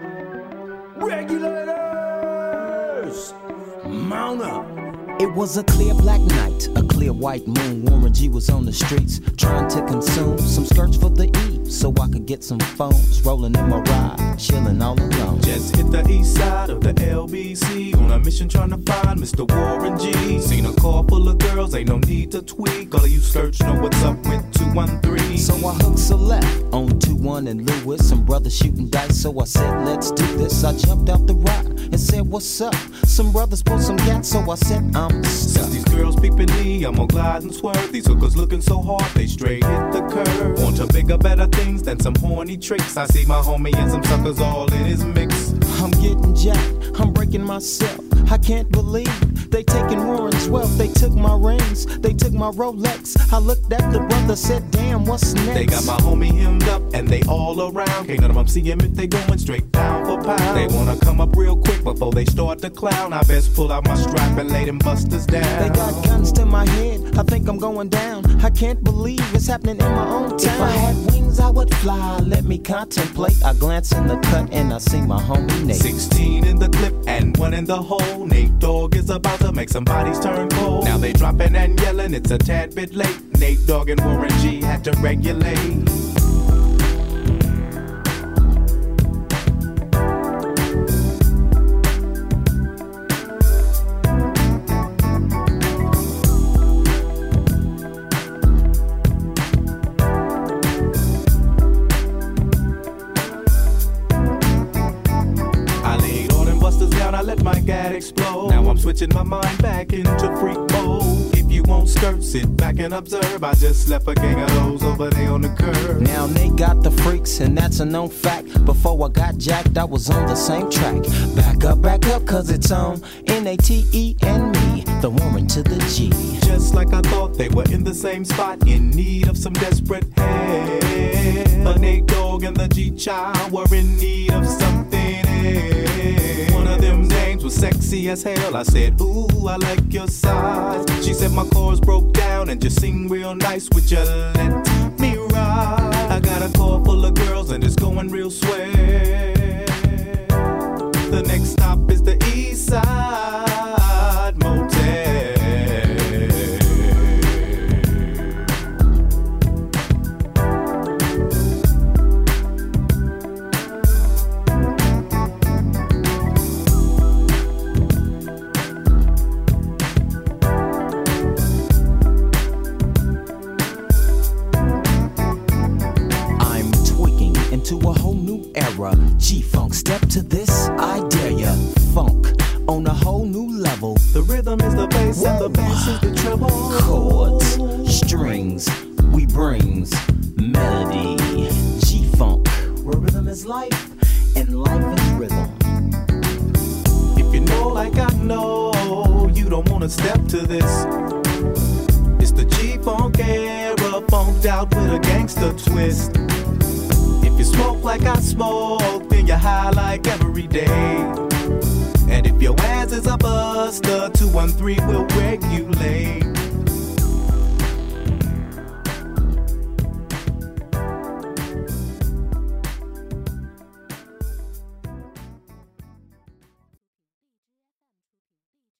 S7: It was a clear black night, a clear white moon. Warren G was on the streets trying to consume some skirts for the E so I could get some phones. Rolling in my ride, chilling all alone.
S8: Just hit the east side of the LBC on a mission trying to find Mr. Warren G. Seen a car full of girls, ain't no need to tweak. All of you search know what's up with 213.
S7: So I hooked select on 2 1 and Lewis. Some brothers shooting dice, so I said, let's do this. I jumped out the ride and said, what's up? Some brothers pulled some gas, so I said, I'm
S8: Since
S7: stuck.
S8: these girls peeping me, I'm gonna glide and swerve. These hookers looking so hard, they straight hit the curve. Want to bigger, better things than some horny tricks. I see my homie and some suckers all in his mix.
S7: I'm getting jacked, I'm breaking myself. I can't believe they taking Warren's wealth. They took my rings, they took my Rolex. I looked at the brother, said, damn, what's next?
S8: They got my homie hemmed up and they all around. Can't none of them see him if they going straight down for pound. They wanna come up real quick before they start to clown. I best pull out my strap and lay them busters down.
S7: They got guns to my head. I think I'm going down. I can't believe it's happening in my own town. If I had wings, I would fly. Let me contemplate. I glance in the cut and I see my homie Nate.
S8: 16 in the clip and one in the hole. Nate Dogg is about to make some bodies turn cold. Now they dropping and yelling, it's a tad bit late. Nate Dogg and Warren G had to regulate. I laid all them busters down, I let my gat explode. Now I'm switching my mind back into freak mode. If you won't skirt, sit back and observe. I just left a gang of those over there on the curb.
S7: Now they got the freaks, and that's a known fact. Before I got jacked, I was on the same track. Back up, back up, cause it's on N A T E and me, the woman to the G.
S8: Just like I thought they were in the same spot, in need of some desperate help. But Nate Dogg and the G Child were in need of something else. One of them names was sexy as hell. I said, Ooh, I like your size. She said my chords broke down and just sing real nice. Would you let me ride? I got a car full of girls and it's going real swell. The next stop is the East Side Motel.
S7: I'm tweaking into a whole new era. G Funk, step to this, I dare ya. Funk on a whole new level.
S8: The rhythm is the bass and the bass is the treble.
S7: chords, strings, we brings melody, G funk, where rhythm is life and life is rhythm.
S8: If you know like I know, you don't wanna step to this. It's the G-Funk era, funked out with a gangster twist. If you smoke like I smoke, then you're high like every day. And if your ass is a buster, 213 will regulate.